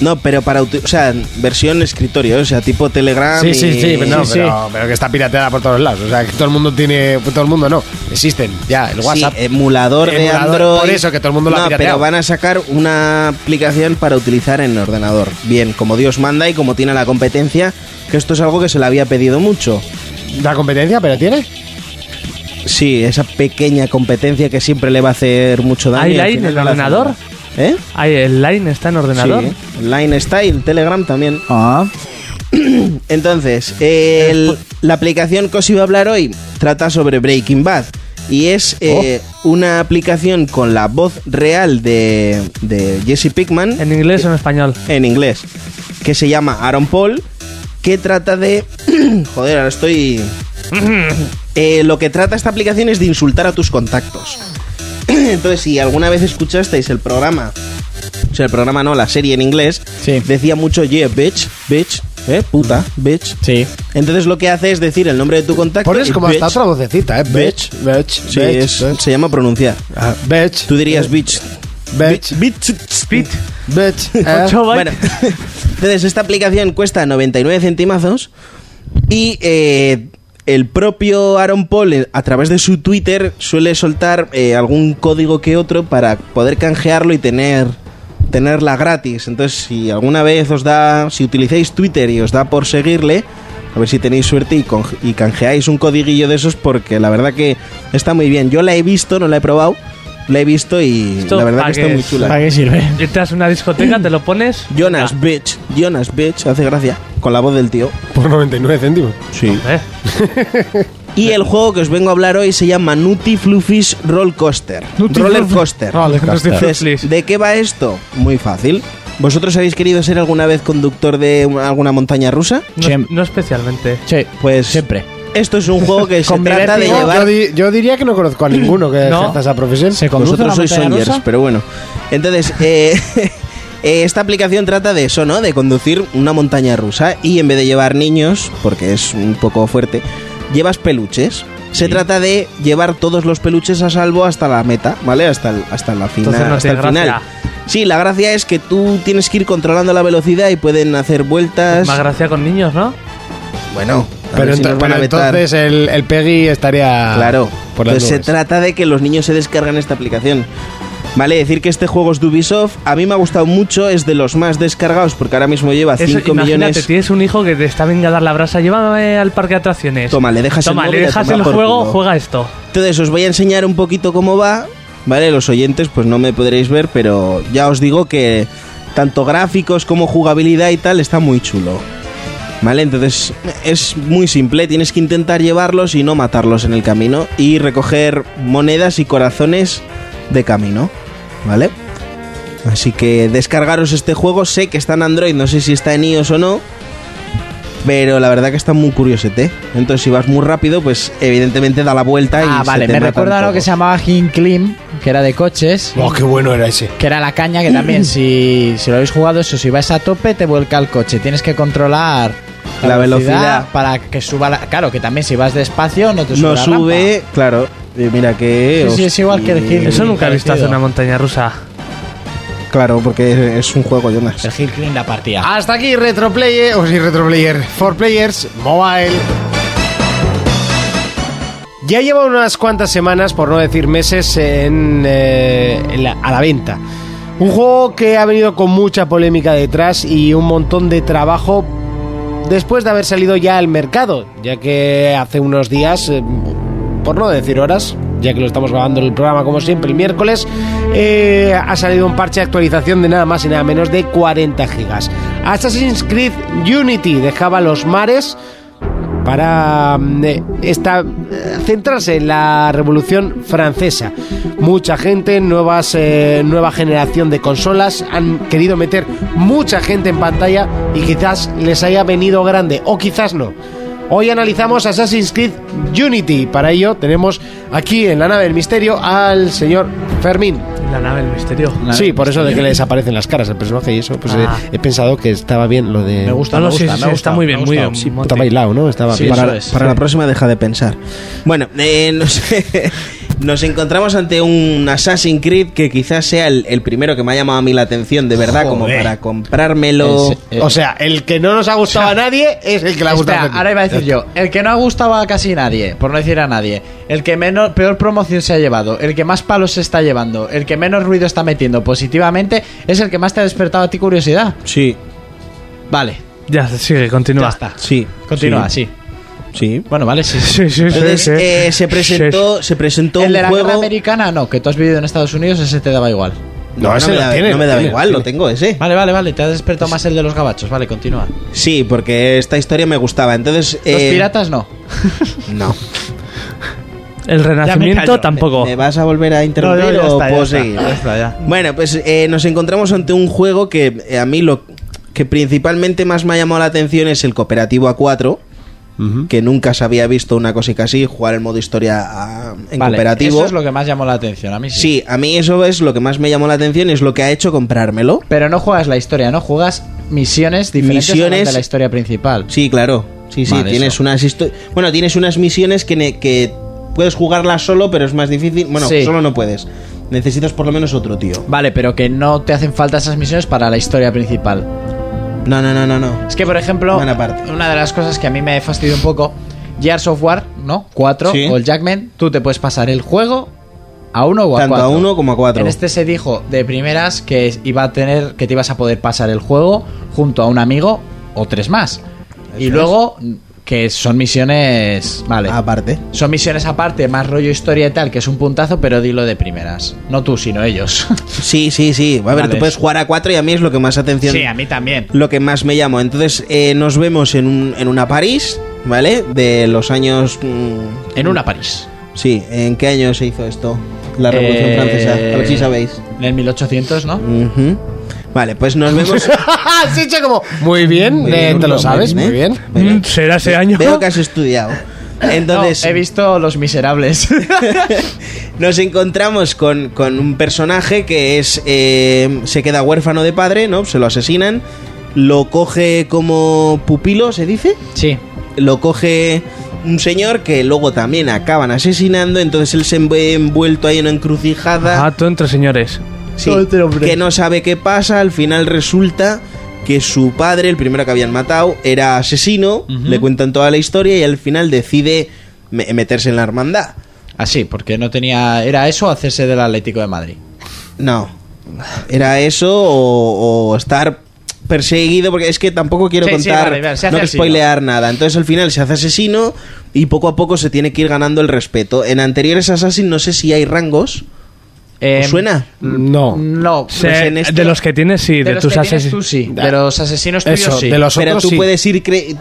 E: no, pero para uti- o sea, versión escritorio, o sea, tipo Telegram
B: Sí, sí,
E: y-
B: sí, pero, no, Pero, pero que está pirateada por todos lados. O sea, que todo el mundo tiene. Todo el mundo no. Existen ya, el
E: Sí, eh,
B: WhatsApp.
E: emulador de
B: Emulador,
E: Android.
B: por eso que todo el mundo lo ha
E: No,
B: pirateado.
E: Pero van a sacar una aplicación para utilizar en el ordenador. Bien, como Dios manda y como tiene la competencia, que esto es algo que se le había pedido mucho.
B: ¿La competencia? ¿Pero tiene?
E: Sí, esa pequeña competencia que siempre le va a hacer mucho daño.
F: ¿Hay
E: y al
F: Line en
E: final
F: el
E: la hace
F: ordenador?
E: mal. ¿Eh?
F: Ay, el Line está en ordenador.
E: Sí, Line Style, Telegram también.
D: Ah.
E: Entonces,
F: Eh,
E: el- la aplicación que os iba a hablar hoy trata sobre Breaking Bad. Y
F: Oh.
E: es eh, una aplicación con la voz real de, de Jesse Pickman
F: ¿En inglés o en español?
E: en inglés, que se llama Aaron Paul, que trata de... Joder, ahora estoy... Eh, lo que trata esta aplicación es de insultar a tus contactos. Entonces, si alguna vez escuchasteis el programa, o sea, el programa no, la serie en inglés,
D: Sí.
E: decía mucho, yeah, bitch, bitch, eh, puta, bitch.
D: Sí.
E: Entonces lo que hace es decir el nombre de tu contacto.
B: Pones
E: y
B: como
E: bitch,
B: hasta otra vocecita, ¿eh? Bitch, bitch,
E: Sí,
B: bitch,
E: es-
B: bitch,
E: se llama pronunciar.
B: ah, bitch,
E: Tú dirías bitch.
B: bitch,
E: Bitch.
F: Pit.
B: bitch, eh.
F: Ocho bytes.
E: Ah, Bueno, entonces esta aplicación cuesta 99 centimazos y eh, el propio Aaron Paul eh, a través de su Twitter suele soltar eh, algún código que otro para poder canjearlo y tener tenerla gratis. Entonces si alguna vez os da, si utilizáis Twitter y os da por seguirle, a ver si tenéis suerte y, con- y canjeáis un codiguillo de esos porque la verdad que está muy bien. Yo la he visto, no la he probado, la he visto y
F: Esto
E: la verdad que está
F: pagues.
E: muy chula.
D: ¿Para qué sirve?
F: Entras a una discoteca, te lo pones.
E: Jonas Bitch, Jonas Bitch, hace gracia, con la voz del tío.
B: Por 99 céntimos.
E: Sí.
F: Eh,
E: Y el juego que os vengo a hablar hoy se llama Nutty Fluffy's Roll Coaster.
F: Nutty Ah,
E: Roller
F: Fluffy.
E: Coaster.
F: Roller coaster.
E: Entonces, ¿De qué va esto? Muy fácil. ¿Vosotros habéis querido ser alguna vez conductor de una- alguna montaña rusa?
F: no,
D: Siem-
F: no especialmente.
D: Sí,
E: Pues
D: siempre.
E: esto es un juego que se
D: Con
E: trata de
D: vértigo,
E: llevar
B: Yo, di- yo diría que no conozco a ninguno que
F: No.
B: ejerza esa profesión.
D: Se conduce
E: Vosotros
D: una
E: sois
D: montaña
E: Sonyers,
D: rusa.
E: pero bueno. Entonces, eh, eh, esta aplicación trata de eso, ¿no? De conducir una montaña rusa y en vez de llevar niños, porque es un poco fuerte, llevas peluches. Se trata de llevar todos los peluches a salvo hasta la meta, ¿vale? Hasta, el- hasta la fina-
F: Entonces no
E: hasta
F: tiene
E: el final.
F: gracia.
E: Sí, la gracia es que tú tienes que ir controlando la velocidad y pueden hacer vueltas.
F: Más gracia con niños, ¿no?
E: Bueno, a
B: Pero,
E: ver si
B: ento-
E: nos van
B: pero
E: a vetar.
B: entonces el, el Peggy estaría.
E: Claro.
B: Ah, Por las
E: Entonces se
B: nubes.
E: trata de que los niños se descargan esta aplicación. Vale, decir que este juego es de Ubisoft, a mí me ha gustado mucho, es de los más descargados porque ahora mismo lleva
F: Eso,
E: 5
F: imagínate,
E: millones.
F: tienes un hijo que te está venga a dar la brasa, llévame al parque de atracciones.
E: Toma, le dejas el
F: Toma,
E: móvil
F: le
E: y a
F: dejas
E: tomar
F: el
E: por
F: juego,
E: culo.
F: juega esto.
E: Entonces os voy a enseñar un poquito cómo va, ¿vale? Los oyentes pues no me podréis ver, pero ya os digo que tanto gráficos como jugabilidad y tal está muy chulo. ¿Vale? Entonces es muy simple, tienes que intentar llevarlos y no matarlos en el camino y recoger monedas y corazones de camino, ¿vale? Así que descargaros este juego, sé que está en Android, no sé si está en iOS o no, pero la verdad que está muy curiosete. Entonces si vas muy rápido, pues evidentemente da la vuelta y...
D: Ah,
E: se
D: vale,
E: te
D: me
E: matan
D: recuerda a lo
E: todos.
D: que se llamaba King
B: Mm,
D: Clim, que era de coches.
B: Oh, qué bueno era ese.
D: Que era la caña, que también si, si lo habéis jugado eso, si vais a tope te vuelca el coche. Tienes que controlar
E: La velocidad.
D: para que suba la... Claro, que también si vas despacio no te sube
E: No
D: la
E: sube, claro. Y mira que.
D: Sí, sí, es igual que el
E: hostia.
D: Hill Eso nunca he visto parecido. hacer una
F: montaña rusa.
E: Claro, porque es un juego, Jonas.
D: El Hill Climb la partida.
E: Ah,
B: Hasta aquí Retroplayer, o sí, Retroplayer, for Players Mobile. Ya lleva unas cuantas semanas, por no decir meses, en, eh, en la- a la venta. Un juego que ha venido con mucha polémica detrás y un montón de trabajo después de haber salido ya al mercado, ya que hace unos días, eh, por no decir horas, ya que lo estamos grabando en el programa como siempre el miércoles, eh, ha salido un parche de actualización de nada más y nada menos de 40 gigas. Assassin's Creed Unity dejaba los mares para mm, eh, esta, eh, centrarse en la Revolución Francesa. Mucha gente, nuevas, eh, nueva generación de consolas, han querido meter mucha gente en pantalla y quizás les haya venido grande, o quizás no. Hoy analizamos Assassin's Creed Unity. Para ello tenemos aquí en la nave del misterio al señor Fermín.
F: La nave del misterio.
B: Sí, por eso de que le desaparecen las caras al personaje y eso, pues
F: Ah.
B: eh, he, pensado que estaba bien lo de...
D: Me gusta,
F: No,
D: me
F: no, sí,
D: gusta,
F: sí,
D: me
F: sí,
D: gusta,
F: está muy bien,
D: me
F: muy
D: gusta.
F: bien.
D: Sí,
F: Monty.
B: Está bailado, ¿no? Estaba
D: Sí,
B: bien.
E: para
D: eso es.
E: para la próxima deja de pensar. Bueno, eh, nos, nos encontramos ante un Assassin's Creed que quizás sea el, el primero que me ha llamado a mí la atención, de verdad, como
B: Joder.
E: para comprármelo.
D: Ese- eh,
B: O sea, el que no nos ha gustado a nadie es el que le ha gustado
D: Espera,
B: a todo el
D: ahora iba a decir yo, el que no ha gustado a casi nadie, por no decir a nadie, el que menos peor promoción se ha llevado, el que más palos se está llevando, el que menos ruido está metiendo positivamente, es el que más te ha despertado a ti curiosidad.
E: Sí,
D: Vale,
F: Ya, sigue,
D: ya
F: continúa.
D: está.
E: sí.
D: Continúa,
E: sí.
D: sí.
E: sí.
D: Bueno, vale, sí.
F: Sí, sí, sí,
E: Entonces,
F: sí.
E: eh, se presentó, se presentó
D: El
E: un
D: de la guerra
E: juego.
D: americana, no, que tú has vivido en Estados Unidos, ese te daba igual.
E: No,
B: No, ese
E: no me
B: lo
E: da,
B: tiene,
E: no
B: lo
E: me daba
B: tiene,
E: igual,
B: lo
E: lo tengo ese.
D: Vale, vale, vale, te has despertado más el de los gabachos, vale, continúa.
E: Sí, porque esta historia me gustaba. Entonces,
D: Los
E: eh,
D: piratas no.
E: No.
F: El renacimiento
D: callo.
F: tampoco.
E: ¿Me vas a volver a
D: No,
E: interrumpir
D: no, ya
E: o
D: está, ya
E: puedo
D: está,
E: seguir?
D: ya está, ya.
E: Bueno, pues eh, nos encontramos ante un juego que eh, a mí lo que principalmente más me ha llamado la atención es el cooperativo A4, que nunca se había visto una cosita así, jugar el modo historia ah, en
D: Vale,
E: cooperativo.
D: Eso es lo que más llamó la atención, a mí sí.
E: Sí, a mí eso es lo que más me llamó la atención, es lo que ha hecho comprármelo.
D: Pero no juegas la historia, no juegas misiones diferentes a las
E: Misiones-
D: de la historia principal.
E: Sí, claro. Sí, sí,
D: Vale,
E: tienes
D: eso.
E: unas histo- bueno, tienes unas misiones que, ne- que puedes jugarlas solo, pero es más difícil. Bueno,
D: Sí.
E: solo no puedes. Necesitas por lo menos otro tío.
D: Vale, pero que no te hacen falta esas misiones para la historia principal.
E: No, no, no, no, no.
D: Es que, por ejemplo,
E: Buena parte.
D: una de las cosas que a mí me fastidió un poco, Gears of War, ¿no? 4
E: Sí.
D: o el Jackman, tú te puedes pasar el juego a uno o a
E: Tanto a
D: cuatro.
E: uno como a cuatro.
D: En este se dijo de primeras que iba a tener que te ibas a poder pasar el juego junto a un amigo o tres más. y luego que son misiones, vale.
E: Aparte.
D: Son misiones aparte, más rollo historia y tal, que es un puntazo, pero dilo de primeras. No tú, sino ellos.
E: Sí, sí, sí. A ver,
D: Vale.
E: tú puedes jugar a cuatro y a mí es lo que más atención.
D: sí, a mí también.
E: Lo que más me llamó. Entonces, eh, nos vemos en, un- en una París, ¿vale? De los años. mm,
D: En una París.
E: Sí, ¿en qué año se hizo esto? La Revolución
D: Eh,
E: Francesa. A ver si sabéis.
D: En el 1800, ¿no?
E: Ujú. Vale, pues nos vemos.
B: Has hecho como. Muy bien,
E: Muy
B: eh,
E: bien,
B: te lo
E: Bruno,
B: sabes,
E: muy
B: muy
E: bien, ¿eh?
B: bien.
F: Mm, ¿Será ese año?
E: Veo que has estudiado. Entonces,
D: No, he visto Los Miserables.
E: nos encontramos con, con un personaje que es. eh, se queda huérfano de padre, ¿no? Se lo asesinan. Lo coge como pupilo, ¿se dice?
D: sí.
E: lo coge un señor que luego también acaban asesinando, entonces él se ve envuelto ahí en una encrucijada.
F: Ah, tú entre señores.
E: Sí, que no sabe qué pasa, al final resulta que su padre, el primero que habían matado, era asesino, le cuentan toda la historia y al final decide me- meterse en la hermandad.
D: Así, Ah, porque no tenía. ¿Era eso o hacerse del Atlético de Madrid?
E: No. Era eso o, o estar perseguido, porque es que tampoco quiero
D: Sí, sí,
E: contar,
D: vale, vale, se hace
E: no quiero
D: asesino.
E: spoilear nada. Entonces al final se hace asesino y poco a poco se tiene que ir ganando el respeto. En anteriores Assassin no sé si hay rangos.
D: Em,
E: ¿Os suena?
B: No.
D: Eh, No. este
E: Sí, Pues en esto-
F: de los que tienes, sí. De,
E: los
F: tus
E: que tienes
F: ases-
D: tú, sí. De los asesinos tuyos, sí.
E: Pero tú puedes ir, cre-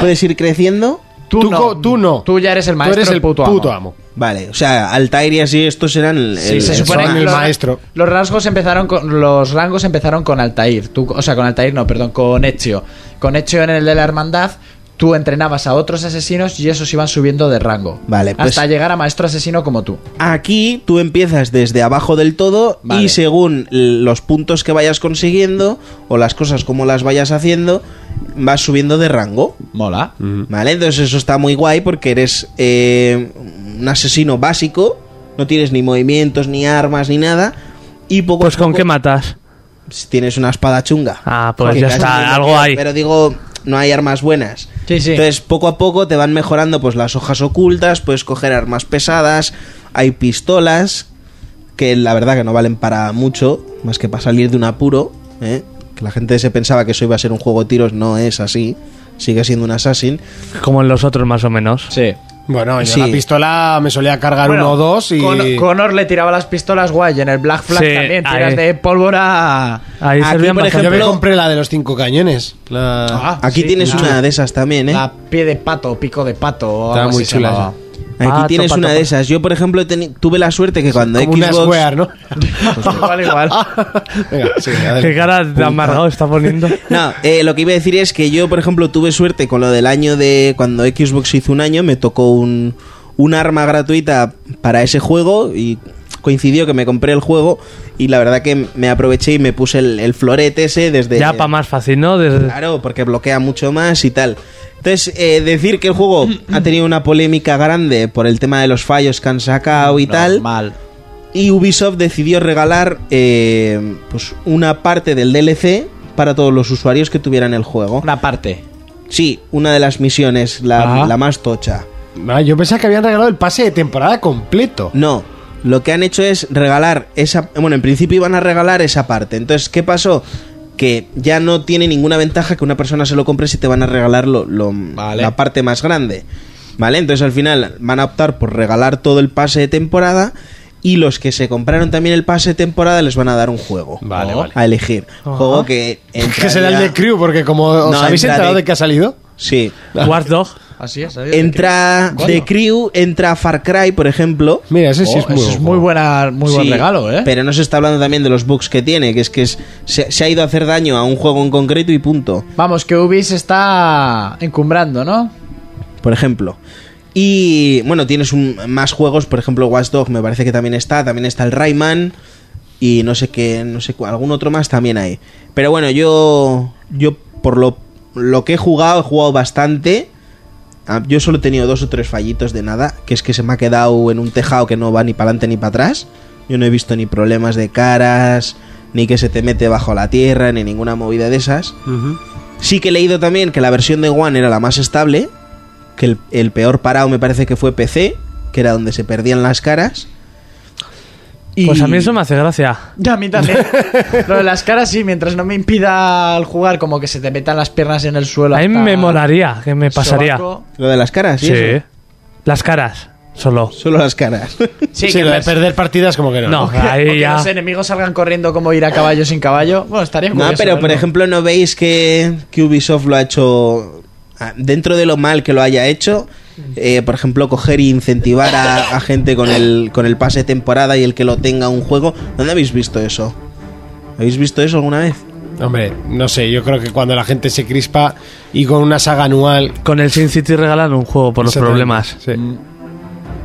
E: puedes ir creciendo.
B: Tú, no. tú no.
D: Tú ya eres el maestro,
B: eres el
D: puto,
B: puto
D: amo.
E: Vale, o sea, Altair y así estos eran el,
D: Sí,
E: el-
D: se
E: el
D: supone
E: son-
D: que los- Los rasgos empezaron con los rangos empezaron con Altair, tú, o sea, con Altair no, perdón, con Ezio. Con Ezio en el de la hermandad, tú entrenabas a otros asesinos y esos iban subiendo de rango.
E: Vale, pues-
D: hasta llegar a maestro asesino como tú.
E: Aquí tú empiezas desde abajo del todo y según l- los puntos que vayas consiguiendo o las cosas como las vayas haciendo, vas subiendo de rango.
D: Mola.
E: Vale, entonces eso está muy guay porque eres eh, un asesino básico, no tienes ni movimientos, ni armas, ni nada. Y poco
F: Pues con qué matas.
E: Si tienes una espada chunga.
F: Ah, pues
E: Porque
F: ya
E: casi
F: está,
E: no
F: algo hay.
E: Pero digo, no hay armas buenas. Entonces, poco a poco te van mejorando pues las hojas ocultas, puedes coger armas pesadas, hay pistolas, que la verdad que no valen para mucho, más que para salir de un apuro, ¿eh? que la gente se pensaba que eso iba a ser un juego de tiros, no es así, sigue siendo un assassin.
F: Como en los otros, más o menos.
D: Sí.
B: Bueno, yo
E: Sí.
B: la pistola me solía cargar
D: Bueno,
B: uno o dos y.
D: Con- Connor le tiraba las pistolas guay, en el Black Flag
B: Sí,
D: también tiras
B: ahí.
D: de pólvora.
B: Aquí, por ejemplo, yo me
D: compré
B: compré la de los cinco cañones. La-
E: Aquí tienes una de esas también, ¿eh?
D: la pie de pato, pico de pato, o
E: Está
D: algo
E: muy
D: así se
E: chula
D: llamaba.
E: esa.
F: Ah,
E: Aquí
D: Pato,
E: tienes
D: pato,
E: una de
D: pato.
E: esas. Yo, por ejemplo, he teni- tuve la suerte que cuando
B: Como una
E: Xbox...
B: Square, ¿no?
D: Pues igual, igual.
B: Venga, sí,
F: Qué cara de amargado está poniendo.
E: No, eh, lo que iba a decir es que yo, por ejemplo, tuve suerte con lo del año de cuando Xbox hizo un año, me tocó un, un arma gratuita para ese juego y coincidió que me compré el juego y la verdad que me aproveché y me puse el, el florete ese desde...
F: Ya para más fácil, ¿no? Desde-
E: Claro, porque bloquea mucho más y tal. Entonces, eh, decir que el juego ha tenido una polémica grande por el tema de los fallos que han sacado y tal. Y Ubisoft decidió regalar eh, pues una parte del DLC para todos los usuarios que tuvieran el juego.
D: Una parte.
E: Sí, una de las misiones, la,
B: Ajá.
E: la más tocha.
B: Ah, yo pensaba que habían regalado el pase de temporada completo.
E: No, lo que han hecho es regalar esa... Bueno, en principio iban a regalar esa parte. Entonces, ¿qué pasó? Que ya no tiene ninguna ventaja que una persona se lo compre si te van a regalar lo- lo- la parte más grande. ¿Vale? Entonces al final van a optar por regalar todo el pase de temporada y los que se compraron también el pase de temporada les van a dar un juego a elegir. Juego que...
B: Que será el
E: entraría-
B: de Crew, porque como os
E: No,
B: habéis
E: entraré.
B: enterado de que ha salido.
E: Sí.
F: Watch Dog.
D: Así es.
E: Entra The Crew, entra Far Cry, por ejemplo.
B: Mira, ese
D: sí Oh, es muy ese buen es muy juego. buena- muy buen regalo, ¿eh?
E: Pero no se está hablando también de los bugs que tiene, que es que es- se, se ha ido a hacer daño a un juego en concreto y punto.
D: Vamos, que Ubi se está encumbrando, ¿no?
E: Por ejemplo. Y bueno, tienes un- más juegos, por ejemplo, Watch Dog me parece que también está, también está el Rayman y no sé qué, no sé cuál, algún otro más también hay. Pero bueno, yo yo por lo lo que he jugado, he jugado bastante. Ah, Yo solo he tenido dos o tres fallitos de nada, que es que se me ha quedado en un tejado que no va ni para adelante ni para atrás. Yo no he visto ni problemas de caras, ni que se te mete bajo la tierra, ni ninguna movida de esas. Sí que he leído también que la versión de One era la más estable, que el, el peor parado me parece que fue PC, que era donde se perdían las caras. Y-
F: Pues a mí eso me hace gracia.
D: Ya, a mí también. Lo de las caras, sí, mientras no me impida al jugar, como que se te metan las piernas en el suelo.
F: A mí
D: hasta-
F: me molaría, que me pasaría.
D: Sobaco.
E: Lo de las caras, ¿y
F: Sí.
E: eso?
F: Las caras, solo.
E: Solo las caras.
D: Sí,
B: Sí,
D: que
B: lo de
D: las-
B: perder partidas como que no.
F: No,
B: ¿no?
D: o
F: ahí
D: que
F: ya.
D: los enemigos salgan corriendo como ir a caballo sin caballo. Bueno, estaría
E: No,
D: curioso
B: ¿eh?
E: pero por
D: verlo.
E: ejemplo, ¿no veis que, que Ubisoft lo ha hecho ah, dentro de lo mal que lo haya hecho? eh, por ejemplo, coger e incentivar a, a gente con el, con el pase de temporada y el que lo tenga un juego. ¿Dónde habéis visto eso? ¿Habéis visto eso alguna vez?
B: Hombre, no sé, yo creo que cuando la gente se crispa y con una saga anual.
F: Con el Sin City regalan un juego por los problemas.
B: Sí.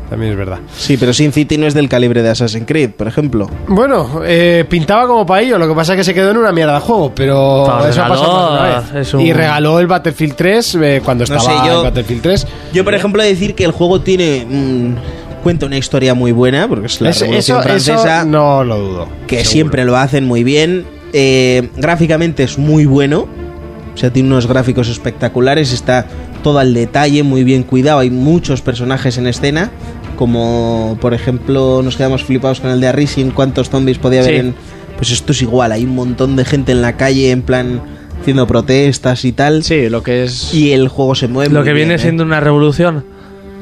B: También es verdad.
E: Sí, pero Sin City no es del calibre de Assassin's Creed, por ejemplo.
B: Bueno, eh, pintaba como para ello, lo que pasa es que se quedó en una mierda de juego, pero
E: Pero
B: eso ha pasado más
E: regaló,
B: de una vez.
E: es un-
B: Y regaló el Battlefield 3 eh, cuando
E: No
B: estaba
E: sé, yo-
B: el Battlefield 3.
E: Yo, por ejemplo, decir que el juego tiene mm, Cuenta una historia muy buena, porque es la
B: Es-
E: Revolución
B: eso- eso
E: Francesa.
B: no lo dudo.
E: Que
B: seguro.
E: siempre lo hacen muy bien. Eh, gráficamente es muy bueno. O sea, tiene unos gráficos espectaculares. Está todo al detalle, muy bien cuidado. Hay muchos personajes en escena. Como, por ejemplo, nos quedamos flipados con el de Arrisin. ¿Cuántos zombies podía haber
F: Sí.
E: en.? Pues esto es igual. Hay un montón de gente en la calle, en plan, haciendo protestas y tal.
D: Sí, lo que es.
E: Y el juego se mueve.
F: Lo
E: muy
F: que
E: bien,
F: viene
E: ¿eh?
F: siendo una revolución.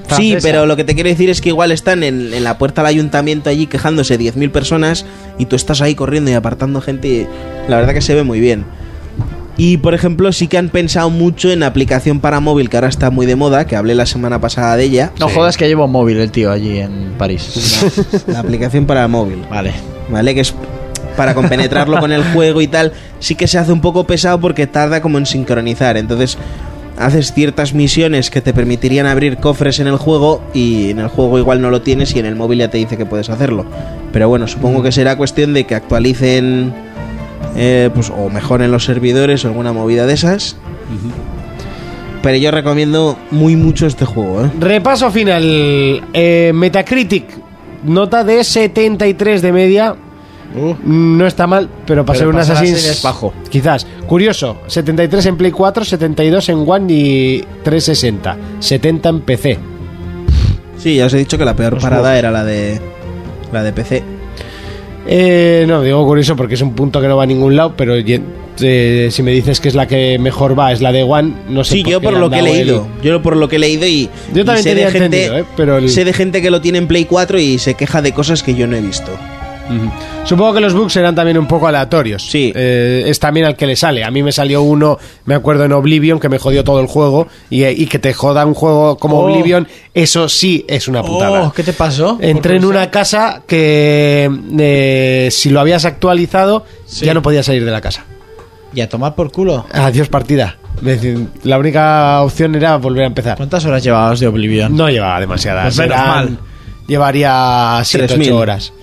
E: Sí,
F: francesa.
E: pero lo que te quiero decir es que igual están en, en la puerta del ayuntamiento allí quejándose 10.000 personas y tú estás ahí corriendo y apartando gente. y la verdad que se ve muy bien. Y por ejemplo, sí que han pensado mucho en aplicación para móvil que ahora está muy de moda, que hablé la semana pasada de ella.
D: No jodas que llevo un móvil el tío allí en París.
E: La aplicación para móvil.
D: Vale.
E: Vale, que es para compenetrarlo con el juego y tal. Sí que se hace un poco pesado porque tarda como en sincronizar. Entonces, haces ciertas misiones que te permitirían abrir cofres en el juego y en el juego igual no lo tienes y en el móvil ya te dice que puedes hacerlo. Pero bueno, supongo que será cuestión de que actualicen eh, pues, o mejoren los servidores o alguna movida de esas. Pero yo recomiendo muy mucho este juego, ¿eh?
B: Repaso final. Eh, Metacritic, nota de 73 de media.
E: Uh.
B: No está mal, pero
D: Pero
B: para ser un
D: para ser
B: Assassin's
D: Assassin's es bajo.
B: Quizás. Curioso, 73 en Play 4, 72 en One y 360. 70 en PC.
E: Sí, ya os he dicho que la peor
B: Los
E: parada
B: juegos.
E: era la de la de PC.
B: Eh, no, digo curioso porque es un punto que no va a ningún lado, pero ye- eh, si me dices que es la que mejor va, es la de One, no sé
E: Sí,
B: por
E: yo
B: qué
E: por
B: le
E: lo
B: han
E: que he
B: dado
E: leído.
B: el-
E: Yo por lo que he leído y.
B: Yo
E: y
B: también
E: sé de
B: tenía
E: gente,
B: entendido, ¿eh? Pero el-
E: Sé de gente que lo tiene en Play 4 y se queja de cosas que yo no he visto.
B: Supongo que los bugs eran también un poco aleatorios. Sí. es también al que le sale. A mí me salió uno, me acuerdo en Oblivion, que me jodió todo el juego. Y, y que te joda un juego como
D: Oh.
B: Oblivion, eso sí es una putada.
D: ¿Qué te pasó?
B: Entré en una casa que eh, si lo habías actualizado, ya no podías salir de la casa.
D: Y a tomar por culo.
B: Adiós partida. Me decían, La única opción era volver a empezar.
D: ¿Cuántas horas llevabas de Oblivion?
B: No llevaba demasiadas.
D: Pues menos
B: Eran-
D: mal.
B: Llevaría
D: 3.000.
B: 7-8 horas.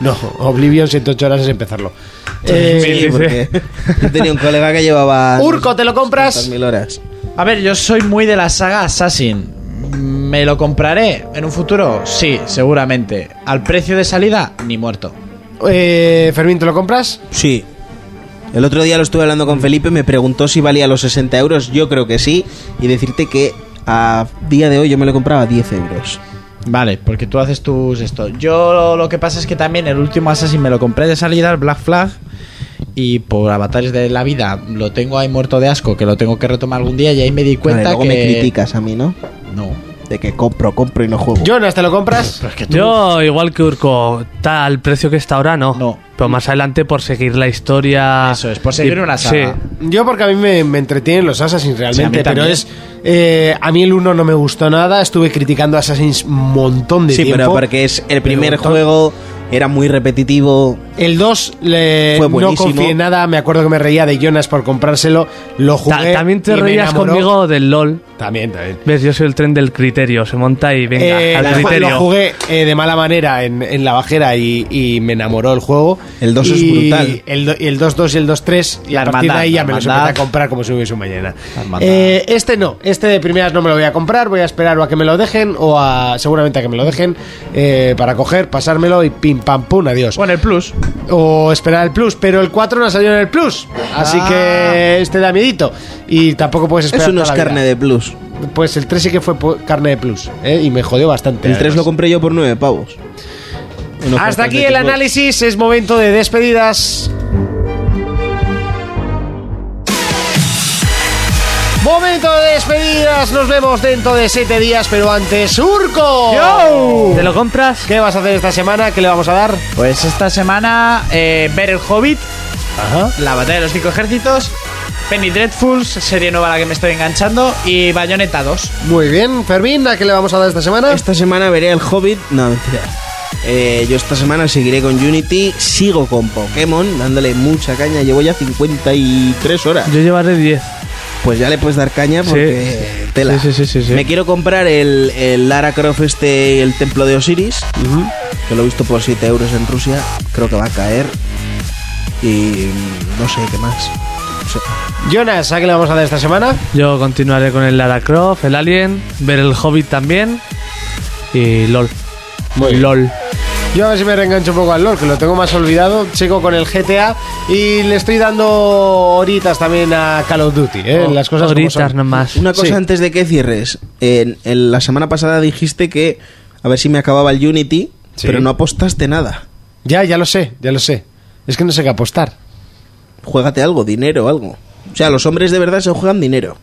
B: No, Oblivion 7-8 horas es empezarlo.
E: Sí,
B: Eh,
E: porque yo tenía un colega que llevaba.
B: Urco, ¿te lo compras?
E: mil horas.
D: A ver, yo soy muy de la saga Assassin. ¿Me lo compraré en un futuro? Sí, seguramente. ¿Al precio de salida? Ni muerto.
B: Eh, Fermín, ¿te lo compras?
E: Sí. El otro día lo estuve hablando con Felipe, me preguntó si valía los 60 euros. Yo creo que sí. Y decirte que a día de hoy yo me lo compraba a 10 euros.
D: Vale, porque tú haces tus esto. Yo lo, lo que pasa es que también el último Assassin me lo compré de salida, el Black Flag. Y por avatares de la vida lo tengo ahí muerto de asco, que lo tengo que retomar algún día. Y ahí me di cuenta
E: Vale, luego
D: que.
E: me criticas a mí, ¿no?
D: No.
E: De que compro, compro y no juego.
B: Jonas, ¿te lo compras?
F: Yo, igual que Urco, tal el precio que está ahora, no. Pero más adelante por seguir la historia. Eso es, por
B: Yo porque a mí me, me entretienen los Assassins
F: Sí, a mí
B: realmente, pero
F: también.
B: es... eh, a mí el 1 no me gustó nada, estuve criticando Assassins un montón de
E: Sí,
B: tiempo.
E: pero porque es el primer
B: Pero to-
E: juego, era muy repetitivo.
B: El 2 le
E: Fue
B: no
E: buenísimo.
B: confié en nada, me acuerdo que me reía de Jonas por comprárselo, lo jugué.
F: también te
B: y me
F: reías
B: enamoró.
F: conmigo del LOL.
B: También, también.
F: Ves, yo soy el tren del criterio. Se monta y venga,
B: Eh,
F: al
B: la-
F: criterio.
B: lo jugué eh, de mala manera en, en la bajera y, y me enamoró el juego.
E: El 2 es
B: Y
E: brutal.
B: El, do- y el 2-2 y el 2-3. Y
D: La
B: a partir de
D: hermandad,
B: ahí ya
D: la
B: me los
D: hermandad.
B: empecé a comprar como si hubiese un mañana. Eh, este no, este de primeras no me lo voy a comprar. Voy a esperar o a que me lo dejen o a seguramente a que me lo dejen eh, para coger, pasármelo y pim pam pum, adiós. O en
D: el Plus.
B: O esperar el Plus, pero el 4 no salió en el Plus. Así que este da miedito. Y tampoco puedes esperar.
E: Eso no es
B: toda la
E: carne
B: vida.
E: de plus.
B: Pues el 3 sí que fue po- carne de plus, ¿eh? y me jodió bastante.
E: El 3
B: además.
E: lo compré yo por 9 pavos. En ofertas
B: Hasta aquí
E: de
B: el
E: Xbox.
B: análisis, es momento de despedidas. Momento de despedidas, nos vemos dentro de 7 días, pero antes, Urco.
F: ¿Te lo compras?
B: ¿Qué vas a hacer esta semana? ¿Qué le vamos a dar?
D: Pues esta semana, eh, ver el Hobbit, la batalla de los cinco ejércitos, Penny Dreadfuls, serie nueva a la que me estoy enganchando, y Bayonetta 2.
B: Muy bien, Fermín, ¿a qué le vamos a dar esta semana?
E: Esta semana veré el Hobbit. No, mentira. Eh, yo esta semana seguiré con Unity. Sigo con Pokémon, dándole mucha caña. Llevo ya 53 horas.
F: Yo llevaré 10.
E: Pues ya le puedes dar caña
F: Sí.
E: porque tela.
F: Sí, sí, sí, sí, sí.
E: Me quiero comprar el, el Lara Croft este, el templo de Osiris. Que lo he visto por 7 euros en Rusia. Creo que va a caer. Y no sé qué más. No sé.
B: Jonas, ¿a qué le vamos a dar esta semana?
F: Yo continuaré con el Lara Croft, el Alien, ver el Hobbit también y LOL. LOL.
B: Yo a ver si me reengancho un poco al LOL, que lo tengo más olvidado. Sigo con el GTA y le estoy dando horitas también a Call of Duty,
F: Oh,
B: ¿eh? Las cosas como son.
E: Una cosa
B: Sí.
E: antes de que cierres. En- en la semana pasada dijiste que a ver si me acababa el Unity,
B: Sí.
E: pero no apostaste nada.
B: Ya, ya lo sé, ya lo sé. Es que no sé qué apostar.
E: Juégate algo, dinero, algo. O sea, los hombres de verdad se juegan dinero.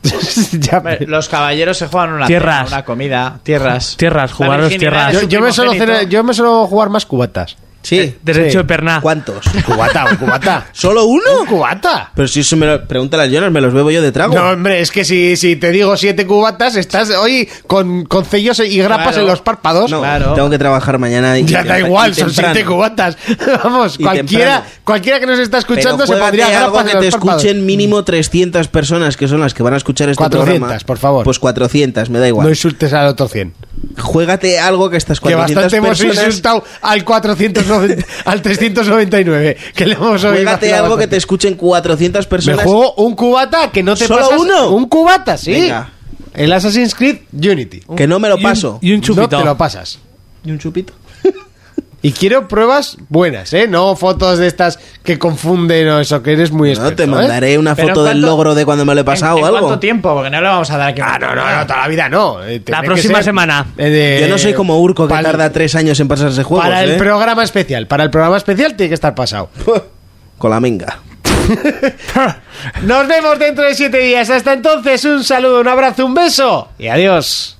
D: Hombre, Los caballeros se juegan una
E: Tierras.
D: cena, una comida, tierras.
F: Tierras,
D: jugaros tierras.
B: Yo, yo me suelo hacer- yo me suelo jugar más cubatas.
E: Sí.
B: derecho de
F: perna.
E: ¿Cuántos?
B: Cubata, un cubata.
E: ¿Solo uno?
B: cubata.
E: Pero si eso me lo... Pregúntale al Jonas, me los bebo yo de trago.
B: No, hombre, es que si, si te digo siete cubatas, estás hoy con, con cellos y grapas
E: Claro.
B: en los párpados.
E: No, tengo que trabajar mañana. Y,
B: Ya da
E: y-
B: igual,
E: y
B: son
E: temprano.
B: siete cubatas. Vamos,
E: Y
B: cualquiera,
E: temprano.
B: cualquiera que nos está escuchando
E: Pero
B: se
E: juégate
B: pondría
E: algo
B: grapas
E: que
B: en los
E: te
B: párpados.
E: escuchen mínimo 300 personas, que son las que van a escuchar este
B: 400,
E: programa.
B: por favor.
E: Pues 400, me da igual.
B: No insultes al otro 100.
E: Juégate algo que estas
B: Que
E: 400
B: bastante hemos
E: personas...
B: insultado al 490, al 399. Que le hemos oído
E: Juégate
B: bastante.
E: algo que te escuchen 400
B: Me
E: personas.
B: juego un cubata que no te
E: ¿Solo
B: pasas.
E: uno?
B: Un cubata, sí.
E: Venga.
B: El Assassin's Creed Unity.
E: Que no me lo paso.
F: Y un chupito.
B: No te lo pasas.
E: Y un chupito.
B: Y quiero pruebas buenas, ¿eh? No fotos de estas que confunden o eso, que eres muy experto.
E: No, te
B: ¿eh?
E: mandaré una
D: Pero
E: foto del
D: ¿cuánto-
E: logro de cuando me lo he pasado
D: ¿En,
E: o
D: en
E: algo.
D: cuánto tiempo? Porque no le vamos a dar aquí.
B: Ah, no, no, no, toda la vida no. Eh, tiene
F: La
B: que
F: próxima
B: ser,
F: semana.
B: eh, de-
E: Yo no soy como Urco que
B: para-
E: tarda tres años en pasarse juegos,
B: Para el
E: ¿eh?
B: programa especial. Para el programa especial tiene que estar pasado.
E: Con la menga.
B: Nos vemos dentro de siete días. Hasta entonces, un saludo, un abrazo, un beso y adiós.